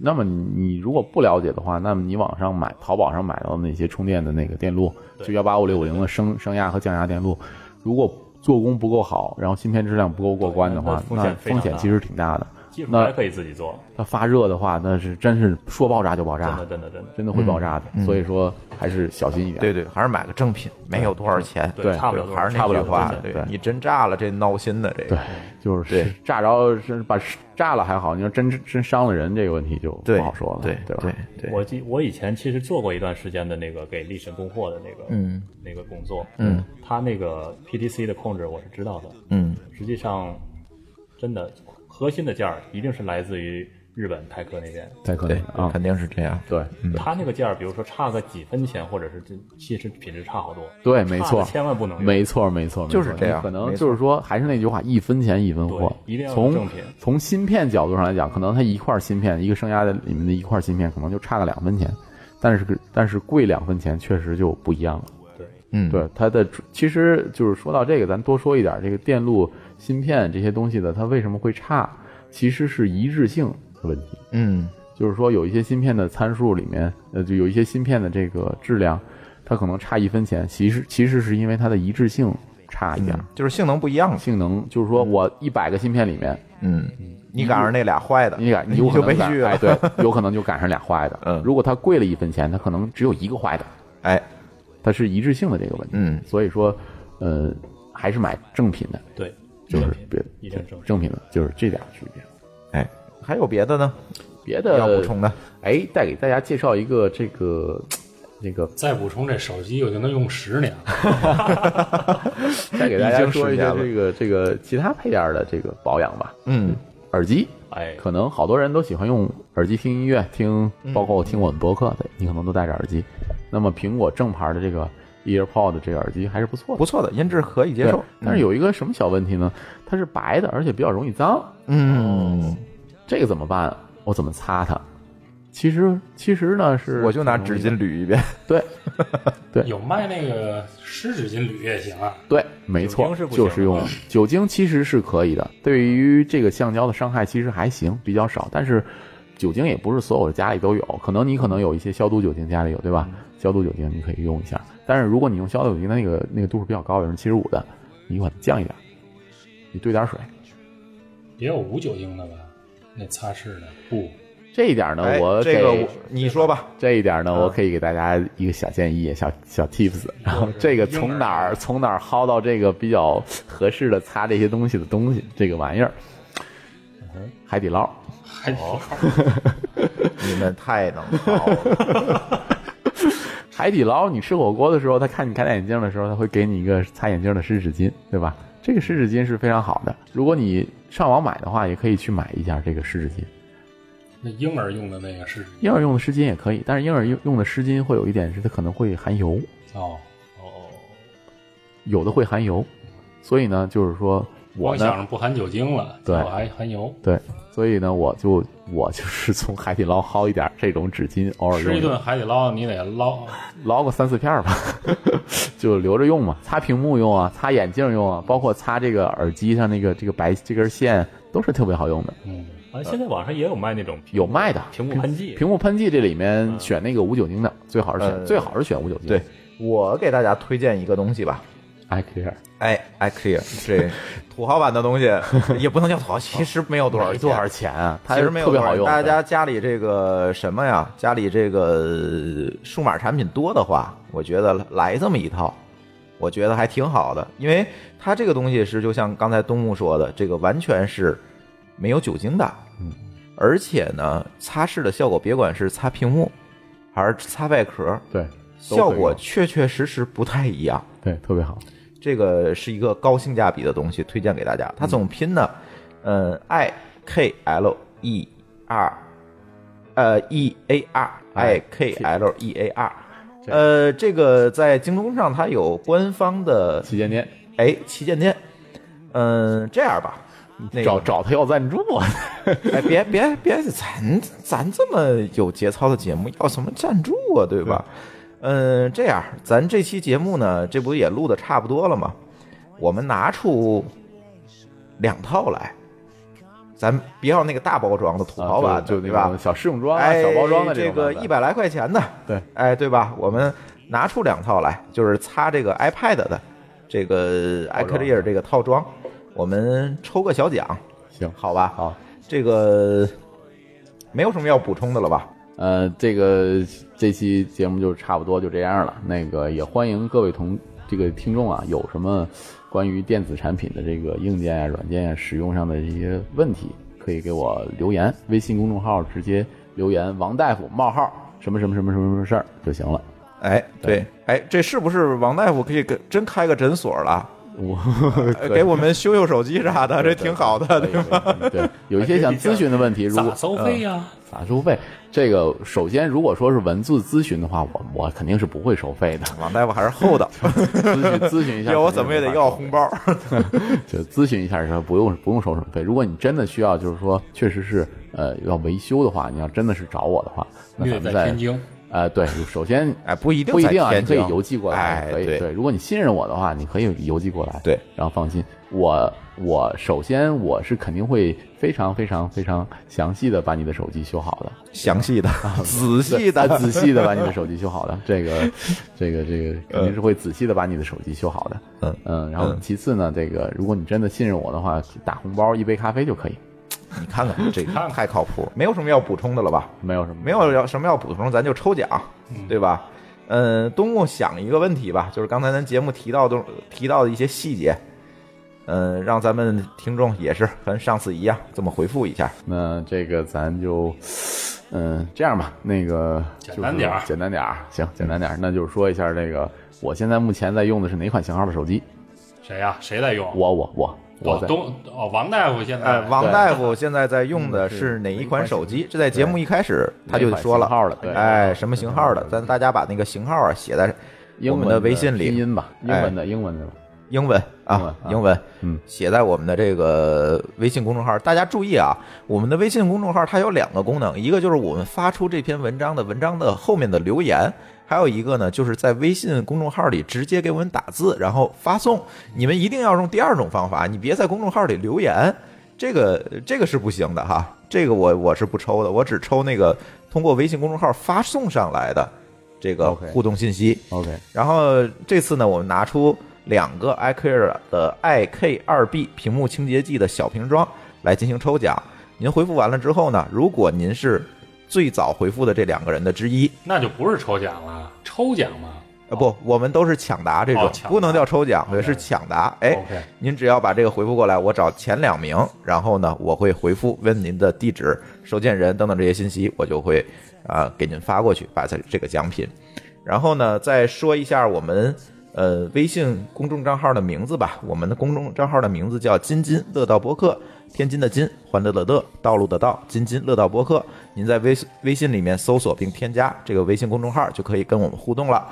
Speaker 4: 那么你如果不了解的话，那么你网上买淘宝上买到的那些充电的那个电路，就幺八五六五零的升升压和降压电路，如果做工不够好，然后芯片质量不够过关的话，
Speaker 6: 对那风险
Speaker 4: 那
Speaker 6: 非常
Speaker 4: 风险其实挺大的。
Speaker 6: 技术
Speaker 4: 那
Speaker 6: 还可以自己做，
Speaker 4: 它发热的话，那是真是说爆炸就爆
Speaker 6: 真
Speaker 4: 炸
Speaker 6: 的，真的真的。
Speaker 4: 真的会爆炸的。所以说还是小心一点。
Speaker 3: 对对，还是买个正品，没有多少钱。
Speaker 6: 对
Speaker 4: 对
Speaker 6: 差不了多少
Speaker 3: 还是
Speaker 6: 差
Speaker 3: 那
Speaker 6: 不
Speaker 3: 句
Speaker 6: 了
Speaker 3: 话，
Speaker 6: 多少
Speaker 3: 对
Speaker 4: 对
Speaker 3: 你真炸了，这闹心的这
Speaker 4: 对
Speaker 3: 个。，
Speaker 4: 就是
Speaker 3: 对
Speaker 4: 炸着是把炸了还好，你说真真伤了人这个问题就
Speaker 3: 对，
Speaker 4: 不好说了，
Speaker 3: 对
Speaker 4: 对吧？
Speaker 3: 对对，
Speaker 6: 我记我以前其实做过一段时间的那个给力神供货的那个
Speaker 3: 嗯
Speaker 6: 那个工作，
Speaker 3: 嗯，
Speaker 6: 他那个 PTC 的控制我是知道的，
Speaker 3: 嗯
Speaker 6: 实际上真的核心的件儿一定是来自于日本泰科那边，
Speaker 4: 太可嗯
Speaker 3: 对
Speaker 4: 能啊，
Speaker 3: 肯定是这样。
Speaker 4: 对
Speaker 6: 他那个件儿比如说差个几分钱，或者是这其实品质差好多，
Speaker 4: 对，没
Speaker 6: 差
Speaker 4: 错，
Speaker 6: 的千万不能用，
Speaker 4: 没错，没错，没错
Speaker 3: 就是这样
Speaker 4: 你可能
Speaker 3: 没错
Speaker 4: 就是说，还是那句话，一分钱一分货，
Speaker 6: 对一定要有
Speaker 4: 从
Speaker 6: 正品
Speaker 4: 从芯片角度上来讲，可能它一块芯片，一个升压的里面的一块芯片，可能就差个两分钱，但是但是贵两分钱确实就不一样了。
Speaker 3: 嗯，
Speaker 4: 对它的主，其实就是说到这个，咱多说一点，这个电路、芯片这些东西的，它为什么会差，其实是一致性的问题。
Speaker 3: 嗯
Speaker 4: 就是说有一些芯片的参数里面，呃，就有一些芯片的这个质量，它可能差一分钱，其实其实是因为它的一致性差一点儿。
Speaker 3: 嗯，就是性能不一样。
Speaker 4: 性能就是说，我一百个芯片里面，
Speaker 3: 嗯，你赶上那俩坏的，
Speaker 4: 你赶
Speaker 3: 你
Speaker 4: 有
Speaker 3: 就
Speaker 4: 可能
Speaker 3: 悲
Speaker 4: 赶
Speaker 3: 剧了。
Speaker 4: 哎，对， 有可能就赶上俩坏的。
Speaker 3: 嗯
Speaker 4: 如果它贵了一分钱，它可能只有一个坏的，
Speaker 3: 哎，
Speaker 4: 它是一致性的这个问题。
Speaker 3: 嗯
Speaker 4: 所以说，呃，还是买正品的，
Speaker 6: 对，
Speaker 4: 就是
Speaker 6: 正品
Speaker 4: 别
Speaker 6: 一定正品
Speaker 4: 正品的，就是这点区别。
Speaker 3: 哎，还有别的呢？
Speaker 4: 别的
Speaker 3: 要补充的？
Speaker 4: 哎，再给大家介绍一个这个这个，
Speaker 5: 再补充，这手机我就能用十年了。
Speaker 4: 再给大家说一
Speaker 3: 已经
Speaker 4: 下
Speaker 3: 时间了
Speaker 4: 这个这个其他配件的这个保养吧。
Speaker 3: 嗯，
Speaker 4: 耳机
Speaker 6: 哎，
Speaker 4: 可能好多人都喜欢用耳机听音乐，听
Speaker 3: 嗯
Speaker 4: 包括听我们博客的，你可能都戴着耳机。那么苹果正牌的这个 EarPod 这个耳机还是不错的，
Speaker 3: 不错的，音质可以接受嗯
Speaker 4: 对。但是有一个什么小问题呢？它是白的，而且比较容易脏。
Speaker 3: 嗯，
Speaker 4: 这个怎么办？我怎么擦它？其实其实呢是
Speaker 3: 我就拿纸巾捋一遍。
Speaker 4: 对对
Speaker 5: 有卖那个湿纸巾铝也行啊，
Speaker 4: 对，没
Speaker 6: 酒
Speaker 4: 错
Speaker 6: 精是，不行
Speaker 4: 就
Speaker 6: 的嗯
Speaker 4: 是用
Speaker 6: 吧
Speaker 4: 酒精其实是可以的，对于这个橡胶的伤害其实还行，比较少。但是酒精也不是所有的家里都有，可能你可能有一些消毒酒精家里有，对吧？
Speaker 6: 嗯
Speaker 4: 消毒酒精你可以用一下，但是如果你用消毒酒精，那个那个度数比较高，有人七十五的，你管它降一点，你兑点水。
Speaker 5: 也有无酒精的吧？那擦拭的不
Speaker 4: 这一点呢，
Speaker 3: 哎
Speaker 4: 呃我
Speaker 3: 这个
Speaker 4: 给
Speaker 3: 我你说吧，
Speaker 4: 这一点呢，我可以给大家一个小建议，小小 tips。然后这个从哪儿从哪儿薅到这个比较合适的擦这些东西的东西，这个玩意儿，海底捞。
Speaker 5: 还好。
Speaker 3: 你们太 能跑了。
Speaker 4: 海底捞，你吃火锅的时候，他看你开戴眼镜的时候，他会给你一个擦眼镜的湿纸巾，对吧？这个湿纸巾是非常好的。如果你上网买的话，也可以去买一下这个湿纸巾。
Speaker 5: 那婴儿用的那个湿纸巾
Speaker 4: 婴儿用的湿巾也可以，但是婴儿用用的湿巾会有一点是它可能会含油。
Speaker 5: 哦，
Speaker 4: 有的会含油，所以呢，就是说我
Speaker 5: 光
Speaker 4: 呢
Speaker 5: 想着不含酒精了，
Speaker 4: 对
Speaker 5: 我还含油，
Speaker 4: 对，所以呢，我就我就是从海底捞薅一点这种纸巾，偶尔
Speaker 5: 吃
Speaker 4: 用
Speaker 5: 一顿海底捞你得捞，
Speaker 4: 捞个三四片儿吧， 就留着用嘛，擦屏幕用啊，擦眼镜用啊，包括擦这个耳机上那个这个白这根线都是特别好用的，
Speaker 5: 嗯，
Speaker 6: 啊，现在网上也有卖那种屏
Speaker 4: 有
Speaker 6: 幕
Speaker 4: 卖的
Speaker 6: 屏幕喷剂，嗯
Speaker 4: 屏幕喷剂这里面选那个无酒精的，最好是选
Speaker 3: 呃
Speaker 4: 最好是选无酒精。
Speaker 3: 对，我给大家推荐一个东西吧，
Speaker 4: ，I care。
Speaker 3: 哎哎，clear 这土豪版的东西也不能叫土 豪，其实没有多少
Speaker 4: 没
Speaker 3: 钱
Speaker 4: 多少，钱啊，它
Speaker 3: 其实没有
Speaker 4: 特别
Speaker 3: 多少
Speaker 4: 好用。
Speaker 3: 大家家里这个什么呀，家里这个呃数码产品多的话，我觉得来这么一套，我觉得还挺好的，因为它这个东西是就像刚才东木说的，这个完全是没有酒精的，嗯，而且呢，擦拭的效果别管是擦屏幕还是擦外壳，
Speaker 4: 对都会
Speaker 3: 效果
Speaker 4: 用
Speaker 3: 确确实实不太一样。
Speaker 4: 对特别好，
Speaker 3: 这个是一个高性价比的东西，推荐给大家。它怎么拼呢？嗯，i k l e r，呃，e a r i k l e a r，呃，这个在京东上它有官方的
Speaker 4: 旗舰店
Speaker 3: 哎旗舰店。嗯，这样吧，那个
Speaker 4: 找找他要赞助 啊，
Speaker 3: 哎，别别别，咱咱这么有节操的节目，要什么赞助啊，对吧？嗯，这样，咱这期节目呢，这不也录的差不多了吗？我们拿出两套来，咱别要那个大包装的土豪版的、
Speaker 4: 啊就就
Speaker 3: 对
Speaker 4: 那
Speaker 3: 吧
Speaker 4: 种？小试用装啊，
Speaker 3: 哎，
Speaker 4: 小包装的
Speaker 3: 这
Speaker 4: 种
Speaker 3: 个
Speaker 4: 版本
Speaker 3: 一百来块钱的，
Speaker 4: 对，
Speaker 3: 哎，对吧？我们拿出两套来，就是擦这个 iPad 的这个 iClear 这个套装，我们抽个小奖，
Speaker 4: 行
Speaker 3: 好吧？
Speaker 4: 好。
Speaker 3: 这个没有什么要补充的了吧？
Speaker 4: 呃，这个这期节目就差不多就这样了。那个也欢迎各位同这个听众啊，有什么关于电子产品的这个硬件啊、软件啊使用上的这些问题，可以给我留言，微信公众号直接留言“王大夫冒号什么什么什么什么什么事儿”就行 了。
Speaker 3: 哎，对，哎，这是不是王大夫可以给真开个诊所了？
Speaker 4: 我
Speaker 3: 呃给我们修修手机啥的，这挺好的，对吧？
Speaker 4: 对对，有一些想咨询的问题，如果
Speaker 5: 咋收费呀、
Speaker 4: 咋收费？这个首先，如果说是文字咨询的话，我我肯定是不会收费 的。
Speaker 3: 王大夫还是厚道，
Speaker 4: 咨询咨询一下，
Speaker 3: 要我怎么也得要红包。
Speaker 4: 就咨询一下，说不用不用收什么费。如果你真的需要，就是说确实是呃要维修的话，你要真的是找我的话，那
Speaker 5: 你
Speaker 4: 咱
Speaker 5: 得
Speaker 4: 们
Speaker 5: 在
Speaker 4: 再
Speaker 5: 天津，
Speaker 4: 呃对，首先
Speaker 3: 哎不一定
Speaker 4: 不一
Speaker 3: 在
Speaker 4: 定啊，你
Speaker 3: 天
Speaker 4: 可以
Speaker 3: 津
Speaker 4: 邮寄过来，
Speaker 3: 哎
Speaker 4: 可以
Speaker 3: 对
Speaker 4: 如果你信任我的话，你可以邮寄过来，
Speaker 3: 对，
Speaker 4: 然后放心。我我首先我是肯定会非常非常非常详细的把你的手机修好的，
Speaker 3: 详细 的、仔细
Speaker 4: 呃
Speaker 3: 的、
Speaker 4: 仔细的把你的手机修好的，这个，这个，这个肯定是会仔细的把你的手机修好的。
Speaker 3: 嗯
Speaker 4: 然后其次呢，这个如果你真的信任我的话，打红包一杯咖啡就可以，
Speaker 3: 你看看这个太靠谱，没有什么要补充的了吧？
Speaker 4: 没有什么
Speaker 3: 没有要什么要补充，咱就抽奖，对吧？嗯，东木想一个问题吧，就是刚才咱节目提到的提到的一些细节，嗯，让咱们听众也是跟上次一样这么回复一下。
Speaker 4: 那这个咱就，嗯、这样吧，那个
Speaker 5: 简单点儿
Speaker 4: 就是简单点儿，行，简单点儿。那就是说一下这个，我现在目前在用的是哪款型号的手机？
Speaker 5: 谁呀、谁在用？
Speaker 4: 我我我我
Speaker 5: 哦
Speaker 4: 在
Speaker 5: 东哦，王大夫现在、
Speaker 3: 呃，王大夫现在在用的是哪一款手机？这在节目一开始他就说了
Speaker 4: 哪款型号的对
Speaker 3: 哎，什么型号的？咱大家把那个型号啊写在我
Speaker 4: 英
Speaker 3: 们
Speaker 4: 文
Speaker 3: 的微信
Speaker 4: 拼
Speaker 3: 里，
Speaker 4: 音吧，英文的英文
Speaker 5: 哎
Speaker 4: 的吧，
Speaker 3: 英文
Speaker 4: 英文
Speaker 3: 啊
Speaker 4: 啊，
Speaker 3: 英文，
Speaker 4: 嗯，
Speaker 3: 写在我们的这个微信公众号。大家注意啊，我们的微信公众号它有两个功能，一个就是我们发出这篇文章的文章的后面的留言，还有一个呢就是在微信公众号里直接给我们打字，然后发送。你们一定要用第二种方法，你别在公众号里留言，这个这个是不行的哈。这个我我是不抽的，我只抽那个通过微信公众号发送上来的这个
Speaker 4: OK
Speaker 3: 互动信息。
Speaker 4: OK，
Speaker 3: 然后这次呢，我们拿出两个 iClear 的 iK 二 B 屏幕清洁剂的小瓶装来进行抽奖。您回复完了之后呢，如果您是最早回复的这两个人的之一，
Speaker 5: 那就不是抽奖了，抽奖嘛。
Speaker 3: 啊不，我们都是抢答这种
Speaker 5: 哦，抢答
Speaker 3: 不能叫抽奖，对，
Speaker 5: OK
Speaker 3: 是抢答。哎
Speaker 5: OK，
Speaker 3: 您只要把这个回复过来，我找前两名，然后呢，我会回复问您的地址、收件人等等这些信息，我就会啊、呃给您发过去，把这这个奖品。然后呢，再说一下我们呃微信公众账号的名字吧。我们的公众账号的名字叫“津津乐道播客”，天津的津，欢乐的乐，道路的道，津津乐道播客。您在微信微信里面搜索并添加这个微信公众号，就可以跟我们互动了。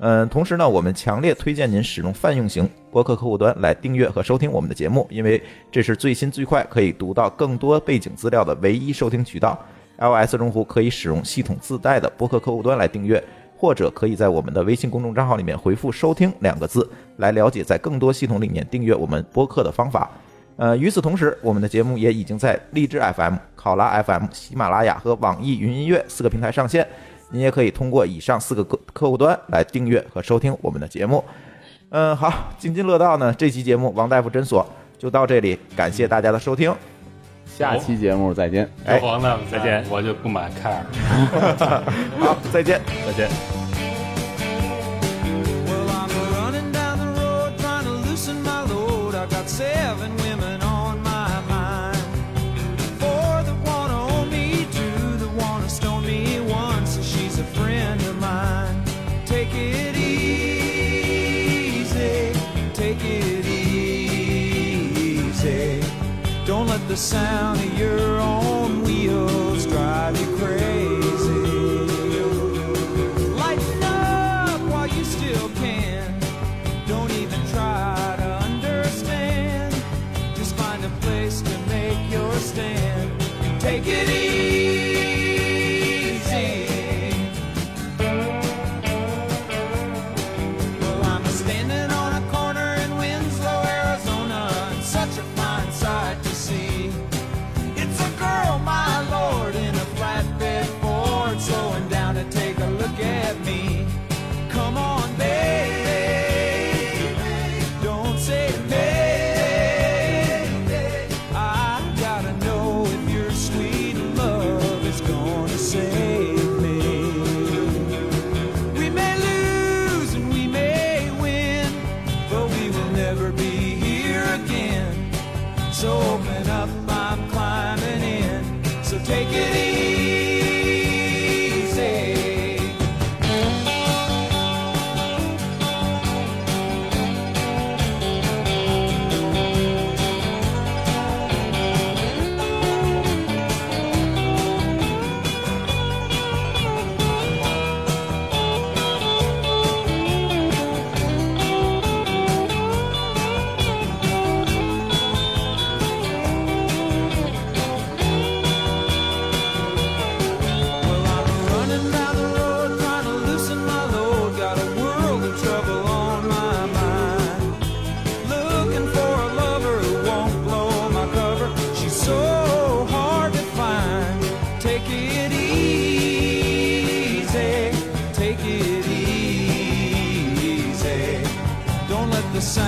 Speaker 3: 嗯，同时呢，我们强烈推荐您使用泛用型播客客户端来订阅和收听我们的节目，因为这是最新最快可以读到更多背景资料的唯一收听渠道。iOS 用户可以使用系统自带的播客客户端来订阅，或者可以在我们的微信公众账号里面回复“收听”两个字，来了解在更多系统里面订阅我们播客的方法。呃，与此同时，我们的节目也已经在荔枝 FM、考拉 FM、喜马拉雅和网易云音乐四个平台上线。您也可以通过以上四个客客户端来订阅和收听我们的节目。嗯，好，津津乐道呢，这期节目《王大夫诊所》就到这里，感谢大家的收听。
Speaker 4: 下期节目再见。
Speaker 3: 哎
Speaker 5: 有黄大夫
Speaker 6: 再见
Speaker 5: 我就不买凯尔。
Speaker 3: 好，再见。
Speaker 4: 嗯
Speaker 6: 再见。
Speaker 7: Well, I'm running down the road trying to loosen my load. I've got seven women on my mind. Four that want to own me, two that want to stone me, one says she's a friend of mine. Take it easy, take it easy. Don't let the sound of your own wheels drive you crazy. Lighten up while you still can. Don't even try to understand. Just find a place to make your stand. Take it easy. Well, I'm standing on a corner in Winslow, Arizona, and such a fine sight to see. It's a girl, my lord, in a flatbed Ford, slowing down to take a look at me. Come on, baby, don't say maybe. I gotta know if your sweet love is gonna save me. We may lose and we may win, but we will never be here again. So open up, I'm climbing in. So take it easy. Well, I'm running down the road trying to loosen my load. Got a world of trouble on my mind. Looking for a lover who won't blow my cover. She's so hard to find. Take it easy. Take it easy. Don't let the sound.